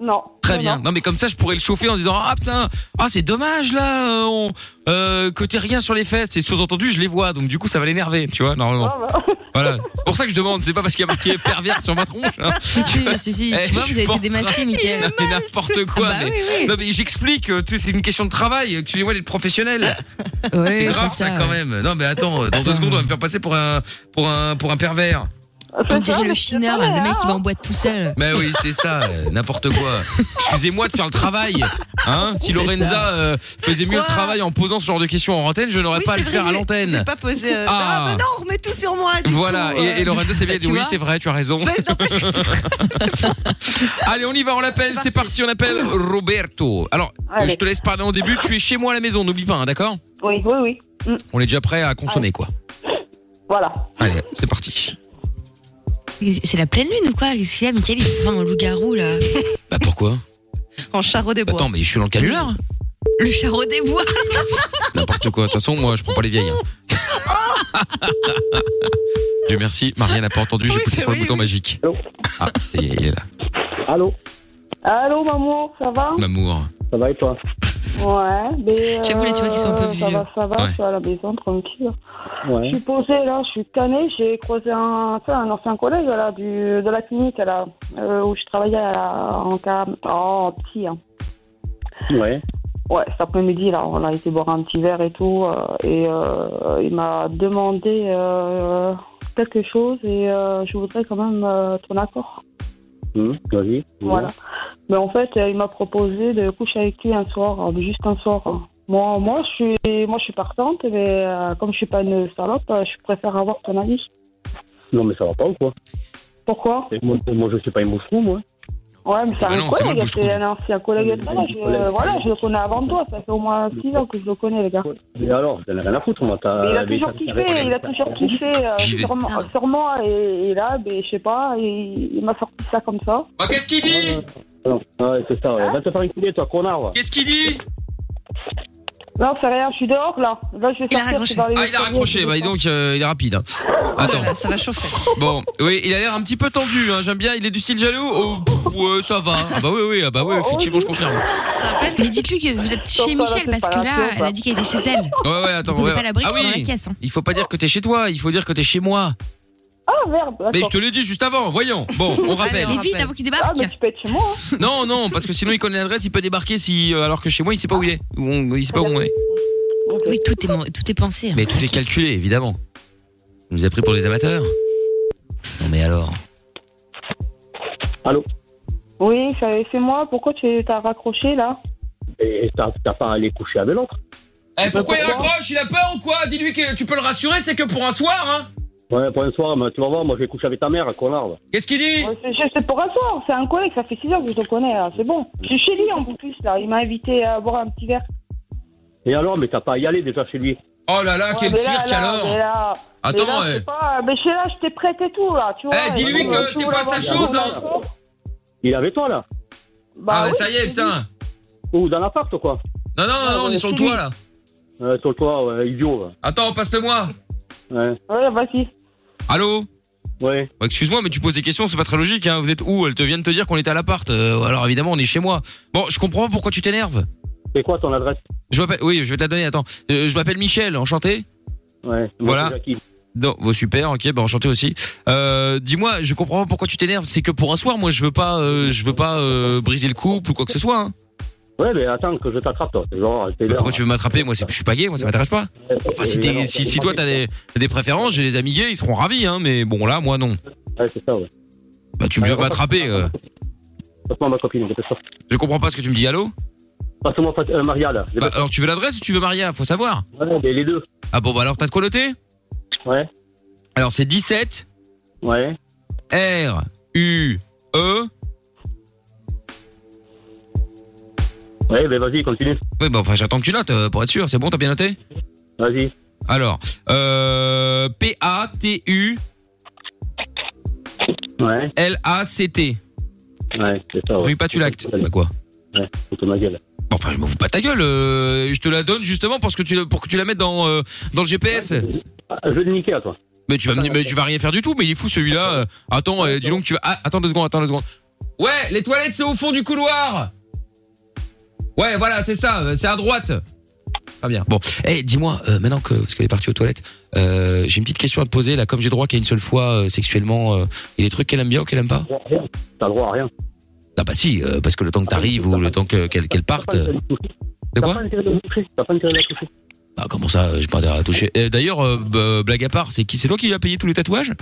Speaker 10: Non.
Speaker 1: Très bien. Non mais comme ça je pourrais le chauffer en disant ah putain ah c'est dommage là euh, on, euh, que t'aies rien sur les fesses et sous-entendu je les vois donc du coup ça va l'énerver tu vois normalement. Voilà c'est pour ça que je demande c'est pas parce qu'il y a marqué pervers sur ma tronche. hein.
Speaker 2: Si, si, si, si.
Speaker 1: Eh,
Speaker 2: tu vois,
Speaker 1: je suis
Speaker 2: vous avez été
Speaker 1: pas en
Speaker 2: démasqués,
Speaker 1: train-
Speaker 2: Mickaël.
Speaker 1: Non, mais n'importe quoi.
Speaker 2: Ah bah
Speaker 1: mais...
Speaker 2: oui, oui.
Speaker 1: Non, mais j'explique, euh, tu sais, c'est une question de travail. Excusez-moi d'être professionnel. c'est grave, ça, quand même. Non, mais attends, dans deux secondes, on va me faire passer pour un, pour un, pour un pervers.
Speaker 2: On dirait le chineur, le mec qui va en boîte tout seul.
Speaker 1: Mais oui, c'est ça, euh, n'importe quoi. Excusez-moi de faire le travail. Hein si
Speaker 2: Oh, C'est
Speaker 1: Lorenza
Speaker 2: ça.
Speaker 1: euh, faisait mieux le travail en posant ce genre de questions en antenne, je n'aurais
Speaker 8: Oui,
Speaker 1: pas à
Speaker 8: c'est
Speaker 1: le faire
Speaker 8: vrai,
Speaker 1: à
Speaker 8: j'ai-
Speaker 1: l'antenne.
Speaker 8: J'ai pas posé. euh,
Speaker 1: Ah.
Speaker 8: Ah, mais non, on remet tout sur moi. du
Speaker 1: Voilà,
Speaker 8: coup, euh,
Speaker 1: et, et Lorenza s'est bien dit,
Speaker 8: tu
Speaker 1: oui,
Speaker 8: vois.
Speaker 1: c'est vrai, tu as raison. Allez, on y va, on l'appelle, c'est parti, on appelle Roberto. Alors, euh, je te laisse parler en début, tu es chez moi à la maison, n'oublie pas, hein, d'accord
Speaker 10: Oui, oui, oui. Mm.
Speaker 1: On est déjà prêt à consommer, quoi.
Speaker 10: Voilà.
Speaker 1: Allez, c'est parti.
Speaker 2: C'est la pleine lune ou quoi Qu'est-ce qu'il y a, Mickaël Il se prend en loup-garou, là.
Speaker 1: Bah pourquoi
Speaker 8: En charreau des bois.
Speaker 1: Attends, mais je suis dans le canular
Speaker 2: Le charreau des bois.
Speaker 1: N'importe quoi, de toute façon, moi, je prends pas les vieilles. hein. Dieu merci, Maria n'a pas entendu, j'ai poussé sur le bouton magique. Ah, ça y est, il est là.
Speaker 13: Allô
Speaker 10: Allô, maman, ça va
Speaker 1: Mamour.
Speaker 13: Ça va et toi
Speaker 10: Ouais, mais. euh,
Speaker 2: J'avoue, là, tu vois qu'ils sont un peu
Speaker 10: Ça
Speaker 2: vieux.
Speaker 10: va, ça va,
Speaker 1: Ouais.
Speaker 10: je suis à la maison, tranquille.
Speaker 13: Ouais.
Speaker 10: Je suis posée là, je suis canée, j'ai croisé un, tu sais, un ancien collègue là, du, de la clinique là, euh, où je travaillais à- en, cas, en petit. hein.
Speaker 13: Ouais.
Speaker 10: Ouais, cet après-midi, là, on a été boire un petit verre et tout, euh, et euh, il m'a demandé euh, quelque chose, et euh, je voudrais quand même euh, ton accord.
Speaker 13: Hum, Vas-y.
Speaker 10: Voilà. Mais en fait, euh, il m'a proposé de coucher avec lui un soir, hein, juste un soir. hein. Moi, moi, je suis, moi, je suis partante, mais euh, comme je suis pas une salope, euh, je préfère avoir ton avis.
Speaker 13: Non, mais ça va pas ou quoi
Speaker 10: Pourquoi
Speaker 13: Et moi, moi, je suis pas un boucheron, moi.
Speaker 10: Ouais, mais c'est
Speaker 13: Ah bah
Speaker 10: un
Speaker 13: non, c'est moi le
Speaker 10: collègue,
Speaker 13: boucheron.
Speaker 10: c'est un ancien collègue. et tout,
Speaker 13: Oui,
Speaker 10: je-
Speaker 13: collègue.
Speaker 10: voilà, je le connais avant toi, ça fait au moins 6 ans que je le connais, les gars.
Speaker 13: Mais alors, t'en as rien à foutre, moi. t'as-
Speaker 10: Mais il a
Speaker 13: les-
Speaker 10: toujours kiffé, il a toujours kiffé euh,
Speaker 13: J'y vais.
Speaker 10: sur, moi- sur moi et, et là, ben, je sais pas, il, il m'a sorti ça comme ça.
Speaker 1: Oh, qu'est-ce qu'il dit
Speaker 13: Non, Ah ouais, c'est ça, ouais. Va te faire enculer, toi, connard, ouais.
Speaker 1: Qu'est-ce qu'il dit
Speaker 10: Non, c'est rien, je suis dehors là. Là, je vais sortir, je suis dans les
Speaker 1: Ah, il a raccroché, bah dis donc, euh, il est rapide. hein.
Speaker 2: Ah,
Speaker 1: Attends.
Speaker 8: Ça va chauffer.
Speaker 1: Bon, oui, il a l'air un petit peu tendu, hein, j'aime bien, il est du style jaloux Oh, pff, ouais, ça va. Ah bah oui, oui, ah bah
Speaker 13: Oh,
Speaker 1: oui, effectivement, je confirme.
Speaker 2: Mais dites-lui que vous êtes chez Michel, parce que là, elle a dit qu'elle était chez elle.
Speaker 1: Ouais, ouais, attends,
Speaker 2: Vous
Speaker 1: ouais.
Speaker 2: n'avez pas la brique
Speaker 1: ah oui,
Speaker 2: dans la caisse, hein.
Speaker 1: il faut pas dire que t'es chez toi, il faut dire que t'es chez moi.
Speaker 10: Ah merde,
Speaker 1: Mais je
Speaker 10: d'accord.
Speaker 1: te l'ai dit juste avant, voyons. Bon, on rappelle.
Speaker 2: Mais vite, avant qu'il débarque.
Speaker 10: Ah, mais tu peux être chez moi. hein.
Speaker 1: Non, non, parce que sinon il connaît l'adresse, il peut débarquer si, euh, alors que chez moi il sait pas où il est. Où on- il sait pas où on est.
Speaker 10: hein.
Speaker 2: Oui, tout est, mon- tout est pensé. hein.
Speaker 1: Mais tout est calculé, évidemment. On nous a pris pour des amateurs. Non mais alors.
Speaker 13: Allô
Speaker 10: Oui, c'est c'est moi. Pourquoi tu t'as raccroché là
Speaker 14: Et t'as t'as pas à aller coucher avec l'autre.
Speaker 1: Eh, pourquoi il raccroche Il a peur ou quoi Dis-lui que tu peux le rassurer, c'est que pour un soir, hein
Speaker 14: Ouais, pour un soir, mais tu vas voir, moi je vais coucher avec ta mère, connard. va.
Speaker 1: Qu'est-ce qu'il dit
Speaker 10: C'est pour un soir, c'est un collègue, ça fait 6 heures que je te connais, là, c'est bon. Je suis chez lui en plus, là, il m'a invité à boire un petit verre.
Speaker 14: Et alors, mais t'as pas à y aller déjà chez lui.
Speaker 1: Oh là là,
Speaker 10: Ouais,
Speaker 1: quel
Speaker 10: mais là,
Speaker 1: cirque
Speaker 10: là,
Speaker 1: alors
Speaker 10: mais là-
Speaker 1: Attends,
Speaker 10: mais là,
Speaker 1: eh.
Speaker 10: c'est pas- Mais chez là, je t'ai prêté tout, là, tu vois. euh,
Speaker 1: Eh, dis-lui
Speaker 10: Et
Speaker 1: que
Speaker 10: tout,
Speaker 1: t'es
Speaker 10: tout,
Speaker 1: pas
Speaker 10: là,
Speaker 1: sa
Speaker 10: voilà.
Speaker 1: chose, hein.
Speaker 14: Il est avec toi là
Speaker 10: Bah
Speaker 1: Ah,
Speaker 10: oui,
Speaker 1: ça y est, putain
Speaker 14: Ou dans l'appart ou quoi
Speaker 1: Non, non, non, non, on est sur le toit là
Speaker 14: euh, Sur le toit, ouais, idiot. va.
Speaker 1: Attends, passe-le-moi
Speaker 14: Ouais.
Speaker 10: Ouais, vas-y.
Speaker 1: Allô
Speaker 14: Ouais.
Speaker 1: Excuse-moi, mais tu poses des questions, c'est pas très logique, hein. Vous êtes où Elle te vient de te dire qu'on était à l'appart. Euh, alors évidemment, on est chez moi. Bon, je comprends pas pourquoi tu t'énerves.
Speaker 14: C'est quoi ton adresse
Speaker 1: Je m'appelle. Oui, je vais te la donner, attends. Euh, je m'appelle Michel, enchanté.
Speaker 14: Ouais.
Speaker 1: Voilà. Non, bon, super, ok, bah enchanté aussi. Euh, dis-moi, je comprends pas pourquoi tu t'énerves. C'est que pour un soir, moi, je veux pas, euh, je veux pas euh, briser le couple ou quoi que ce soit. Hein.
Speaker 14: Ouais, mais attends que je t'attrape toi. Genre,
Speaker 1: Bah, pourquoi tu veux m'attraper Moi, c'est- je suis pas gay, moi, ça m'intéresse pas. Enfin, si, t'es- si, si toi t'as des, t'as des préférences, j'ai des amis gays, ils seront ravis, hein. Mais bon, là, moi, non.
Speaker 14: Ouais, c'est ça, ouais.
Speaker 1: Bah, tu me veux m'attraper. euh.
Speaker 14: Passe-moi ma copine, dépêche-toi.
Speaker 1: Je comprends pas ce que tu me dis. Allô
Speaker 14: Passe-moi Fat- euh, Maria là.
Speaker 1: Bah, alors, tu veux l'adresse ou tu veux Maria Faut savoir.
Speaker 14: Ouais, mais les deux.
Speaker 1: Ah bon, bah alors, t'as de quoi noter
Speaker 14: Ouais.
Speaker 1: Alors, c'est 17.
Speaker 14: Ouais.
Speaker 1: R U E.
Speaker 14: Ouais, bah vas-y, continue.
Speaker 1: Ouais, bah enfin, j'attends que tu notes euh, pour être sûr. C'est bon, t'as bien noté
Speaker 14: Vas-y.
Speaker 1: Alors, euh, P A T U
Speaker 14: Ouais.
Speaker 1: L A C T.
Speaker 14: Ouais, c'est ça.
Speaker 1: Rue Patulact. Bah quoi
Speaker 14: Ouais, c'est ma gueule.
Speaker 1: Enfin, je me fous pas de Bah, ta gueule. euh, je te la donne justement parce que tu la- pour que tu la mettes dans euh, dans le GPS.
Speaker 14: Ah, Je vais le niquer à toi.
Speaker 1: Mais
Speaker 14: Ah,
Speaker 1: tu vas
Speaker 14: bah,
Speaker 1: me- mais tu vas rien faire du tout. Mais il est fou celui-là. euh. Attends, euh, dis donc que tu vas. ah, attends deux secondes, attends deux secondes. Ouais, les toilettes c'est au fond du couloir. Ouais, voilà, c'est ça. euh, C'est à droite. Très bien. Bon, eh, dis-moi euh, maintenant que parce qu'elle est partie aux toilettes, euh, j'ai une petite question à te poser là. Comme j'ai droit qu'à une seule fois euh, sexuellement, euh, il y a des trucs qu'elle aime bien ou qu'elle aime pas
Speaker 14: T'as le droit à rien.
Speaker 1: Ah bah si, euh, parce que le temps que t'arrives ou le temps que- qu'elle qu'elle parte. euh, De quoi
Speaker 14: T'as pas intérêt à la toucher.
Speaker 1: Ah comment ça, euh, j'ai pas intérêt à toucher. Eh, D'ailleurs, euh, bah, blague à part, c'est qui C'est toi qui lui as payé tous les tatouages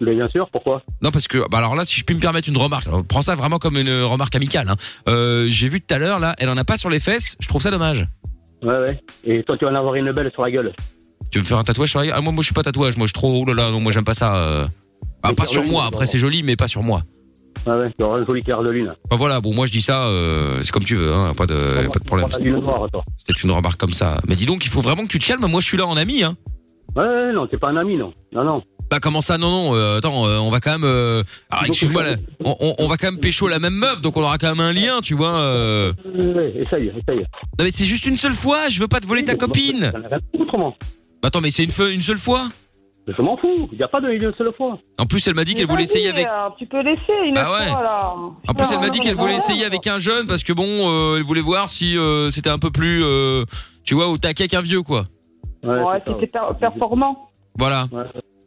Speaker 14: Mais bien sûr, pourquoi
Speaker 1: Non parce que bah alors là, si je puis me permettre une remarque, alors, prends ça vraiment comme une remarque amicale. hein. Euh, j'ai vu tout à l'heure là, elle en a pas sur les fesses. Je trouve ça dommage.
Speaker 14: Ouais, ouais. Et toi, tu vas en avoir une belle sur la gueule.
Speaker 1: Tu veux me faire un tatouage sur la gueule ah, Moi, moi, je suis pas tatouage. Moi, je suis trop. Oh là là, non, moi, j'aime pas ça. euh. Ah,
Speaker 14: Mais
Speaker 1: pas
Speaker 14: sur
Speaker 1: sur
Speaker 14: lui,
Speaker 1: moi.
Speaker 14: d'abord.
Speaker 1: Après, c'est joli, mais pas sur moi.
Speaker 14: Ouais, ouais. Tu auras un joli clair de lune.
Speaker 1: Bah voilà. Bon, moi, je dis ça. euh, c'est comme tu veux. Hein, pas de, pas de problème.
Speaker 14: La lune noire, toi.
Speaker 1: C'était une remarque comme ça. Mais dis donc, il faut vraiment que tu te calmes. Moi, je suis là en ami. Hein.
Speaker 14: Ouais, ouais, non, t'es pas un ami, non. Non, non.
Speaker 1: Bah comment ça Non, non. euh, attends, euh, on va quand même. euh, alors,
Speaker 14: Donc,
Speaker 1: excuse-moi. là, On, on- on va quand même pécho la même meuf, donc on aura quand même un lien, tu vois. euh.
Speaker 14: Ouais, ouais, essaye, essaye.
Speaker 1: Non, mais c'est juste une seule fois. Je veux pas te voler ta copine.
Speaker 14: Autrement.
Speaker 1: Bah, attends, mais c'est une, fe- une seule fois.
Speaker 14: Je m'en fous. Y a pas de une seule fois.
Speaker 1: En plus, elle m'a dit qu'elle voulait essayer avec.
Speaker 10: euh, Tu peux laisser une
Speaker 1: Ah ouais.
Speaker 10: fois, là.
Speaker 14: euh.
Speaker 1: En plus, elle m'a dit qu'elle voulait essayer avec un jeune parce que bon, euh, elle voulait voir si euh, c'était un peu plus, euh, tu vois, au taquet qu'un vieux, quoi.
Speaker 14: Ouais,
Speaker 10: Ouais,
Speaker 14: c'est ça,
Speaker 10: c'était per- performant.
Speaker 1: Voilà.
Speaker 10: Mm.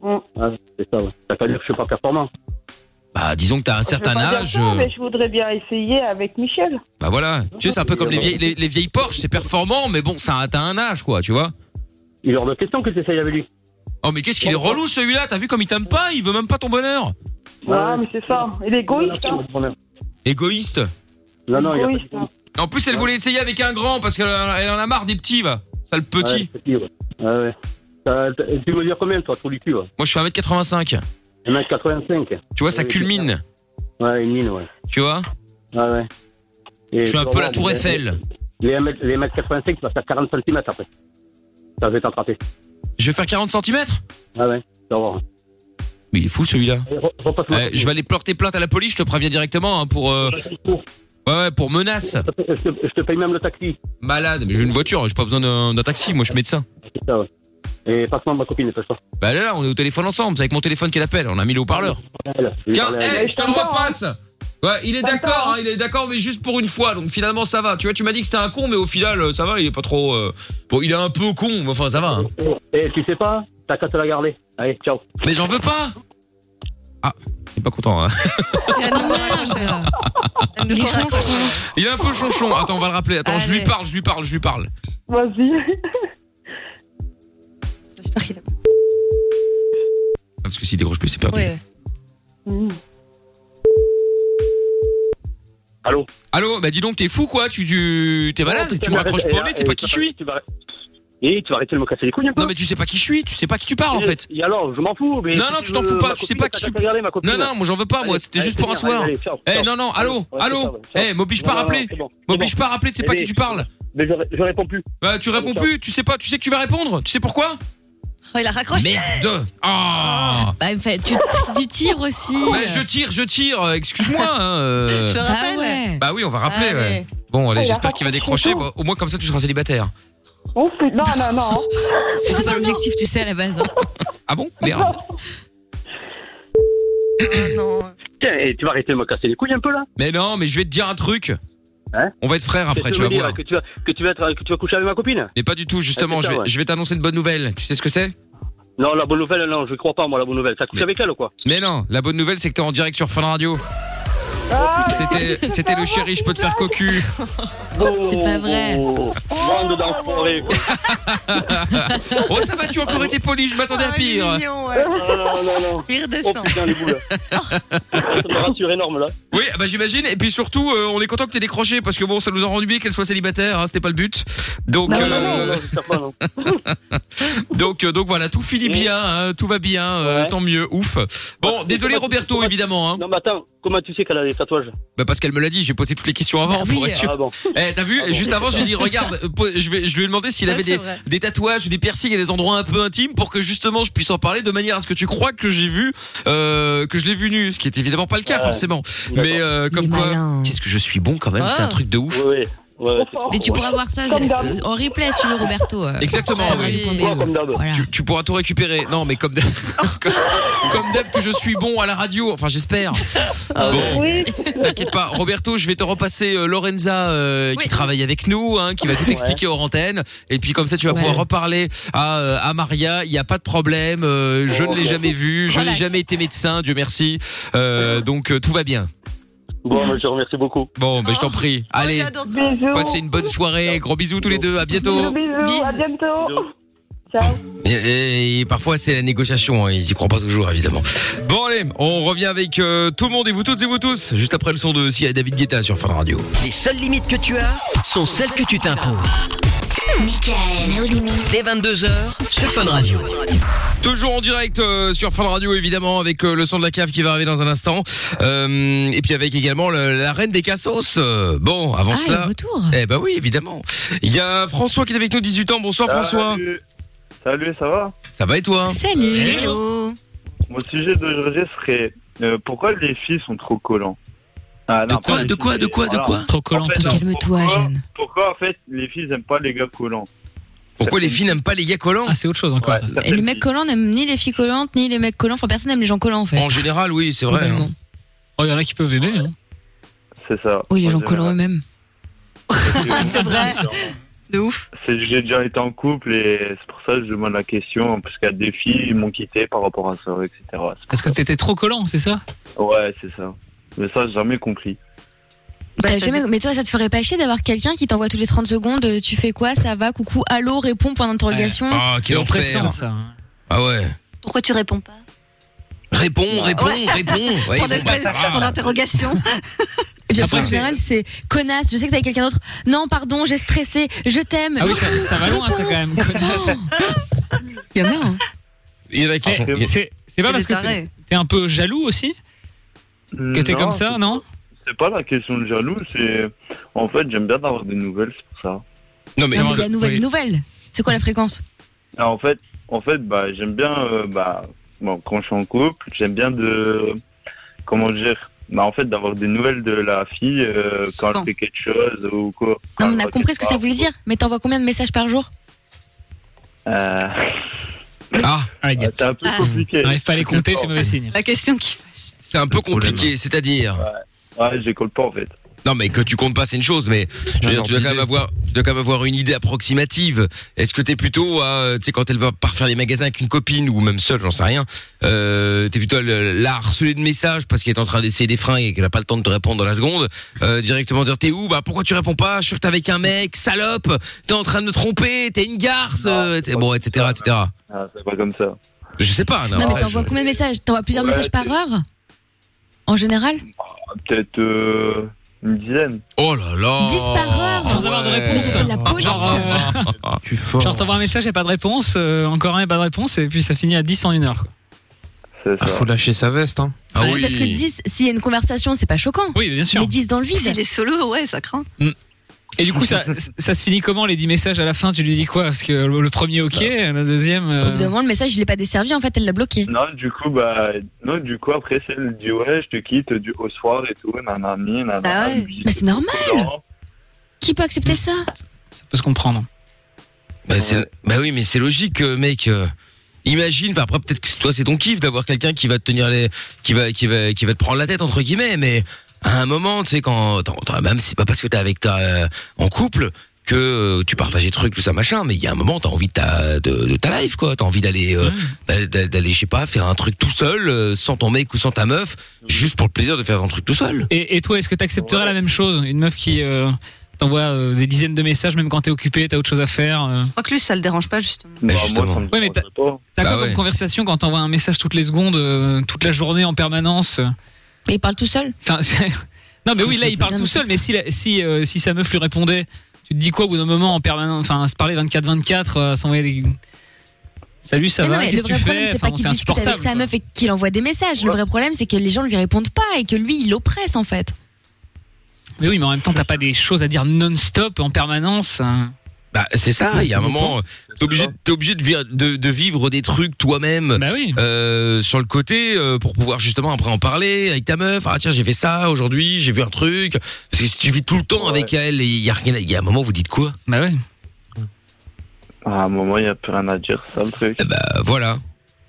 Speaker 14: Ouais, Ah, c'est ça, ouais. T'as pas dire que je suis pas performant.
Speaker 1: Bah, disons que t'as un
Speaker 10: Je vais
Speaker 1: certain
Speaker 10: pas dire
Speaker 1: âge.
Speaker 10: ça,
Speaker 1: euh,
Speaker 10: mais je voudrais bien essayer avec Michel.
Speaker 1: Bah voilà. Tu sais, c'est un peu comme les vieilles, les, les vieilles Porsche, c'est performant, mais bon, ça a- t'as un âge, quoi, tu vois.
Speaker 14: Il est hors de question que t'essayes avec lui.
Speaker 1: Oh, mais qu'est-ce qu'il est relou celui-là T'as vu comme il t'aime pas Il veut même pas ton bonheur.
Speaker 10: Ouais, mais c'est ça. Il est égoïste. hein.
Speaker 1: Égoïste.
Speaker 14: Non, non, il y a pas de-
Speaker 10: Égoïste, hein.
Speaker 1: En plus,
Speaker 14: Ah.
Speaker 1: elle voulait essayer avec un grand parce qu'elle en- elle en a marre des petits, va. Sale petit.
Speaker 14: Ouais, petit, ouais. Ouais, ouais. T'as- t'as- Tu veux dire combien, toi, pour lui, tu vois
Speaker 1: Moi, je suis 1m85.
Speaker 14: Ah, 1m85.
Speaker 1: Tu vois, ça culmine.
Speaker 14: Ouais, une mine, ouais.
Speaker 1: Tu vois
Speaker 14: Ouais, ouais. Et
Speaker 1: Je suis un
Speaker 14: tu
Speaker 1: peu
Speaker 14: vas
Speaker 1: la
Speaker 14: voir,
Speaker 1: Tour
Speaker 14: les-
Speaker 1: Eiffel.
Speaker 14: Les 1m- les 1m85, tu vas faire 40 cm après. Ça va t'attraper.
Speaker 1: Je vais faire 40 cm
Speaker 14: Ah ouais, tu vas voir.
Speaker 1: Mais il est fou celui-là.
Speaker 14: Et re- repasse-moi.
Speaker 1: Euh, je vais aller porter plainte à la police, je te préviens directement hein, pour euh, ouais, ouais, pour menace.
Speaker 14: Je te, je te paye même le taxi.
Speaker 1: Malade, mais j'ai une voiture, j'ai pas besoin d'un d'un taxi, moi je suis médecin.
Speaker 14: C'est ça, ouais. Et passe-moi ma copine, passe toi
Speaker 1: Bah là, là, on est au téléphone ensemble, c'est avec mon téléphone qu'elle appelle, on a mis le haut-parleur. Tiens, hey, je te le repasse. Ouais, il est d'accord, hein, il est d'accord, mais juste pour une fois. Donc finalement, ça va. Tu vois, tu m'as dit que c'était un con, mais au final, euh, ça va. Il est pas trop. euh, Bon, il est un peu con, mais enfin, ça va. hein.
Speaker 14: Et tu sais pas, t'as qu'à te la garder. Allez, ciao.
Speaker 1: Mais j'en veux pas. Ah, il est pas content. hein.
Speaker 10: Il est chouan, chouan.
Speaker 1: Il est un peu chonchon. Attends, on va le rappeler. Attends, je lui
Speaker 10: Allez.
Speaker 1: parle, je lui parle, je lui parle.
Speaker 10: Vas-y.
Speaker 1: Ah, Parce que s'il décroche plus, c'est perdu.
Speaker 10: Mm.
Speaker 14: Allô
Speaker 1: Allô, bah dis donc, t'es fou quoi Tu, tu t'es malade
Speaker 14: putain,
Speaker 1: Tu me
Speaker 14: mais arrête,
Speaker 1: raccroches pas
Speaker 14: et
Speaker 1: au nez,
Speaker 14: là,
Speaker 1: c'est
Speaker 14: et
Speaker 1: pas qui
Speaker 14: Ah, tu
Speaker 1: je suis
Speaker 14: Et tu vas arrêter de me casser les couilles un peu
Speaker 1: Non mais tu sais pas qui je suis, tu sais pas qui tu parles en
Speaker 14: Et-
Speaker 1: fait.
Speaker 14: Et alors, je m'en fous, mais.
Speaker 1: Non,
Speaker 14: si
Speaker 1: non, tu t'en
Speaker 14: veux,
Speaker 1: fous pas,
Speaker 14: ma
Speaker 1: tu sais
Speaker 14: copine, t'as
Speaker 1: pas qui
Speaker 14: qu'à
Speaker 1: tu-
Speaker 14: regarder, ma copine.
Speaker 1: Non, non, moi j'en veux pas, moi,
Speaker 14: Allez,
Speaker 1: c'était
Speaker 14: allez,
Speaker 1: juste pour un
Speaker 14: c'est bien,
Speaker 1: soir.
Speaker 14: allez, allez, ciao,
Speaker 1: Eh,
Speaker 14: ciao.
Speaker 1: non, non, allô,
Speaker 14: Ouais, c'est ça,
Speaker 1: allô,
Speaker 14: ouais, ciao.
Speaker 1: eh, m'oblige pas à
Speaker 14: Non, non,
Speaker 1: rappeler.
Speaker 14: c'est bon, c'est
Speaker 1: M'oblige
Speaker 14: bon.
Speaker 1: pas à rappeler, tu sais pas
Speaker 14: Mais-
Speaker 1: qui tu parles.
Speaker 14: Mais je, je réponds plus.
Speaker 1: Bah, tu réponds plus, tu sais pas, tu sais que tu vas répondre, tu sais pourquoi
Speaker 8: Oh, il a raccroché.
Speaker 1: Merde Ah
Speaker 2: Bah, il fait- tu, tu tires aussi.
Speaker 1: Bah, je tire, je tire, euh, excuse-moi. hein, euh.
Speaker 2: Je le rappelle. Ah ouais.
Speaker 1: Bah oui, on va rappeler.
Speaker 2: Ah
Speaker 1: ouais.
Speaker 2: ouais.
Speaker 1: Bon, allez,
Speaker 13: Ah, il a
Speaker 1: j'espère qu'il va
Speaker 13: raccroché
Speaker 1: décrocher.
Speaker 13: tout.
Speaker 1: Bah, au moins, comme ça, tu seras célibataire.
Speaker 13: Oh putain, non, non, non.
Speaker 2: C'était pas l'objectif, tu sais, à la base. hein.
Speaker 1: Ah bon Merde.
Speaker 2: Ah,
Speaker 14: Tiens, et tu vas arrêter de me casser les couilles un peu là
Speaker 1: Mais non, mais je vais te dire un truc. on va être frères après,
Speaker 14: Qu'est-ce
Speaker 1: tu
Speaker 14: Hein que
Speaker 1: vas
Speaker 14: me dire,
Speaker 1: voir.
Speaker 14: Que tu vas, que, tu vas être- que tu vas coucher avec ma copine
Speaker 1: Mais pas du tout, justement,
Speaker 14: Ah,
Speaker 1: je
Speaker 14: c'est ça,
Speaker 1: vais,
Speaker 14: ouais.
Speaker 1: je vais t'annoncer une bonne nouvelle. Tu sais ce que c'est
Speaker 14: Non, la bonne nouvelle, non, je crois pas, moi, la bonne nouvelle. T'as couché avec elle ou quoi
Speaker 1: Mais non, la bonne nouvelle, c'est que t'es en direct sur Fun Radio.
Speaker 14: Ah,
Speaker 1: C'était, c'était le chéri, je peux te faire cocu.
Speaker 14: C'est
Speaker 2: pas vrai.
Speaker 14: Bande d'enfoirés, quoi.
Speaker 1: oh, ça va, tu as encore été poli, je m'attendais à pire.
Speaker 14: Non, non, non, non.
Speaker 8: Il redescend.
Speaker 14: Oh putain, les boules. ça me rassure énorme là.
Speaker 1: Oui, bah j'imagine. Et puis surtout, euh, on est content que t'aies décroché parce que bon, ça nous a rendu bien qu'elle soit célibataire. hein, c'était pas le but. Donc,
Speaker 14: Non, non, non,
Speaker 1: euh,
Speaker 14: non, j'espère pas, non.
Speaker 1: donc, euh, donc voilà, tout finit bien,
Speaker 5: Ah,
Speaker 1: hein, tout va bien, euh,
Speaker 14: Ouais. Ah,
Speaker 1: tant mieux. Ouf. Bon,
Speaker 14: Comment tu-
Speaker 1: désolé Roberto,
Speaker 14: comment tu-
Speaker 1: évidemment. hein.
Speaker 14: Non, mais attends, comment tu sais qu'elle a des tatouages
Speaker 1: Bah parce qu'elle me l'a dit, j'ai posé toutes les questions avant,
Speaker 10: Bah
Speaker 14: oui.
Speaker 1: pour être sûr.
Speaker 14: Ah bon.
Speaker 1: Eh, t'as vu
Speaker 14: Ah bon.
Speaker 1: Juste avant, j'ai dit regarde, euh, po- je, vais, je lui ai demandé s'il
Speaker 14: Ouais,
Speaker 1: avait
Speaker 14: c'est
Speaker 1: des,
Speaker 14: vrai.
Speaker 1: des tatouages ou des piercings et des endroits un peu intimes pour que justement je puisse en parler de manière à ce que tu crois que j'ai vu euh, que je l'ai vu nu, ce qui est évidemment pas le cas
Speaker 14: Ouais.
Speaker 1: forcément. Mais euh, comme quoi, qu'est-ce que je suis bon quand même, c'est un
Speaker 2: Ah.
Speaker 1: truc de ouf.
Speaker 14: Oui, oui.
Speaker 13: bah,
Speaker 14: Ouais, c'est-
Speaker 2: Mais tu pourras voir ça euh,
Speaker 14: d'hab.
Speaker 2: en replay si tu veux, Roberto. euh,
Speaker 1: Exactement.
Speaker 2: sur
Speaker 1: oui.
Speaker 2: radio.be.
Speaker 1: Tu, tu pourras tout récupérer. Non, mais comme d'hab, comme- comme d'hab que je suis bon à la radio. Enfin, j'espère.
Speaker 14: Ah,
Speaker 1: Bon, t'inquiète pas, Roberto, je vais te repasser euh, Lorenza euh, qui travaille avec nous, hein, qui va tout expliquer hors antenne. Et puis comme ça, tu vas pouvoir reparler à, euh, à Maria. Il n'y a pas de problème. euh, je ne l'ai jamais vue. Je n'ai jamais été médecin. Dieu merci. Euh, donc euh, tout va bien.
Speaker 14: Bon, mais je te remercie beaucoup.
Speaker 1: Bon, ben je t'en prie. Allez,
Speaker 13: Bisous.
Speaker 1: passez une bonne soirée. Gros bisous tous les deux. À
Speaker 13: Bisous,
Speaker 1: bientôt.
Speaker 13: bisous, à bientôt. Ciao.
Speaker 1: Et, et parfois c'est la négociation, hein, ils y croient pas toujours évidemment. Bon allez, on revient avec euh, tout le monde et vous toutes et vous tous, juste après le son de Sia et David Guetta sur Fun Radio.
Speaker 7: Les seules limites que tu as sont celles que tu t'imposes.
Speaker 9: Michael, aux limites.
Speaker 7: Dès 22h sur Fun Radio.
Speaker 1: Toujours en direct euh, sur Fun Radio évidemment avec euh, le son de la cave qui va arriver dans un instant Euh, et puis avec également le- la reine des cassos. euh, bon, avant
Speaker 2: Ah, il est
Speaker 1: cela,
Speaker 2: de retour.
Speaker 1: eh ben oui évidemment. Il y a François qui est avec nous 18 ans. Bonsoir
Speaker 15: Ah,
Speaker 1: François.
Speaker 15: Salut, ça va
Speaker 1: Ça va et toi
Speaker 2: Salut.
Speaker 15: Mon sujet d'aujourd'hui serait euh, pourquoi les filles sont trop collants Ah, non, pas les filles, voilà.
Speaker 4: Trop collant.
Speaker 15: En fait, non,
Speaker 2: Calme-toi,
Speaker 15: pourquoi-
Speaker 2: jeune.
Speaker 15: Pourquoi en fait les filles n'aiment pas les gars collants
Speaker 1: Pourquoi les filles n'aiment pas les gars collants
Speaker 4: Ah, c'est autre chose encore. ça.
Speaker 2: Et les mecs collants n'aiment ni les filles collantes, ni les mecs collants. Enfin, personne n'aime les gens collants, en fait.
Speaker 1: En général, oui, c'est vrai. hein.
Speaker 4: Oh, il y en a qui peuvent aimer. Hein.
Speaker 15: C'est ça.
Speaker 2: Oui, les
Speaker 15: En
Speaker 2: gens
Speaker 15: général.
Speaker 2: collants eux-mêmes.
Speaker 8: C'est vrai. De ouf.
Speaker 15: C'est j'ai déjà été en couple et c'est pour ça que je demande la question parce qu'il y a des filles qui m'ont quitté par rapport à ça, etc. C'est-
Speaker 4: Parce que t'étais trop collant, c'est ça
Speaker 15: Ouais, c'est ça. Mais ça, j'ai jamais compris.
Speaker 8: Bah,
Speaker 2: T'as jamais- Mais toi, ça te ferait pas chier d'avoir quelqu'un qui t'envoie tous les 30 secondes euh, Tu fais quoi Ça va Coucou Allô Réponds Point d'interrogation
Speaker 1: Ah, quel enfer. Ah ouais.
Speaker 8: Pourquoi tu réponds pas
Speaker 1: Réponds, réponds, réponds. Ouais,
Speaker 8: Pour
Speaker 1: ils font pas ça.
Speaker 8: l'interro- pour l'interrogation.
Speaker 2: Et puis après, en
Speaker 1: Après,
Speaker 2: général, c'est connasse. Je sais que t'es avec quelqu'un d'autre. Non, pardon, j'ai stressé. Je t'aime.
Speaker 4: Ah oui, ça, ça va loin, ça quand même. connasse.
Speaker 2: Il y en a. hein.
Speaker 1: Il y en a qui sont.
Speaker 4: Eh, C'est c'est pas
Speaker 15: Il
Speaker 4: parce
Speaker 15: est
Speaker 4: que
Speaker 15: taré.
Speaker 4: t'es- t'es un peu jaloux aussi que t'es
Speaker 15: Non,
Speaker 4: comme ça, non
Speaker 15: C'est pas la question de jaloux, c'est. En fait, j'aime bien avoir des nouvelles, c'est pour ça.
Speaker 1: Non,
Speaker 2: Non, mais la nouvelle nouvelle. C'est quoi la fréquence
Speaker 15: Ah, en fait, en fait, bah, j'aime bien, euh, bah, bon, quand je suis en couple, j'aime bien de, comment dire, bah, en fait, d'avoir des nouvelles de la fille euh, quand elle fait quelque chose ou quoi.
Speaker 8: Ah,
Speaker 2: Non, mais on a compris ce que ça voulait dire. Mais t'envoies combien de messages par jour
Speaker 15: Euh,
Speaker 1: Ah,
Speaker 15: c'est un peu compliqué.
Speaker 4: N'arrive pas à les compter, c'est mauvais signe.
Speaker 8: La question qui.
Speaker 1: C'est un peu compliqué, c'est-à-dire.
Speaker 15: Ouais, je les compte pas en fait.
Speaker 1: Non, mais que tu comptes pas, c'est une chose, mais je veux dire, tu, dois quand même avoir, tu dois quand même avoir une idée approximative. Est-ce que t'es plutôt, à, euh, tu sais, quand elle va parfaire les magasins avec une copine ou même seule, j'en sais rien, euh, t'es plutôt à le- la harceler de messages parce qu'elle est en train d'essayer des fringues et qu'elle a pas le temps de te répondre dans la seconde, euh, directement dire t'es où, bah pourquoi tu réponds pas, je suis sûr que t'es avec un mec, salope, t'es en train de me tromper, t'es une garce, euh, et- bon, etc., etc.
Speaker 15: Ah, c'est pas comme ça.
Speaker 1: Je sais pas, non.
Speaker 2: Non, mais
Speaker 1: après,
Speaker 2: t'envoies
Speaker 1: je-
Speaker 2: combien de messages T'envoies plusieurs
Speaker 15: Ouais,
Speaker 2: messages par heure En général
Speaker 15: Peut-être, euh, Une dizaine.
Speaker 1: Oh là là
Speaker 15: Dix par heure.
Speaker 4: Sans avoir de réponse.
Speaker 15: La police.
Speaker 4: Genre, euh, genre t'envoies un message, et pas de réponse, euh, encore un et pas de réponse, et puis ça finit à 10 en une heure. quoi.
Speaker 5: Ah, faut lâcher sa veste, hein.
Speaker 2: Ouais, Parce que 10, s'il y a une conversation, c'est pas choquant.
Speaker 4: Ah Oui, bien sûr.
Speaker 2: Mais 10 dans le vide.
Speaker 8: S'il est solo, ouais, ça craint.
Speaker 4: Et du coup, ça, ça se finit comment les 10 messages à la fin Tu lui dis quoi Parce que le le premier, ok, le deuxième. euh,
Speaker 2: Au bout d'un moment, le message, il est pas desservi, en fait, elle l'a bloqué.
Speaker 15: Non, du coup, bah, non, du coup, après, c'est elle dit, ouais, je te quitte du, au soir et tout, nanani,
Speaker 8: Ah
Speaker 15: nanana.
Speaker 4: Ah
Speaker 15: Puis,
Speaker 2: Bah, c'est normal. Qui peut accepter ça
Speaker 4: peut se comprendre.
Speaker 1: Bah, c'est- bah oui, mais c'est logique, euh, mec. euh, Imagine, bah après peut-être que c'est- toi c'est ton kiff d'avoir quelqu'un qui va te tenir les, qui va, qui va, qui va te prendre la tête entre guillemets, mais à un moment, tu sais quand, t'en- t'en- même c'est pas parce que t'es avec ta, euh, en couple que euh, tu partages des trucs tout ça machin, mais il y a un moment t'as envie de ta, de, de ta life quoi, t'as envie d'aller, euh, d'aller- d'aller, d'aller, je sais pas, faire un truc tout seul, euh, sans ton mec ou sans ta meuf, juste pour le plaisir de faire un truc tout seul.
Speaker 4: Et, et toi, est-ce que t'accepterais la même chose Une meuf qui euh, t'envoie euh, des dizaines de messages, même quand t'es occupé, t'as autre chose à faire euh.
Speaker 8: Je crois que lui, ça le dérange pas, justement.
Speaker 4: Ouais, mais t'as
Speaker 8: Bah
Speaker 4: t'as quoi comme
Speaker 8: ouais.
Speaker 4: conversation quand t'envoies un message toutes les secondes, euh, toute la journée en permanence
Speaker 2: Et il parle tout seul
Speaker 4: Enfin, c'est- Non, mais oui, là, il parle
Speaker 2: Non, mais
Speaker 4: tout
Speaker 2: c'est
Speaker 4: seul, mais si, la- si, euh, si sa meuf lui répondait, tu te dis quoi au bout d'un moment en permanence Enfin, à se parler 24-24, euh, à s'envoyer des. Salut, ça
Speaker 2: Mais non,
Speaker 4: va
Speaker 2: mais le
Speaker 4: Qu'est-ce que
Speaker 2: vrai
Speaker 4: tu
Speaker 2: problème,
Speaker 4: fais
Speaker 2: c'est pas
Speaker 4: Enfin,
Speaker 2: qu'il discute avec sa
Speaker 4: quoi.
Speaker 2: meuf et qu'il envoie des messages. Le vrai problème, c'est que les gens lui répondent pas et que lui, il l'oppresse, en fait.
Speaker 4: Mais oui, mais en même temps, t'as pas des choses à dire non-stop en permanence. hein.
Speaker 1: Bah, c'est ça, il y a un
Speaker 4: Ça dépend.
Speaker 1: moment, euh, t'es obligé, t'es obligé de, vir- de, de vivre des trucs toi-même
Speaker 15: Bah
Speaker 1: euh, sur le côté euh, pour pouvoir justement après en parler avec ta meuf. Ah tiens, j'ai fait ça aujourd'hui, j'ai vu un truc. Parce que si tu vis tout le temps avec elle, il y a, rien à- il y a un moment où vous dites quoi
Speaker 4: Bah ouais.
Speaker 15: À un moment, il n'y a plus rien à dire, c'est ça le
Speaker 4: Eh
Speaker 15: truc.
Speaker 1: Bah voilà.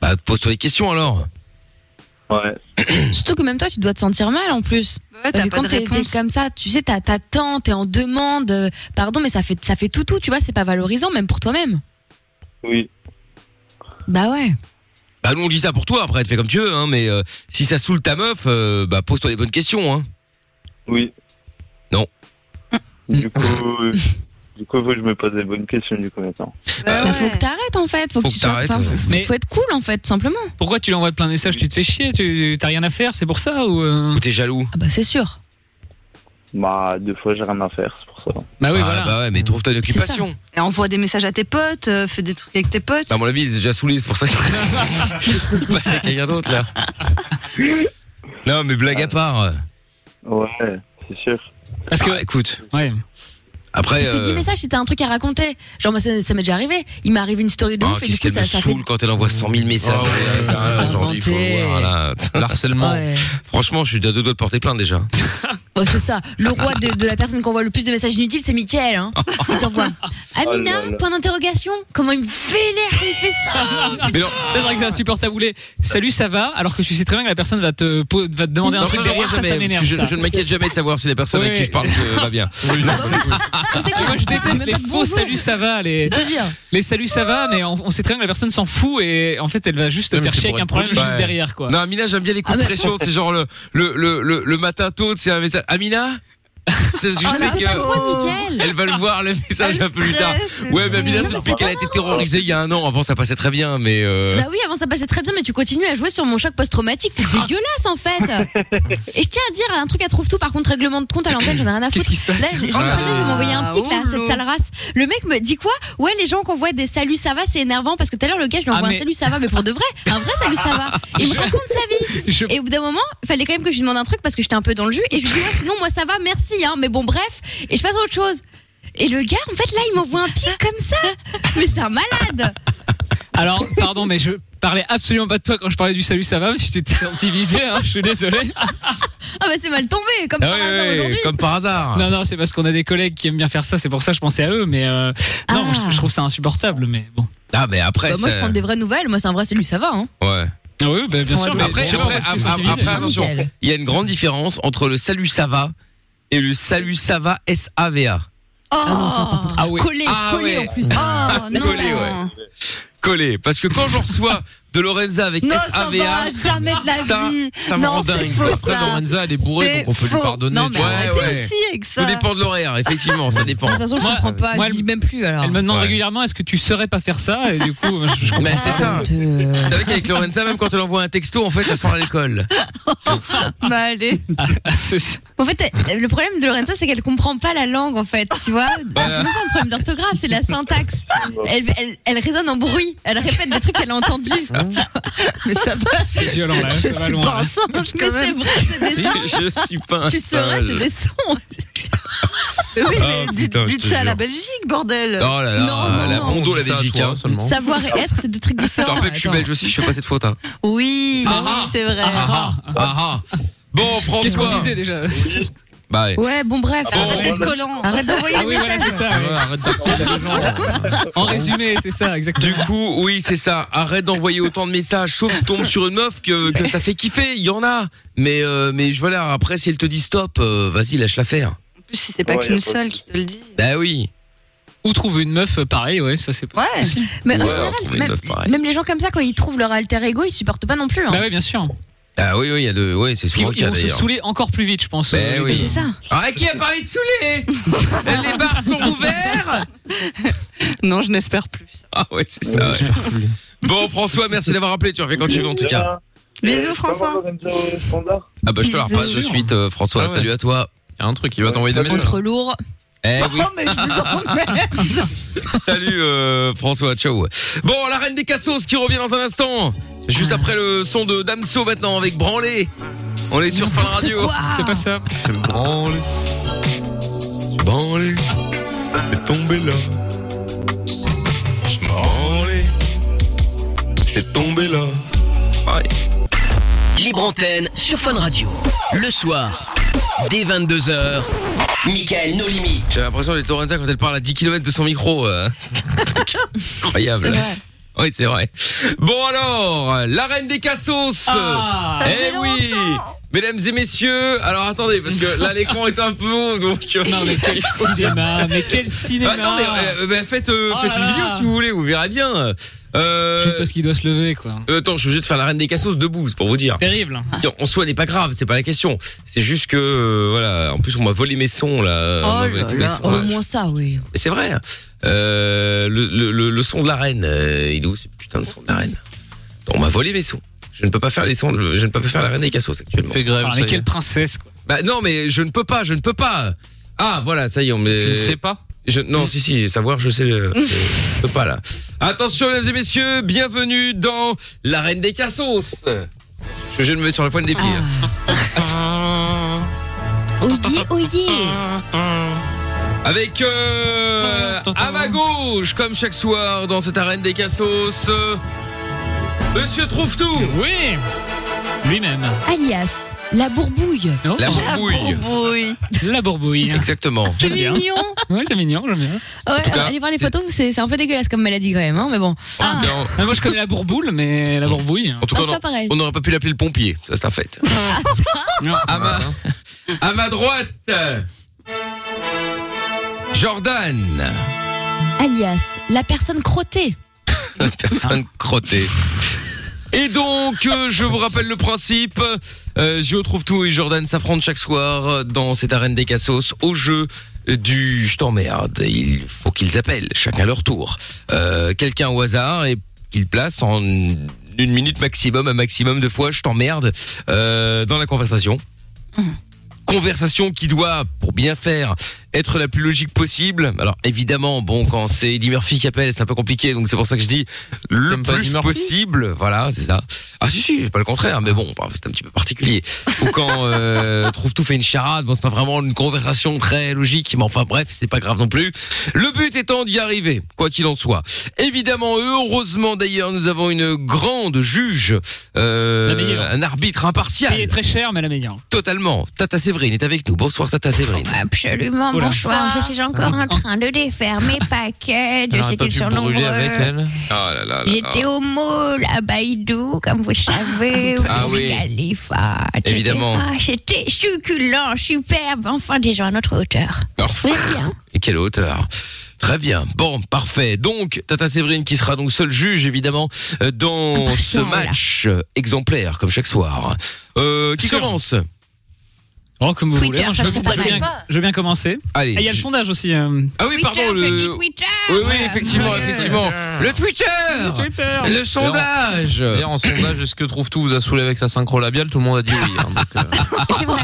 Speaker 1: Bah pose-toi des questions alors.
Speaker 15: Ouais.
Speaker 2: Surtout que même toi, tu dois te sentir mal en plus. Parce que
Speaker 8: t'as pas
Speaker 2: quand
Speaker 8: de
Speaker 2: t'es t'es
Speaker 8: réponse.
Speaker 2: comme ça, tu sais, t'as- t'attends, t'es en demande. euh, Pardon, mais ça fait, ça fait tout, tout, tu vois, c'est pas valorisant, même pour toi-même.
Speaker 15: Oui.
Speaker 2: Bah ouais.
Speaker 1: Bah nous on dit ça pour toi après, te fais comme tu veux, hein, mais euh, si ça saoule ta meuf, euh, bah pose-toi les bonnes questions. Hein.
Speaker 15: Oui.
Speaker 1: Non.
Speaker 15: Du coup, euh, du coup, faut que je me pose des bonnes questions, du coup, maintenant.
Speaker 2: Bah, faut que t'arrêtes en fait. Faut, que, tu sois-
Speaker 4: t'arrêtes,
Speaker 2: enfin,
Speaker 4: ouais.
Speaker 2: faut, faut-
Speaker 4: Mais-
Speaker 2: faut être cool en fait, tout simplement.
Speaker 4: Pourquoi tu lui envoies plein de messages Tu te fais chier Tu t'as rien à faire C'est pour ça ou euh
Speaker 1: T'es jaloux
Speaker 2: Bah c'est sûr.
Speaker 15: Bah, deux fois, j'ai rien à faire, c'est pour ça.
Speaker 4: Bah
Speaker 1: oui, Bah ouais, mais trouve-toi une
Speaker 8: C'est ça.
Speaker 1: occupation.
Speaker 8: Et envoie des messages à tes potes, euh, fais des trucs avec tes potes.
Speaker 1: Bah, à mon avis, il est déjà saoulé, c'est pour ça qu'il passe avec Bah, quelqu'un d'autre, là. Non, mais blague à part.
Speaker 15: Ouais, c'est sûr.
Speaker 4: Parce
Speaker 1: que. Ah, écoute.
Speaker 4: Ouais.
Speaker 1: Après.
Speaker 2: Parce que 10
Speaker 1: euh,
Speaker 2: messages, si t'as un truc à raconter. Genre, moi, ça, ça m'est déjà arrivé. Il m'est arrivé une story de
Speaker 1: oh,
Speaker 2: ouf et du
Speaker 1: qu'est-ce
Speaker 2: coup,
Speaker 1: qu'elle
Speaker 2: ça,
Speaker 1: me
Speaker 2: ça fait.
Speaker 1: saoule quand elle envoie 100 000 messages. Oh là là, Aujourd'hui, faut
Speaker 2: inventée.
Speaker 1: voir, hein, là. L'harcèlement.
Speaker 2: Ouais.
Speaker 1: Franchement, je suis déjà deux doigts de porter plainte déjà.
Speaker 2: Bah, c'est ça. Le roi de, de la personne qu'on voit le plus de messages inutiles, c'est Mickaël. Hein. Il t'envoie. Amina,
Speaker 4: Oh là là.
Speaker 2: point d'interrogation. Comment il me vénère quand il fait ça Bah,
Speaker 4: Mais non, Ah, c'est vrai que c'est insupportable. Vous voulez, Salut, ça va Alors que tu sais très bien que la personne va te, po- va te demander un
Speaker 1: Non,
Speaker 4: truc
Speaker 1: mais je le vois
Speaker 4: derrière, ça,
Speaker 1: jamais,
Speaker 4: ça
Speaker 1: parce que
Speaker 4: m'énerve.
Speaker 1: je,
Speaker 4: ça.
Speaker 1: je ne m'inquiète jamais de savoir si la personne
Speaker 4: Oui,
Speaker 1: avec qui
Speaker 4: oui.
Speaker 1: je parle euh, va bien.
Speaker 4: Moi, je déteste les faux salut ça va. Les,
Speaker 2: Je te dis, hein.
Speaker 4: les salut ça va, mais on, on sait très bien que la personne s'en fout et en fait elle va juste te faire chier avec un problème
Speaker 1: Ouais.
Speaker 4: juste derrière quoi.
Speaker 1: Non, Amina, j'aime bien les coups de
Speaker 4: Ah, mais-
Speaker 1: pression. C'est genre le, le, le, le, le matin tôt, c'est un message. Amina C'est juste
Speaker 4: Oh,
Speaker 1: sais
Speaker 4: mais c'est pas le roi de
Speaker 1: que
Speaker 4: Mickaël.
Speaker 1: elle va le voir le
Speaker 4: Ah,
Speaker 1: message un peu plus tard.
Speaker 2: stress,
Speaker 1: Ouais, mais Amina,
Speaker 2: Non,
Speaker 1: c'est
Speaker 2: mais
Speaker 1: depuis
Speaker 2: c'est
Speaker 1: qu'elle a été terrorisée il y a un an. Avant, ça passait très bien, mais. euh,
Speaker 2: Bah oui, avant ça passait très bien, mais tu continues à jouer sur mon choc post-traumatique, c'est
Speaker 4: Ah.
Speaker 2: dégueulasse en fait. Et je tiens à dire un truc à trouve tout, par contre règlement de compte à l'antenne, j'en ai rien à foutre.
Speaker 4: Qu'est-ce qui se passe
Speaker 2: Là, j'ai- j'ai entendu,
Speaker 4: Ah.
Speaker 2: vous m'envoyez un petit là,
Speaker 4: Oh
Speaker 2: cette sale race. Le mec me dit quoi Ouais, les gens qu'on voit des salut ça va, c'est énervant parce que tout à l'heure le gars je lui envoie
Speaker 4: Ah,
Speaker 2: un
Speaker 4: mais-
Speaker 2: salut ça va, mais pour de vrai, un vrai salut ça va. Il me raconte sa vie. Et au bout d'un moment, il fallait quand même que je lui demande un truc parce que j'étais un peu dans le jus et je lui dis ouais, sinon moi ça va, merci hein, mais bon bref, et je passe à autre chose. Et le gars, en fait, là, il m'envoie un pic comme ça. Mais c'est un malade.
Speaker 4: Alors, pardon, mais je parlais absolument pas de toi quand je parlais du salut ça va, mais tu t'es senti visé, hein, je suis désolé.
Speaker 2: Ah bah c'est mal tombé, comme
Speaker 4: Ah
Speaker 2: par
Speaker 4: ouais,
Speaker 2: hasard
Speaker 4: ouais,
Speaker 2: aujourd'hui.
Speaker 4: comme
Speaker 1: par hasard.
Speaker 4: Non, non, c'est parce qu'on a des collègues qui aiment bien faire ça, c'est pour ça que je pensais à eux, mais euh, non, je, je trouve ça insupportable, mais bon.
Speaker 1: Ah, mais après,
Speaker 2: Ah. Bah, moi, je
Speaker 1: ça-
Speaker 2: prends des vraies nouvelles. Moi, c'est un vrai salut, ça va. Hein.
Speaker 1: Ouais.
Speaker 4: Ah oui, bah, bien sûr. mais
Speaker 1: Après,
Speaker 4: déjà, on
Speaker 1: après,
Speaker 4: va se
Speaker 1: ap-
Speaker 4: sensibiliser.
Speaker 1: après, attention, il y a une grande différence entre le salut ça va et le salut ça va S-A-V-A.
Speaker 2: Collé,
Speaker 1: Ah
Speaker 2: collé
Speaker 1: ouais. Ah.
Speaker 2: en plus.
Speaker 8: Oh,
Speaker 1: collé, ouais. Collé. Parce que quand je reçois de Lorenza avec
Speaker 8: Non, ça
Speaker 1: SAVA.
Speaker 8: va, jamais de la
Speaker 1: ça,
Speaker 8: vie.
Speaker 1: ça me
Speaker 8: Non,
Speaker 1: rend
Speaker 8: c'est
Speaker 1: dingue.
Speaker 8: faux, ça.
Speaker 1: elle est bourrée,
Speaker 8: C'est faux. Non, mais
Speaker 1: tu vois.
Speaker 8: arrêtez aussi avec ça.
Speaker 1: Tout dépend de l'horaire, effectivement, ça dépend.
Speaker 2: De toute façon, je comprends pas, je lis même plus alors.
Speaker 4: Elle me demande
Speaker 1: Ouais.
Speaker 4: régulièrement est-ce que tu saurais pas faire ça et du coup je, je comprends
Speaker 1: Mais c'est ça.
Speaker 4: pas.
Speaker 1: T'as vu qu'avec Lorenza, même quand elle envoie un texto, en fait, ça sent l'alcool. Oh
Speaker 8: Bah, allez.
Speaker 2: En fait, euh, le problème de Lorenza, c'est qu'elle comprend pas la langue, en fait, tu vois. Bah, C'est même pas un problème d'orthographe, c'est de la syntaxe. Elle, elle, elle résonne en bruit, elle répète des trucs qu'elle a entendus.
Speaker 8: Mais ça va.
Speaker 4: C'est violent, là,
Speaker 8: Je
Speaker 4: ça va
Speaker 8: suis
Speaker 4: loin,
Speaker 8: pas
Speaker 4: là.
Speaker 8: un singe, quand
Speaker 2: Mais c'est
Speaker 8: même.
Speaker 2: vrai, c'est des sons.
Speaker 1: Je suis pas un
Speaker 2: Tu saurais, c'est
Speaker 1: sale.
Speaker 2: des sons.
Speaker 8: Mais Oui,
Speaker 1: Ah,
Speaker 8: mais dites,
Speaker 1: putain, je
Speaker 8: dites
Speaker 1: te
Speaker 8: ça à la
Speaker 1: jure.
Speaker 8: Belgique, bordel.
Speaker 1: Oh là là,
Speaker 8: Non, non,
Speaker 1: la
Speaker 8: non.
Speaker 1: Mondo, la Belgique. hein.
Speaker 2: Savoir et être, c'est deux trucs
Speaker 1: Je te
Speaker 2: différents.
Speaker 1: rappelle que je suis
Speaker 2: Attends.
Speaker 1: belge aussi, je fais pas cette faute. hein.
Speaker 8: Oui, oui, c'est vrai.
Speaker 1: Ah ah. Bon, François.
Speaker 4: Qu'est-ce qu'on disait déjà
Speaker 1: Bah, ouais.
Speaker 2: Ouais, bon, bref.
Speaker 8: Arrête d'être collant.
Speaker 2: Arrête d'envoyer
Speaker 4: Ah
Speaker 2: des
Speaker 4: oui, voilà, c'est
Speaker 2: messages.
Speaker 4: ça. ouais. En résumé, c'est ça, exactement.
Speaker 1: Du coup, oui, c'est ça. Arrête d'envoyer autant de messages, sauf que tu tombes sur une meuf que, que ça fait kiffer. Il y en a. Mais, euh, mais je- voilà, après, si elle te dit stop, euh, vas-y, lâche la faire.
Speaker 8: En plus, si c'est pas
Speaker 1: Ouais, y a
Speaker 8: qu'une
Speaker 1: pas de
Speaker 8: seule qui te le dit.
Speaker 1: Bah oui.
Speaker 4: Ou trouver une meuf, euh, pareil, ouais, ça c'est pas.
Speaker 8: Ouais.
Speaker 2: Mais en
Speaker 1: Ouais,
Speaker 2: général,
Speaker 1: trouver
Speaker 2: c'est
Speaker 1: une
Speaker 2: même,
Speaker 1: meuf pareille.
Speaker 2: même les gens comme ça, quand ils trouvent leur alter ego, ils supportent pas non plus. Hein.
Speaker 4: Bah ouais, bien sûr.
Speaker 1: Ah oui, oui, il y a de, ouais, c'est
Speaker 4: Ils,
Speaker 1: souvent le
Speaker 4: ils
Speaker 1: cas
Speaker 4: vont se
Speaker 1: d'ailleurs.
Speaker 4: saouler encore plus vite, je pense.
Speaker 1: Ben
Speaker 4: euh,
Speaker 1: oui.
Speaker 4: les-
Speaker 2: C'est ça.
Speaker 1: Ah, qui a parlé de saouler Ben, Les bars sont ouverts
Speaker 8: Non, je n'espère plus.
Speaker 1: Ah ouais, c'est ça. ouais. Bon, François, merci d'avoir appelé. Tu refais quand tu veux, en tout cas.
Speaker 8: Bisous, François.
Speaker 1: Ah bah, je te la repasse de
Speaker 2: Bisous.
Speaker 1: suite, euh, François.
Speaker 5: Ah ouais.
Speaker 1: Salut à toi. Il y a un truc, il va t'envoyer
Speaker 2: Entre lourd.
Speaker 1: Eh oui.
Speaker 8: Oh, mais je vous emmerde.
Speaker 1: Salut euh, François, ciao. Bon, la reine des cassos qui revient dans un instant. Juste après le son de Damso maintenant avec Branlé. On est sur Fun Radio.
Speaker 4: C'est pas ça.
Speaker 1: Branlé. Branlé. C'est tombé là. Branlé. C'est tombé là.
Speaker 7: Libre antenne sur Fun Radio. Le soir, dès 22h, Michael No Limit.
Speaker 1: J'ai l'impression d'être Lorenza quand elle parle à 10 km de son micro. euh. Incroyable.
Speaker 7: C'est vrai.
Speaker 1: Oui, c'est vrai. Bon alors, la reine des cassos.
Speaker 4: Ah.
Speaker 1: eh oui. Mesdames et messieurs, alors attendez parce que là l'écran est un peu haut donc euh,
Speaker 4: Non, mais quel
Speaker 1: il faut-
Speaker 4: cinéma, mais quel cinéma.
Speaker 1: Attendez, euh, bah, faites, euh,
Speaker 4: Oh
Speaker 1: faites
Speaker 4: là
Speaker 1: une
Speaker 4: là.
Speaker 1: vidéo si vous voulez, vous verrez bien. Euh,
Speaker 4: Juste parce qu'il doit se lever, quoi.
Speaker 1: euh, attends, je suis obligé de faire la reine des cassos debout, c'est pour vous dire.
Speaker 4: Terrible.
Speaker 1: Ce qui, En soi n'est pas grave, c'est pas la question. C'est juste que euh, voilà, en plus on m'a volé mes sons là. On
Speaker 2: Oh
Speaker 1: m'a volé tous mes sons,
Speaker 2: Au
Speaker 1: Euh, ouais.
Speaker 2: moins ça, oui.
Speaker 1: Mais c'est vrai. hein. Euh, le, le- le- le son de la reine, euh, il est où ce putain de son de la reine Attends, On m'a volé mes sons. Je ne peux pas faire les sons. Je ne peux pas faire la reine des cassos actuellement.
Speaker 5: Fais grève.
Speaker 4: Enfin,
Speaker 5: ça y
Speaker 4: mais
Speaker 5: est.
Speaker 4: quelle princesse, quoi.
Speaker 1: Bah non, mais je ne peux pas. Je ne peux pas. Ah voilà, ça y est, on me.
Speaker 5: Je ne sais pas.
Speaker 1: Je- non,
Speaker 4: Mm.
Speaker 1: si, si, savoir, je sais, euh, je peux pas là. Attention, mesdames et messieurs, bienvenue dans la reine des cassos. Je, je me mets sur la pointe des pieds.
Speaker 2: Oyez, oyez.
Speaker 1: Mmh. Avec
Speaker 4: Mmh,
Speaker 1: euh, à ma gauche, comme chaque soir dans cette arène des cassos, euh, Monsieur trouve tout.
Speaker 4: Oui. Lui-même.
Speaker 2: Alias, la bourbouille. Ah,
Speaker 1: La
Speaker 8: Oh,
Speaker 1: bourbouille.
Speaker 8: boy.
Speaker 4: La bourbouille.
Speaker 1: Exactement.
Speaker 4: J'aime bien.
Speaker 8: Mignon.
Speaker 4: Ouais, c'est mignon, j'aime bien.
Speaker 2: Ouais,
Speaker 1: tout cas,
Speaker 2: allez voir les photos, c'est c'est un peu dégueulasse comme maladie quand même, hein, mais bon.
Speaker 1: En tout cas,
Speaker 4: Ah, moi, je connais la bourboule, mais la bourbouille.
Speaker 1: en tout cas,
Speaker 2: Ah,
Speaker 1: on
Speaker 2: ça,
Speaker 1: a-
Speaker 2: pareil.
Speaker 1: on n'aurait pas pu l'appeler le pompier. Ça, c'est un fait.
Speaker 2: Ah,
Speaker 4: Non.
Speaker 1: À ma, à ma droite, euh, Jordan.
Speaker 2: Alias, la personne crottée.
Speaker 4: Ah.
Speaker 1: La personne crottée. Et donc, euh, je vous rappelle le principe. Euh, Gio trouve tout et Jordan s'affrontent chaque soir euh, dans cette arène des cassos au jeu du je t'emmerde. Il faut qu'ils appellent chacun leur tour. Euh, Quelqu'un au hasard et qu'ils placent en une minute maximum, un maximum de fois je t'emmerde euh, dans la conversation. Conversation qui doit, pour bien faire, être la plus logique possible. Alors évidemment, bon, quand c'est Eddie Murphy qui appelle, c'est un peu compliqué, donc c'est pour ça que je dis le
Speaker 5: T'aimes pas
Speaker 1: plus
Speaker 5: Eddie Murphy
Speaker 1: possible. Voilà, c'est ça. Ah si si, j'ai pas le contraire, mais bon, bah, c'est un petit peu particulier. Ou quand euh, trouve tout fait une charade, bon, c'est pas vraiment une conversation très logique, mais enfin bref, c'est pas grave non plus. Le but étant d'y arriver, quoi qu'il en soit. Évidemment, heureusement d'ailleurs, nous avons une grande juge, euh,
Speaker 4: La meilleure.
Speaker 1: un arbitre impartial.
Speaker 4: Payée très cher, mais la meilleure.
Speaker 1: Totalement. Tata Séverine est avec nous. Bonsoir Tata Séverine.
Speaker 3: Absolument,
Speaker 4: Oula.
Speaker 3: bonsoir. Je suis encore en train de défaire mes paquets. Je
Speaker 5: Alors,
Speaker 3: sais
Speaker 5: t'as
Speaker 3: qu'ils
Speaker 5: pu
Speaker 3: sont
Speaker 5: brûler
Speaker 3: nombreux.
Speaker 5: avec elle.
Speaker 1: Ah là là là.
Speaker 3: J'étais au mall à Baïdou, comme vous savez, au
Speaker 1: Ah
Speaker 3: Burj
Speaker 1: oui.
Speaker 3: Khalifa. etc.
Speaker 1: Évidemment.
Speaker 3: Ah, C'était succulent, superbe, enfin déjà à notre hauteur.
Speaker 1: Oh,
Speaker 3: Vous aimez bien
Speaker 1: et quelle hauteur. Très bien. Bon, parfait. Donc, Tata Séverine qui sera donc seule juge, évidemment, euh, dans ce match euh, exemplaire, comme chaque soir. Euh, qui commence
Speaker 4: Oh, comme vous
Speaker 1: voulez,
Speaker 4: voulez, hein, je, veux, je veux bien, je veux bien commencer.
Speaker 1: Allez.
Speaker 4: Ah, il y a le sondage aussi. euh.
Speaker 1: Ah oui, pardon. Le... Oui, oui, effectivement, effectivement. Le Twitter
Speaker 4: Le Twitter
Speaker 1: Le sondage
Speaker 5: D'ailleurs, en sondage, est-ce que trouve tout vous a saoulé avec sa synchro labiale Tout le monde a dit oui. hein, donc, euh,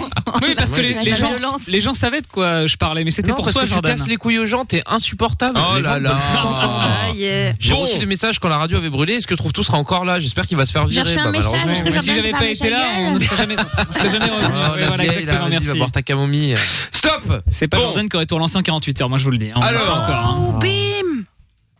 Speaker 4: Oui, parce que les,
Speaker 5: La
Speaker 4: les gens,
Speaker 5: violence.
Speaker 4: les gens savaient de quoi je parlais, mais c'était
Speaker 5: Non,
Speaker 4: pour
Speaker 5: parce
Speaker 4: toi,
Speaker 5: que tu
Speaker 4: Jordan.
Speaker 5: casses les couilles aux gens, t'es insupportable.
Speaker 1: Oh
Speaker 5: Les
Speaker 1: là
Speaker 5: gens
Speaker 1: là.
Speaker 5: peuvent- J'ai reçu des messages quand la radio avait brûlé. Est-ce que trouve tout sera encore là J'espère qu'il va se faire
Speaker 4: J'ai
Speaker 5: virer.
Speaker 4: reçu un message,
Speaker 5: malheureusement.
Speaker 4: est-ce que Bah, Mais si Jordan j'avais va pas fermer été sa là, gueule on ne serait jamais- on serait jamais revenus.
Speaker 5: Ah,
Speaker 4: Oui,
Speaker 5: la vieille,
Speaker 4: voilà,
Speaker 5: là,
Speaker 4: exactement,
Speaker 5: vas-y,
Speaker 4: merci.
Speaker 5: Va boire ta camomille.
Speaker 1: Stop
Speaker 4: C'est pas Jordan qui aurait tout relancé en 48 heures, moi je vous le dis. hein. On le sent encore, hein.
Speaker 8: bim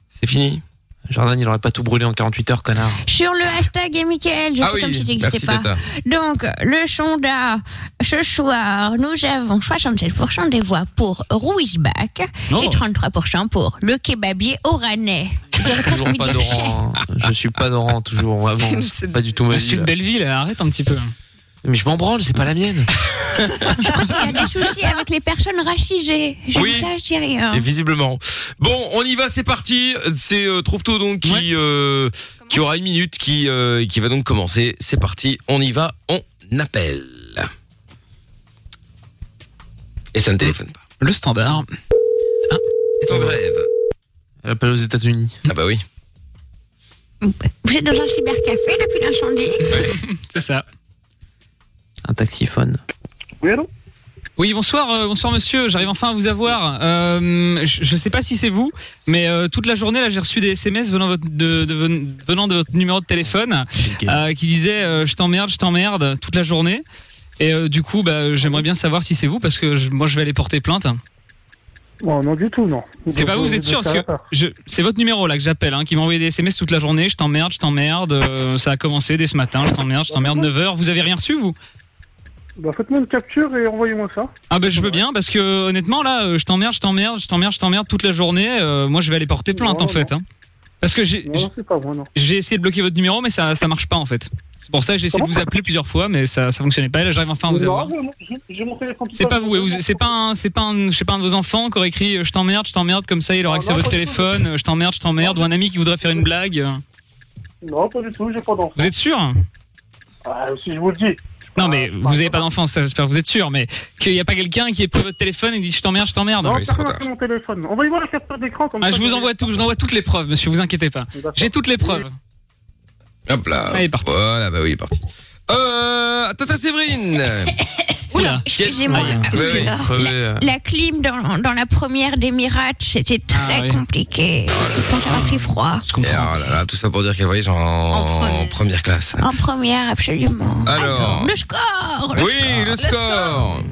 Speaker 5: C'est fini. Jordan, il aurait pas tout brûlé en 48 heures, connard.
Speaker 3: Sur le hashtag et Michael, je
Speaker 5: Ah
Speaker 3: fais
Speaker 5: oui,
Speaker 3: comme si
Speaker 5: merci,
Speaker 3: j'existais pas.
Speaker 5: Tata.
Speaker 3: Donc, le sondage, ce soir, nous avons 67% des voix pour Rouisbach
Speaker 5: Oh.
Speaker 3: et 33% pour le kebabier oranais.
Speaker 5: toujours pas Doran. hein. Je suis pas Doran, toujours. Avant. Pas du tout ma
Speaker 4: Ah, C'est
Speaker 5: ville.
Speaker 4: une belle ville, arrête un petit peu.
Speaker 5: Mais je m'en branle, c'est pas la mienne.
Speaker 3: Je crois qu'il y a des soucis avec les personnes racisées. Je
Speaker 1: Oui.
Speaker 3: ne sais rien.
Speaker 1: Et visiblement. Bon, on y va, c'est parti. C'est euh, Trouve-Tout donc qui euh, qui aura une minute, qui euh, qui va donc commencer. C'est parti, on y va, on appelle. Et ça ne téléphone pas. Ah.
Speaker 4: Le standard.
Speaker 1: Et en brève.
Speaker 5: Elle appelle aux États-Unis.
Speaker 1: Ah bah oui.
Speaker 3: Vous êtes dans un cybercafé depuis l'incendie
Speaker 4: C'est ça.
Speaker 5: Un taxiphone.
Speaker 4: Oui, Oui, bonsoir, euh, bonsoir monsieur, j'arrive enfin à vous avoir. Euh, je je sais pas si c'est vous, mais euh, toute la journée, là, j'ai reçu des SMS venant, votre- de, de- ven- venant de votre numéro de téléphone euh, qui disaient euh, Je t'emmerde, je t'emmerde, toute la journée. Et euh, du coup, bah, j'aimerais bien savoir si c'est vous, parce que je- moi, je vais aller porter plainte.
Speaker 12: Bon, non, du tout, non.
Speaker 4: C'est pas vous, vous êtes sûr parce que je- c'est votre numéro là que j'appelle, hein, qui m'a envoyé des SMS toute la journée. Je t'emmerde, je t'emmerde. euh, ça a commencé dès ce matin. Je t'emmerde, je t'emmerde. 9 h Vous avez rien reçu vous
Speaker 12: Bah, faites-moi une capture et envoyez-moi ça.
Speaker 4: Ah ben je veux bien parce que honnêtement là, euh, je t'emmerde, je t'emmerde, je t'emmerde, je t'emmerde toute la journée. euh, moi je vais aller porter plainte en fait. hein. Parce que j'ai
Speaker 12: Non, c'est pas moi, non.
Speaker 4: j'ai essayé de bloquer votre numéro mais ça ça marche pas en fait. C'est pour ça que j'ai essayé de vous appeler plusieurs fois mais ça ça fonctionnait pas. Et Là j'arrive enfin à vous
Speaker 12: Non,
Speaker 4: avoir.
Speaker 12: j'ai- j'ai mon téléphone tout
Speaker 4: C'est
Speaker 12: seul.
Speaker 4: pas vous, et vous- c'est pas un, c'est pas un, je sais pas un de vos enfants qui aurait écrit euh, je t'emmerde, je t'emmerde comme ça il aura accès à votre téléphone, euh, je t'emmerde, je t'emmerde ou un ami qui voudrait faire une blague. euh.
Speaker 12: Non, pas du tout, j'ai pas d'enfant.
Speaker 4: Vous êtes sûr
Speaker 12: Ah, si je vous le dis. Ah,
Speaker 4: Non mais vous avez pas d'enfant, ça j'espère, vous êtes sûr, mais qu'il n'y a pas quelqu'un qui ait pris votre téléphone et dit je t'emmerde, je t'emmerde.
Speaker 12: Non, personne n'a pris mon téléphone. Envoyez-moi la capture d'écran. comme
Speaker 4: Ah,
Speaker 12: ça,
Speaker 4: je vous envoie tout, je vous envoie toutes les preuves, monsieur, vous inquiétez pas. J'ai toutes les preuves.
Speaker 1: Hop là.
Speaker 4: Ah, il est parti.
Speaker 1: Voilà, bah oui, il est parti. Euh, Tata Séverine.
Speaker 3: Oula, excusez-moi.
Speaker 1: Ah,
Speaker 3: parce que
Speaker 1: euh.
Speaker 3: La clim dans, dans la première des Mirates, c'était très
Speaker 1: oui.
Speaker 3: compliqué. Je pense avoir pris froid.
Speaker 1: Oh là là, tout ça pour dire qu'elle voyage en, en première classe.
Speaker 3: En première, absolument.
Speaker 1: Alors.
Speaker 3: Le score le
Speaker 1: Oh. oui,
Speaker 3: score.
Speaker 1: le score.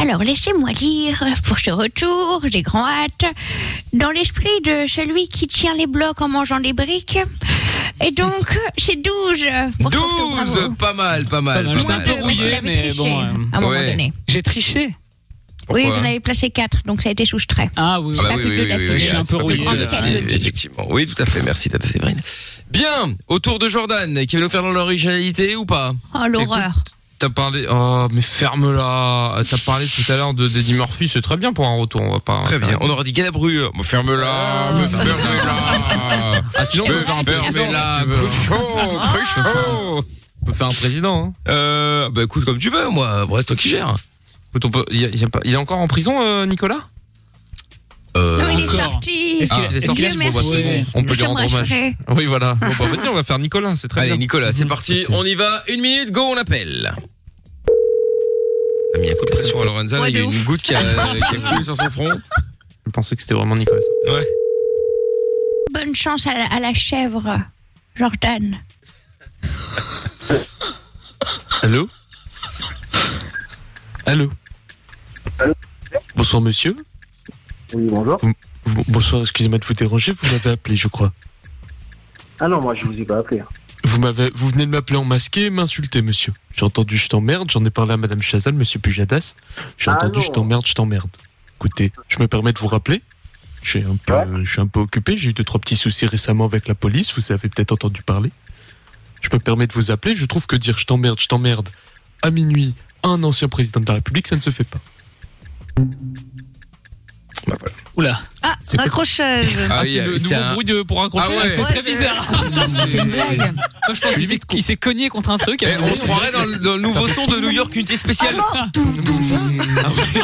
Speaker 3: Alors, laissez-moi dire, pour ce retour, j'ai grand hâte, dans l'esprit de celui qui tient les blocs en mangeant des briques. Et donc, c'est 12 pour
Speaker 1: 12, pas mal, pas mal. Ah
Speaker 4: J'étais un peu rouillé,
Speaker 3: Vous
Speaker 4: mais
Speaker 3: l'avez triché,
Speaker 4: bon. euh,
Speaker 3: à un moment donné.
Speaker 4: J'ai triché.
Speaker 3: Oui, vous en avez placé 4, donc ça a été soustrait.
Speaker 4: Ah oui,
Speaker 1: Ah bah oui, oui, oui, oui,
Speaker 4: Je suis
Speaker 1: ah,
Speaker 4: un
Speaker 1: c'est
Speaker 4: peu
Speaker 1: pas
Speaker 4: rouillé, euh,
Speaker 1: plus de
Speaker 4: là.
Speaker 1: la fille, Effectivement, oui, tout à fait. Merci, Tata Séverine. Bien, au tour de Jordan, qui va nous faire dans l'originalité ou pas
Speaker 3: Oh, l'horreur.
Speaker 5: T'as parlé. Oh, mais ferme-la. T'as parlé tout à l'heure de Deddy Murphy. C'est très bien pour un retour. On va pas.
Speaker 1: Très bien. On aurait dit Galabru. Bon, Ferme-la, me ferme-la.
Speaker 5: Ah, sinon, on peut
Speaker 1: Me
Speaker 5: faire un président,
Speaker 1: ferme-la.
Speaker 5: si tu veux.
Speaker 1: Cruchot,
Speaker 3: Ah.
Speaker 1: Cruchot.
Speaker 5: On peut faire un président. hein.
Speaker 1: Euh, bah écoute, comme tu veux, moi. Bref, toi qui gères.
Speaker 5: Écoute, on peut- il y a- il y a pas- il est encore en prison, euh, Nicolas
Speaker 1: Euh,
Speaker 3: Non, il est
Speaker 5: encore.
Speaker 3: sorti.
Speaker 5: Est-ce qu'il-
Speaker 3: Ah.
Speaker 5: est-ce qu'il
Speaker 3: Dieu
Speaker 5: a-
Speaker 3: merci.
Speaker 5: Bon, bah, c'est bon. On peut
Speaker 3: Je
Speaker 5: lui rendre
Speaker 3: me
Speaker 5: hommage.
Speaker 3: rassurais.
Speaker 5: Oui, voilà. Bon, bah, vas-y, on va faire Nicolas. C'est très
Speaker 1: Allez,
Speaker 5: bien.
Speaker 1: Nicolas, c'est parti. On y va. Une minute, go, on appelle. On a mis un coup de pression à Lorenza. là, il y a une goutte qui a, qui a coulé sur son front.
Speaker 5: Je pensais que c'était vraiment Nicolas.
Speaker 1: Ouais.
Speaker 3: Bonne chance à la, à la chèvre, Jordan.
Speaker 5: Allô Allô Bonsoir, monsieur.
Speaker 13: Oui, bonjour.
Speaker 5: bonsoir, excusez-moi de vous déranger. Vous m'avez appelé, je crois.
Speaker 13: Ah non, moi je vous ai pas appelé.
Speaker 5: Vous m'avez, vous venez de m'appeler en masqué et m'insulter, monsieur. J'ai entendu je t'emmerde, j'en ai parlé à madame Chazal, monsieur Pujadas. J'ai
Speaker 13: Ah
Speaker 5: entendu
Speaker 13: non.
Speaker 5: je t'emmerde, je t'emmerde. Écoutez, je me permets de vous rappeler. Je suis un peu, je suis un peu occupé, j'ai eu deux, trois petits soucis récemment avec la police, vous avez peut-être entendu parler. Je me permets de vous appeler, je trouve que dire je t'emmerde, je t'emmerde à minuit à un ancien président de la République, ça ne se fait pas.
Speaker 4: Oula.
Speaker 5: Ah, c'est pas-
Speaker 8: Raccrochage.
Speaker 4: Ah, c'est le nouveau
Speaker 1: un-
Speaker 4: bruit de, pour raccrocher.
Speaker 1: Ah ouais.
Speaker 4: C'est très bizarre.
Speaker 1: C'était une blague.
Speaker 4: Moi, je pense qu'il s'est- il s'est cogné contre un truc.
Speaker 1: Eh, on se croirait dans le, dans le nouveau son de New York Unité Spéciale.
Speaker 4: Ah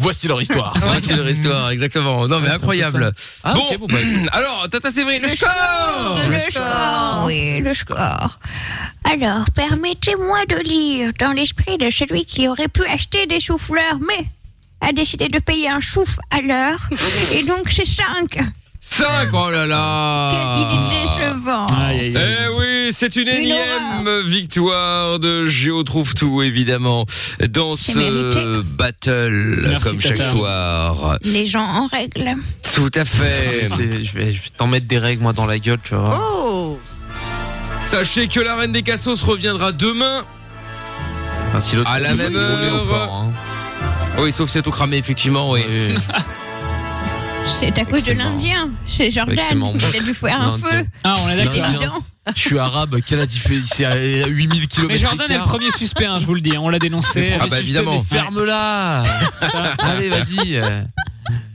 Speaker 5: Voici leur histoire.
Speaker 1: Voici leur histoire, exactement. Non, mais incroyable. Ah, bon, alors, Tata Séverine, le score
Speaker 3: Oh. Le score, oui, le score. Alors, permettez-moi de lire dans l'esprit de celui qui aurait pu acheter des souffleurs, mais a décidé de payer un souffle à l'heure. Et donc, c'est 5.
Speaker 1: 5 Oh là là
Speaker 3: Il est décevant.
Speaker 1: Eh oui, c'est une énième victoire de Géo Trouve Tout, évidemment, dans
Speaker 3: C'est
Speaker 1: ce
Speaker 3: mérité.
Speaker 1: battle,
Speaker 3: Merci,
Speaker 1: comme chaque
Speaker 3: Tata.
Speaker 1: soir.
Speaker 3: Les gens en règle.
Speaker 1: Tout à fait.
Speaker 16: Je vais, je vais t'en mettre des règles, moi, dans la gueule, tu vas voir.
Speaker 1: Sachez que la reine des cassos reviendra demain
Speaker 16: Enfin, si l'autre
Speaker 1: à la
Speaker 16: se
Speaker 1: même
Speaker 16: fait brûler au
Speaker 1: heure.
Speaker 16: port, hein.
Speaker 1: Oui, sauf si c'est tout cramé, effectivement, oui.
Speaker 3: C'est à cause de l'Indien. C'est Jordan.
Speaker 16: Excellent.
Speaker 3: Il a dû faire un
Speaker 16: L'Indien.
Speaker 3: feu.
Speaker 4: Ah, on est
Speaker 3: C'est
Speaker 4: d'accord.
Speaker 3: évident.
Speaker 16: Je suis arabe, quelle a différence C'est
Speaker 1: euh,
Speaker 16: à 8000 km.
Speaker 4: Mais Jordan est le premier suspect, hein, je vous le dis, hein, on l'a dénoncé.
Speaker 16: Ah bah, évidemment.
Speaker 4: Ferme-la
Speaker 16: Allez, vas-y.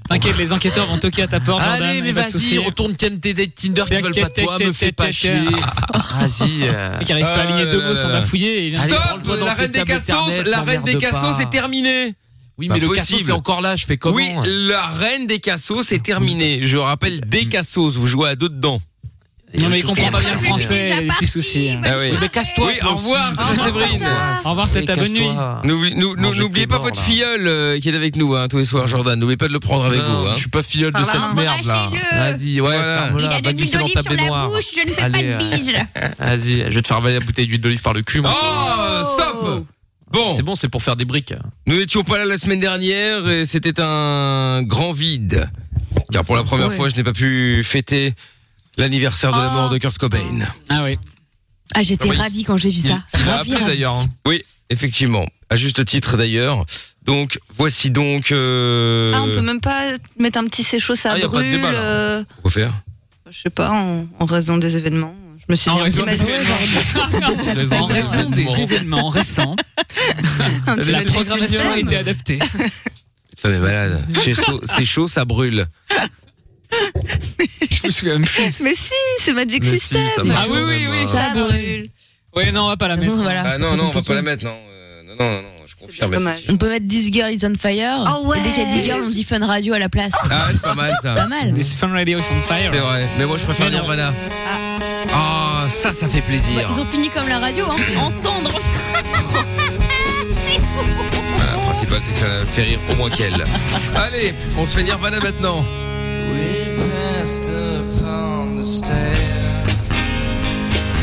Speaker 4: T'inquiète, les enquêteurs vont toquer à ta porte. Jordan,
Speaker 16: Allez, mais
Speaker 4: pas
Speaker 16: vas-y,
Speaker 4: de souci.
Speaker 16: retourne ken tes dates Tinder qui veulent pas de toi, me fais pas chier.
Speaker 1: Ah,
Speaker 16: Vas-y. euh.
Speaker 4: Le mec arrive pas à aligner deux mots sans bafouiller. et vient-
Speaker 16: Allez,
Speaker 1: Stop
Speaker 16: branle-toi dans
Speaker 1: La
Speaker 16: tes
Speaker 1: reine des
Speaker 16: tables
Speaker 1: cassos,
Speaker 16: éternelles,
Speaker 1: la reine des
Speaker 16: t'emmerde
Speaker 1: cassos,
Speaker 16: pas.
Speaker 1: c'est terminé.
Speaker 16: Oui, mais le cassos c'est encore là, je fais comment hein
Speaker 1: Oui, la reine des cassos, c'est terminé. Je rappelle,
Speaker 16: Mm.
Speaker 1: des cassos, vous jouez à deux dedans.
Speaker 4: Non, mais il comprend pas bien le français, il a des petits soucis. hein.
Speaker 1: Ah oui.
Speaker 4: Mais casse-toi.
Speaker 1: Oui, au revoir, Tata Séverine.
Speaker 4: Au revoir, Tata, bonne nuit.
Speaker 1: N'oublie- nous- nous- N'oubliez pas votre filleule euh, qui est avec nous hein, tous les soirs, Jordan. N'oubliez pas de le prendre avec
Speaker 16: Non,
Speaker 1: vous. Hein.
Speaker 16: je suis pas filleule de Par là, cette merde, là. embrassez-le. Vas-y, ouais, ferme-la, Il a de va glisser l'huile dans ta sur la baignoire. bouche, je ne fais pas Allez, de euh, bise. Vas-y, je vais te faire avaler la bouteille d'huile d'olive par le cul.
Speaker 1: Oh, stop Bon.
Speaker 16: C'est bon, c'est pour faire des briques.
Speaker 1: Nous n'étions pas là la semaine dernière et c'était un grand vide. Car pour la première
Speaker 16: Ouais.
Speaker 1: fois, je n'ai pas pu fêter l'anniversaire de la mort de Kurt Cobain.
Speaker 4: Ah oui.
Speaker 2: Ah, j'étais
Speaker 1: Ah oui.
Speaker 2: ravie quand j'ai vu ça.
Speaker 1: Il l'a
Speaker 2: Ravie,
Speaker 1: appelé,
Speaker 2: ravie.
Speaker 1: d'ailleurs. hein. Oui, effectivement. À juste titre d'ailleurs. Donc voici donc. Euh...
Speaker 8: Ah, on peut même pas mettre un petit séchaud, ça
Speaker 1: Ah, y a pas de
Speaker 8: brûle.
Speaker 1: débat, là.
Speaker 8: euh,
Speaker 1: Faut faire.
Speaker 8: je sais pas, en, en raison des événements. Je me suis dit,
Speaker 4: En
Speaker 8: un
Speaker 4: raison
Speaker 8: petit
Speaker 4: des
Speaker 8: matin-
Speaker 4: En raison des événements récents,
Speaker 1: petit
Speaker 4: la
Speaker 1: matin
Speaker 4: programmation a
Speaker 1: scène.
Speaker 4: été adaptée.
Speaker 1: Cette femme est malade. C'est chaud- C'est chaud, ça brûle.
Speaker 4: Je me souviens même plus.
Speaker 8: Mais si, c'est Magic
Speaker 1: Mais si,
Speaker 8: System.
Speaker 1: ça marche
Speaker 4: Ah oui,
Speaker 1: quand
Speaker 4: oui,
Speaker 1: même,
Speaker 4: oui,
Speaker 1: hein.
Speaker 4: ça brûle. Oui, non, on va pas la
Speaker 2: De toute
Speaker 4: mettre. hein.
Speaker 2: façon, voilà,
Speaker 1: ah non, non, on va pas la mettre, non. Euh, non, non, non, non, je confirme.
Speaker 2: On peut mettre 10 Girls is on Fire.
Speaker 8: Ah
Speaker 2: Et dès qu'il y a 10 Girls, on dit Fun Radio à la place.
Speaker 1: Ah, c'est pas mal ça.
Speaker 2: Pas mal.
Speaker 4: This Fun Radio is on fire.
Speaker 1: C'est vrai. Mais moi, je préfère Nirvana. Ah, ça, ça fait
Speaker 2: Ouais,
Speaker 17: Bah,
Speaker 1: plaisir.
Speaker 2: Bah, ils ont fini comme la radio, hein, en cendres.
Speaker 1: Voilà, le principal, c'est que ça fait rire au moins qu'elle. Allez, on se fait Nirvana maintenant.
Speaker 17: passed upon the stair.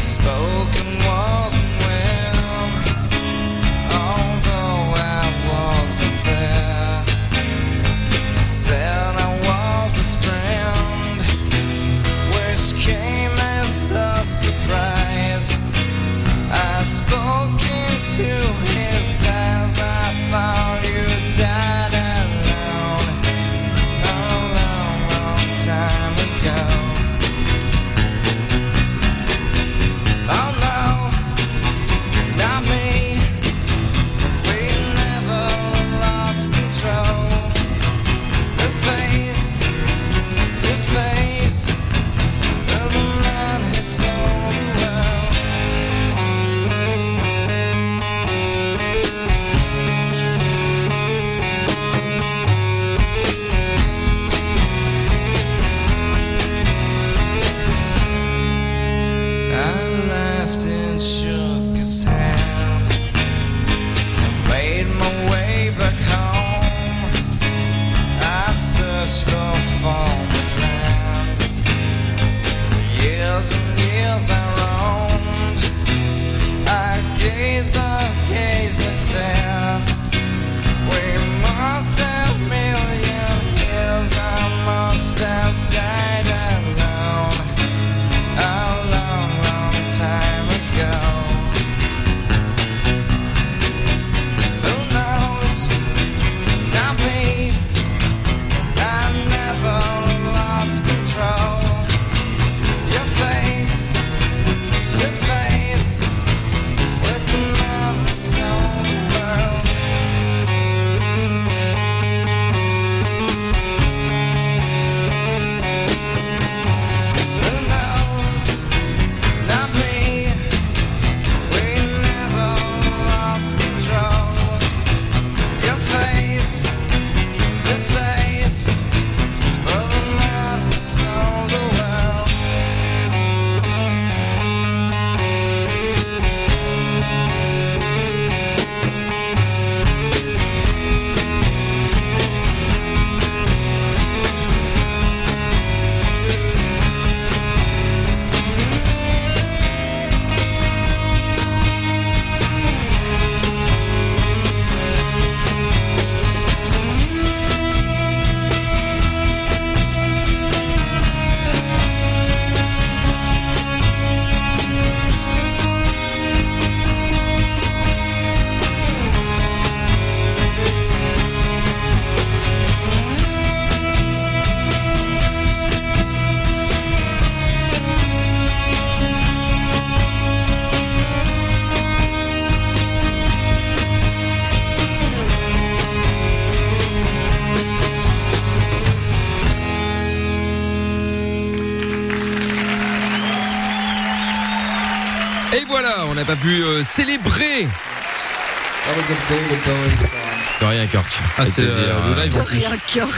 Speaker 17: Spoken wasn't well, although I wasn't there. Said I was his friend, which came as a surprise. I spoke into his eyes. I thought you died alone. A long, long time ago. Oh,
Speaker 1: Et voilà, on n'a pas pu euh, célébrer. De rien, Kirk. Ah, c'est euh, le live en plus.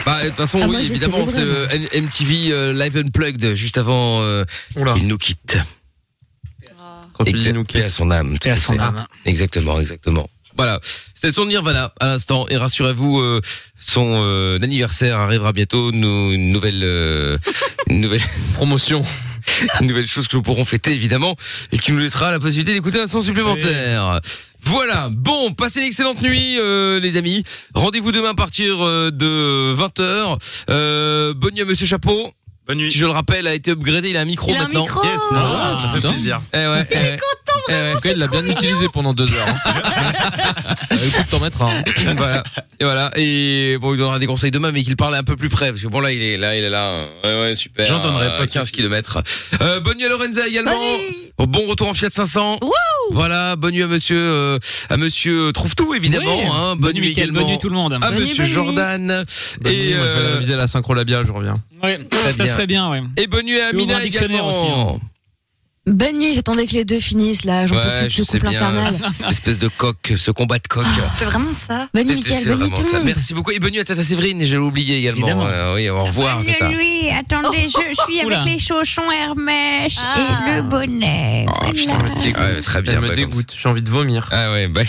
Speaker 1: Bah, de toute façon,
Speaker 17: Ah,
Speaker 1: oui,
Speaker 17: moi, j'ai
Speaker 1: évidemment, c'est
Speaker 17: célébré,
Speaker 1: euh, M- MTV euh, Live Unplugged juste avant euh, il nous quitte.
Speaker 17: Oh.
Speaker 1: Quand il nous quitte. à son âme. tout
Speaker 4: à
Speaker 1: à
Speaker 4: son
Speaker 1: fait.
Speaker 4: âme.
Speaker 1: Exactement, exactement. Voilà, c'était son Nirvana à l'instant. Et rassurez-vous, euh, son euh, anniversaire arrivera bientôt. Nous, une nouvelle, euh, une nouvelle promotion. Une nouvelle chose que nous pourrons fêter évidemment et qui nous laissera la possibilité d'écouter un son supplémentaire. Voilà, bon, passez une excellente nuit euh, les amis. Rendez-vous demain à partir euh, de 20h. Euh, bonne nuit à Monsieur Chapeau. Bonne nuit. Qui, je le rappelle, a été upgradé, il a un micro
Speaker 17: Il a un
Speaker 1: maintenant.
Speaker 17: micro. Yes. Ah, ça fait plaisir.
Speaker 1: Eh ouais, eh ouais. Eh ouais. il l'a bien utilisé pendant deux heures. Écoute, t'en mettre un. voilà. hein. Et voilà. Et bon, il donnera des conseils demain, mais qu'il parle un peu plus près, parce que bon là, il est là, il est là. Ouais, ouais, super.
Speaker 16: J'en donnerai pas de
Speaker 1: 15 km. Euh, bonne nuit à Lorenza également. Bon retour en Fiat 500. Voilà. Bonne nuit à Monsieur, euh, à Monsieur trouve tout évidemment.
Speaker 4: Oui.
Speaker 1: hein.
Speaker 4: Bonne nuit, Mickaël.
Speaker 1: également
Speaker 4: Bonne nuit, tout le monde.
Speaker 1: À
Speaker 4: Bonne nuit,
Speaker 1: Monsieur
Speaker 4: bonne nuit.
Speaker 1: Jordan.
Speaker 16: Bonne nuit, moi, je vais aller
Speaker 1: amuser la synchro labiale, je reviens.
Speaker 4: Ouais, ça serait bien, ouais.
Speaker 1: Et bonne nuit à
Speaker 4: Tu ouvres un
Speaker 1: Amina
Speaker 4: dictionnaire
Speaker 1: également.
Speaker 4: aussi, hein.
Speaker 2: Bonne nuit, j'attendais que les deux finissent là, j'en peux
Speaker 1: Ouais,
Speaker 2: plus de
Speaker 1: je
Speaker 2: ce
Speaker 1: sais
Speaker 2: couple
Speaker 1: bien.
Speaker 2: infernal.
Speaker 1: Espèce de coq, ce combat de coq.
Speaker 8: C'est vraiment ça.
Speaker 2: Bonne nuit,
Speaker 1: C'était-
Speaker 2: Mickaël,
Speaker 1: c'est
Speaker 2: bonne nuit
Speaker 1: vraiment
Speaker 2: tout le
Speaker 1: ça.
Speaker 2: monde.
Speaker 1: Merci beaucoup. Et bonne nuit à Tata Séverine, je l'ai oublié également.
Speaker 16: Évidemment.
Speaker 1: Euh, oui, au revoir, Tata.
Speaker 3: Bonne nuit, attendez, je suis avec les chaussons Hermès et le bonnet. Voilà.
Speaker 1: Ouais, très bien. me dégoûte, j'ai envie de vomir. Ah ouais, bah.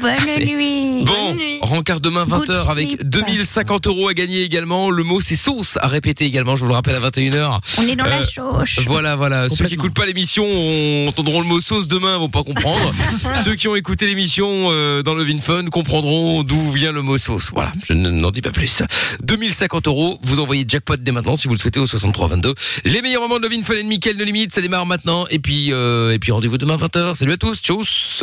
Speaker 3: Bonne nuit.
Speaker 1: Bon, rencard demain 20h avec 2050 euros à gagner également. Le mot c'est sauce à répéter également, je vous le rappelle à 21h.
Speaker 3: On est dans la sauce.
Speaker 1: Euh, Voilà, voilà. Ceux qui écoutent pas l'émission on- entendront le mot sauce demain, vont pas comprendre. Ceux qui ont écouté l'émission euh, dans le Fun comprendront d'où vient le mot sauce. Voilà, je ne- n'en dis pas plus. 2050 euros, vous envoyez jackpot dès maintenant si vous le souhaitez au 6322. Les meilleurs moments de Love Fun et de Mickaël No Limite, ça démarre maintenant. Et puis, euh, et puis rendez-vous demain 20h. Salut à tous, tchuss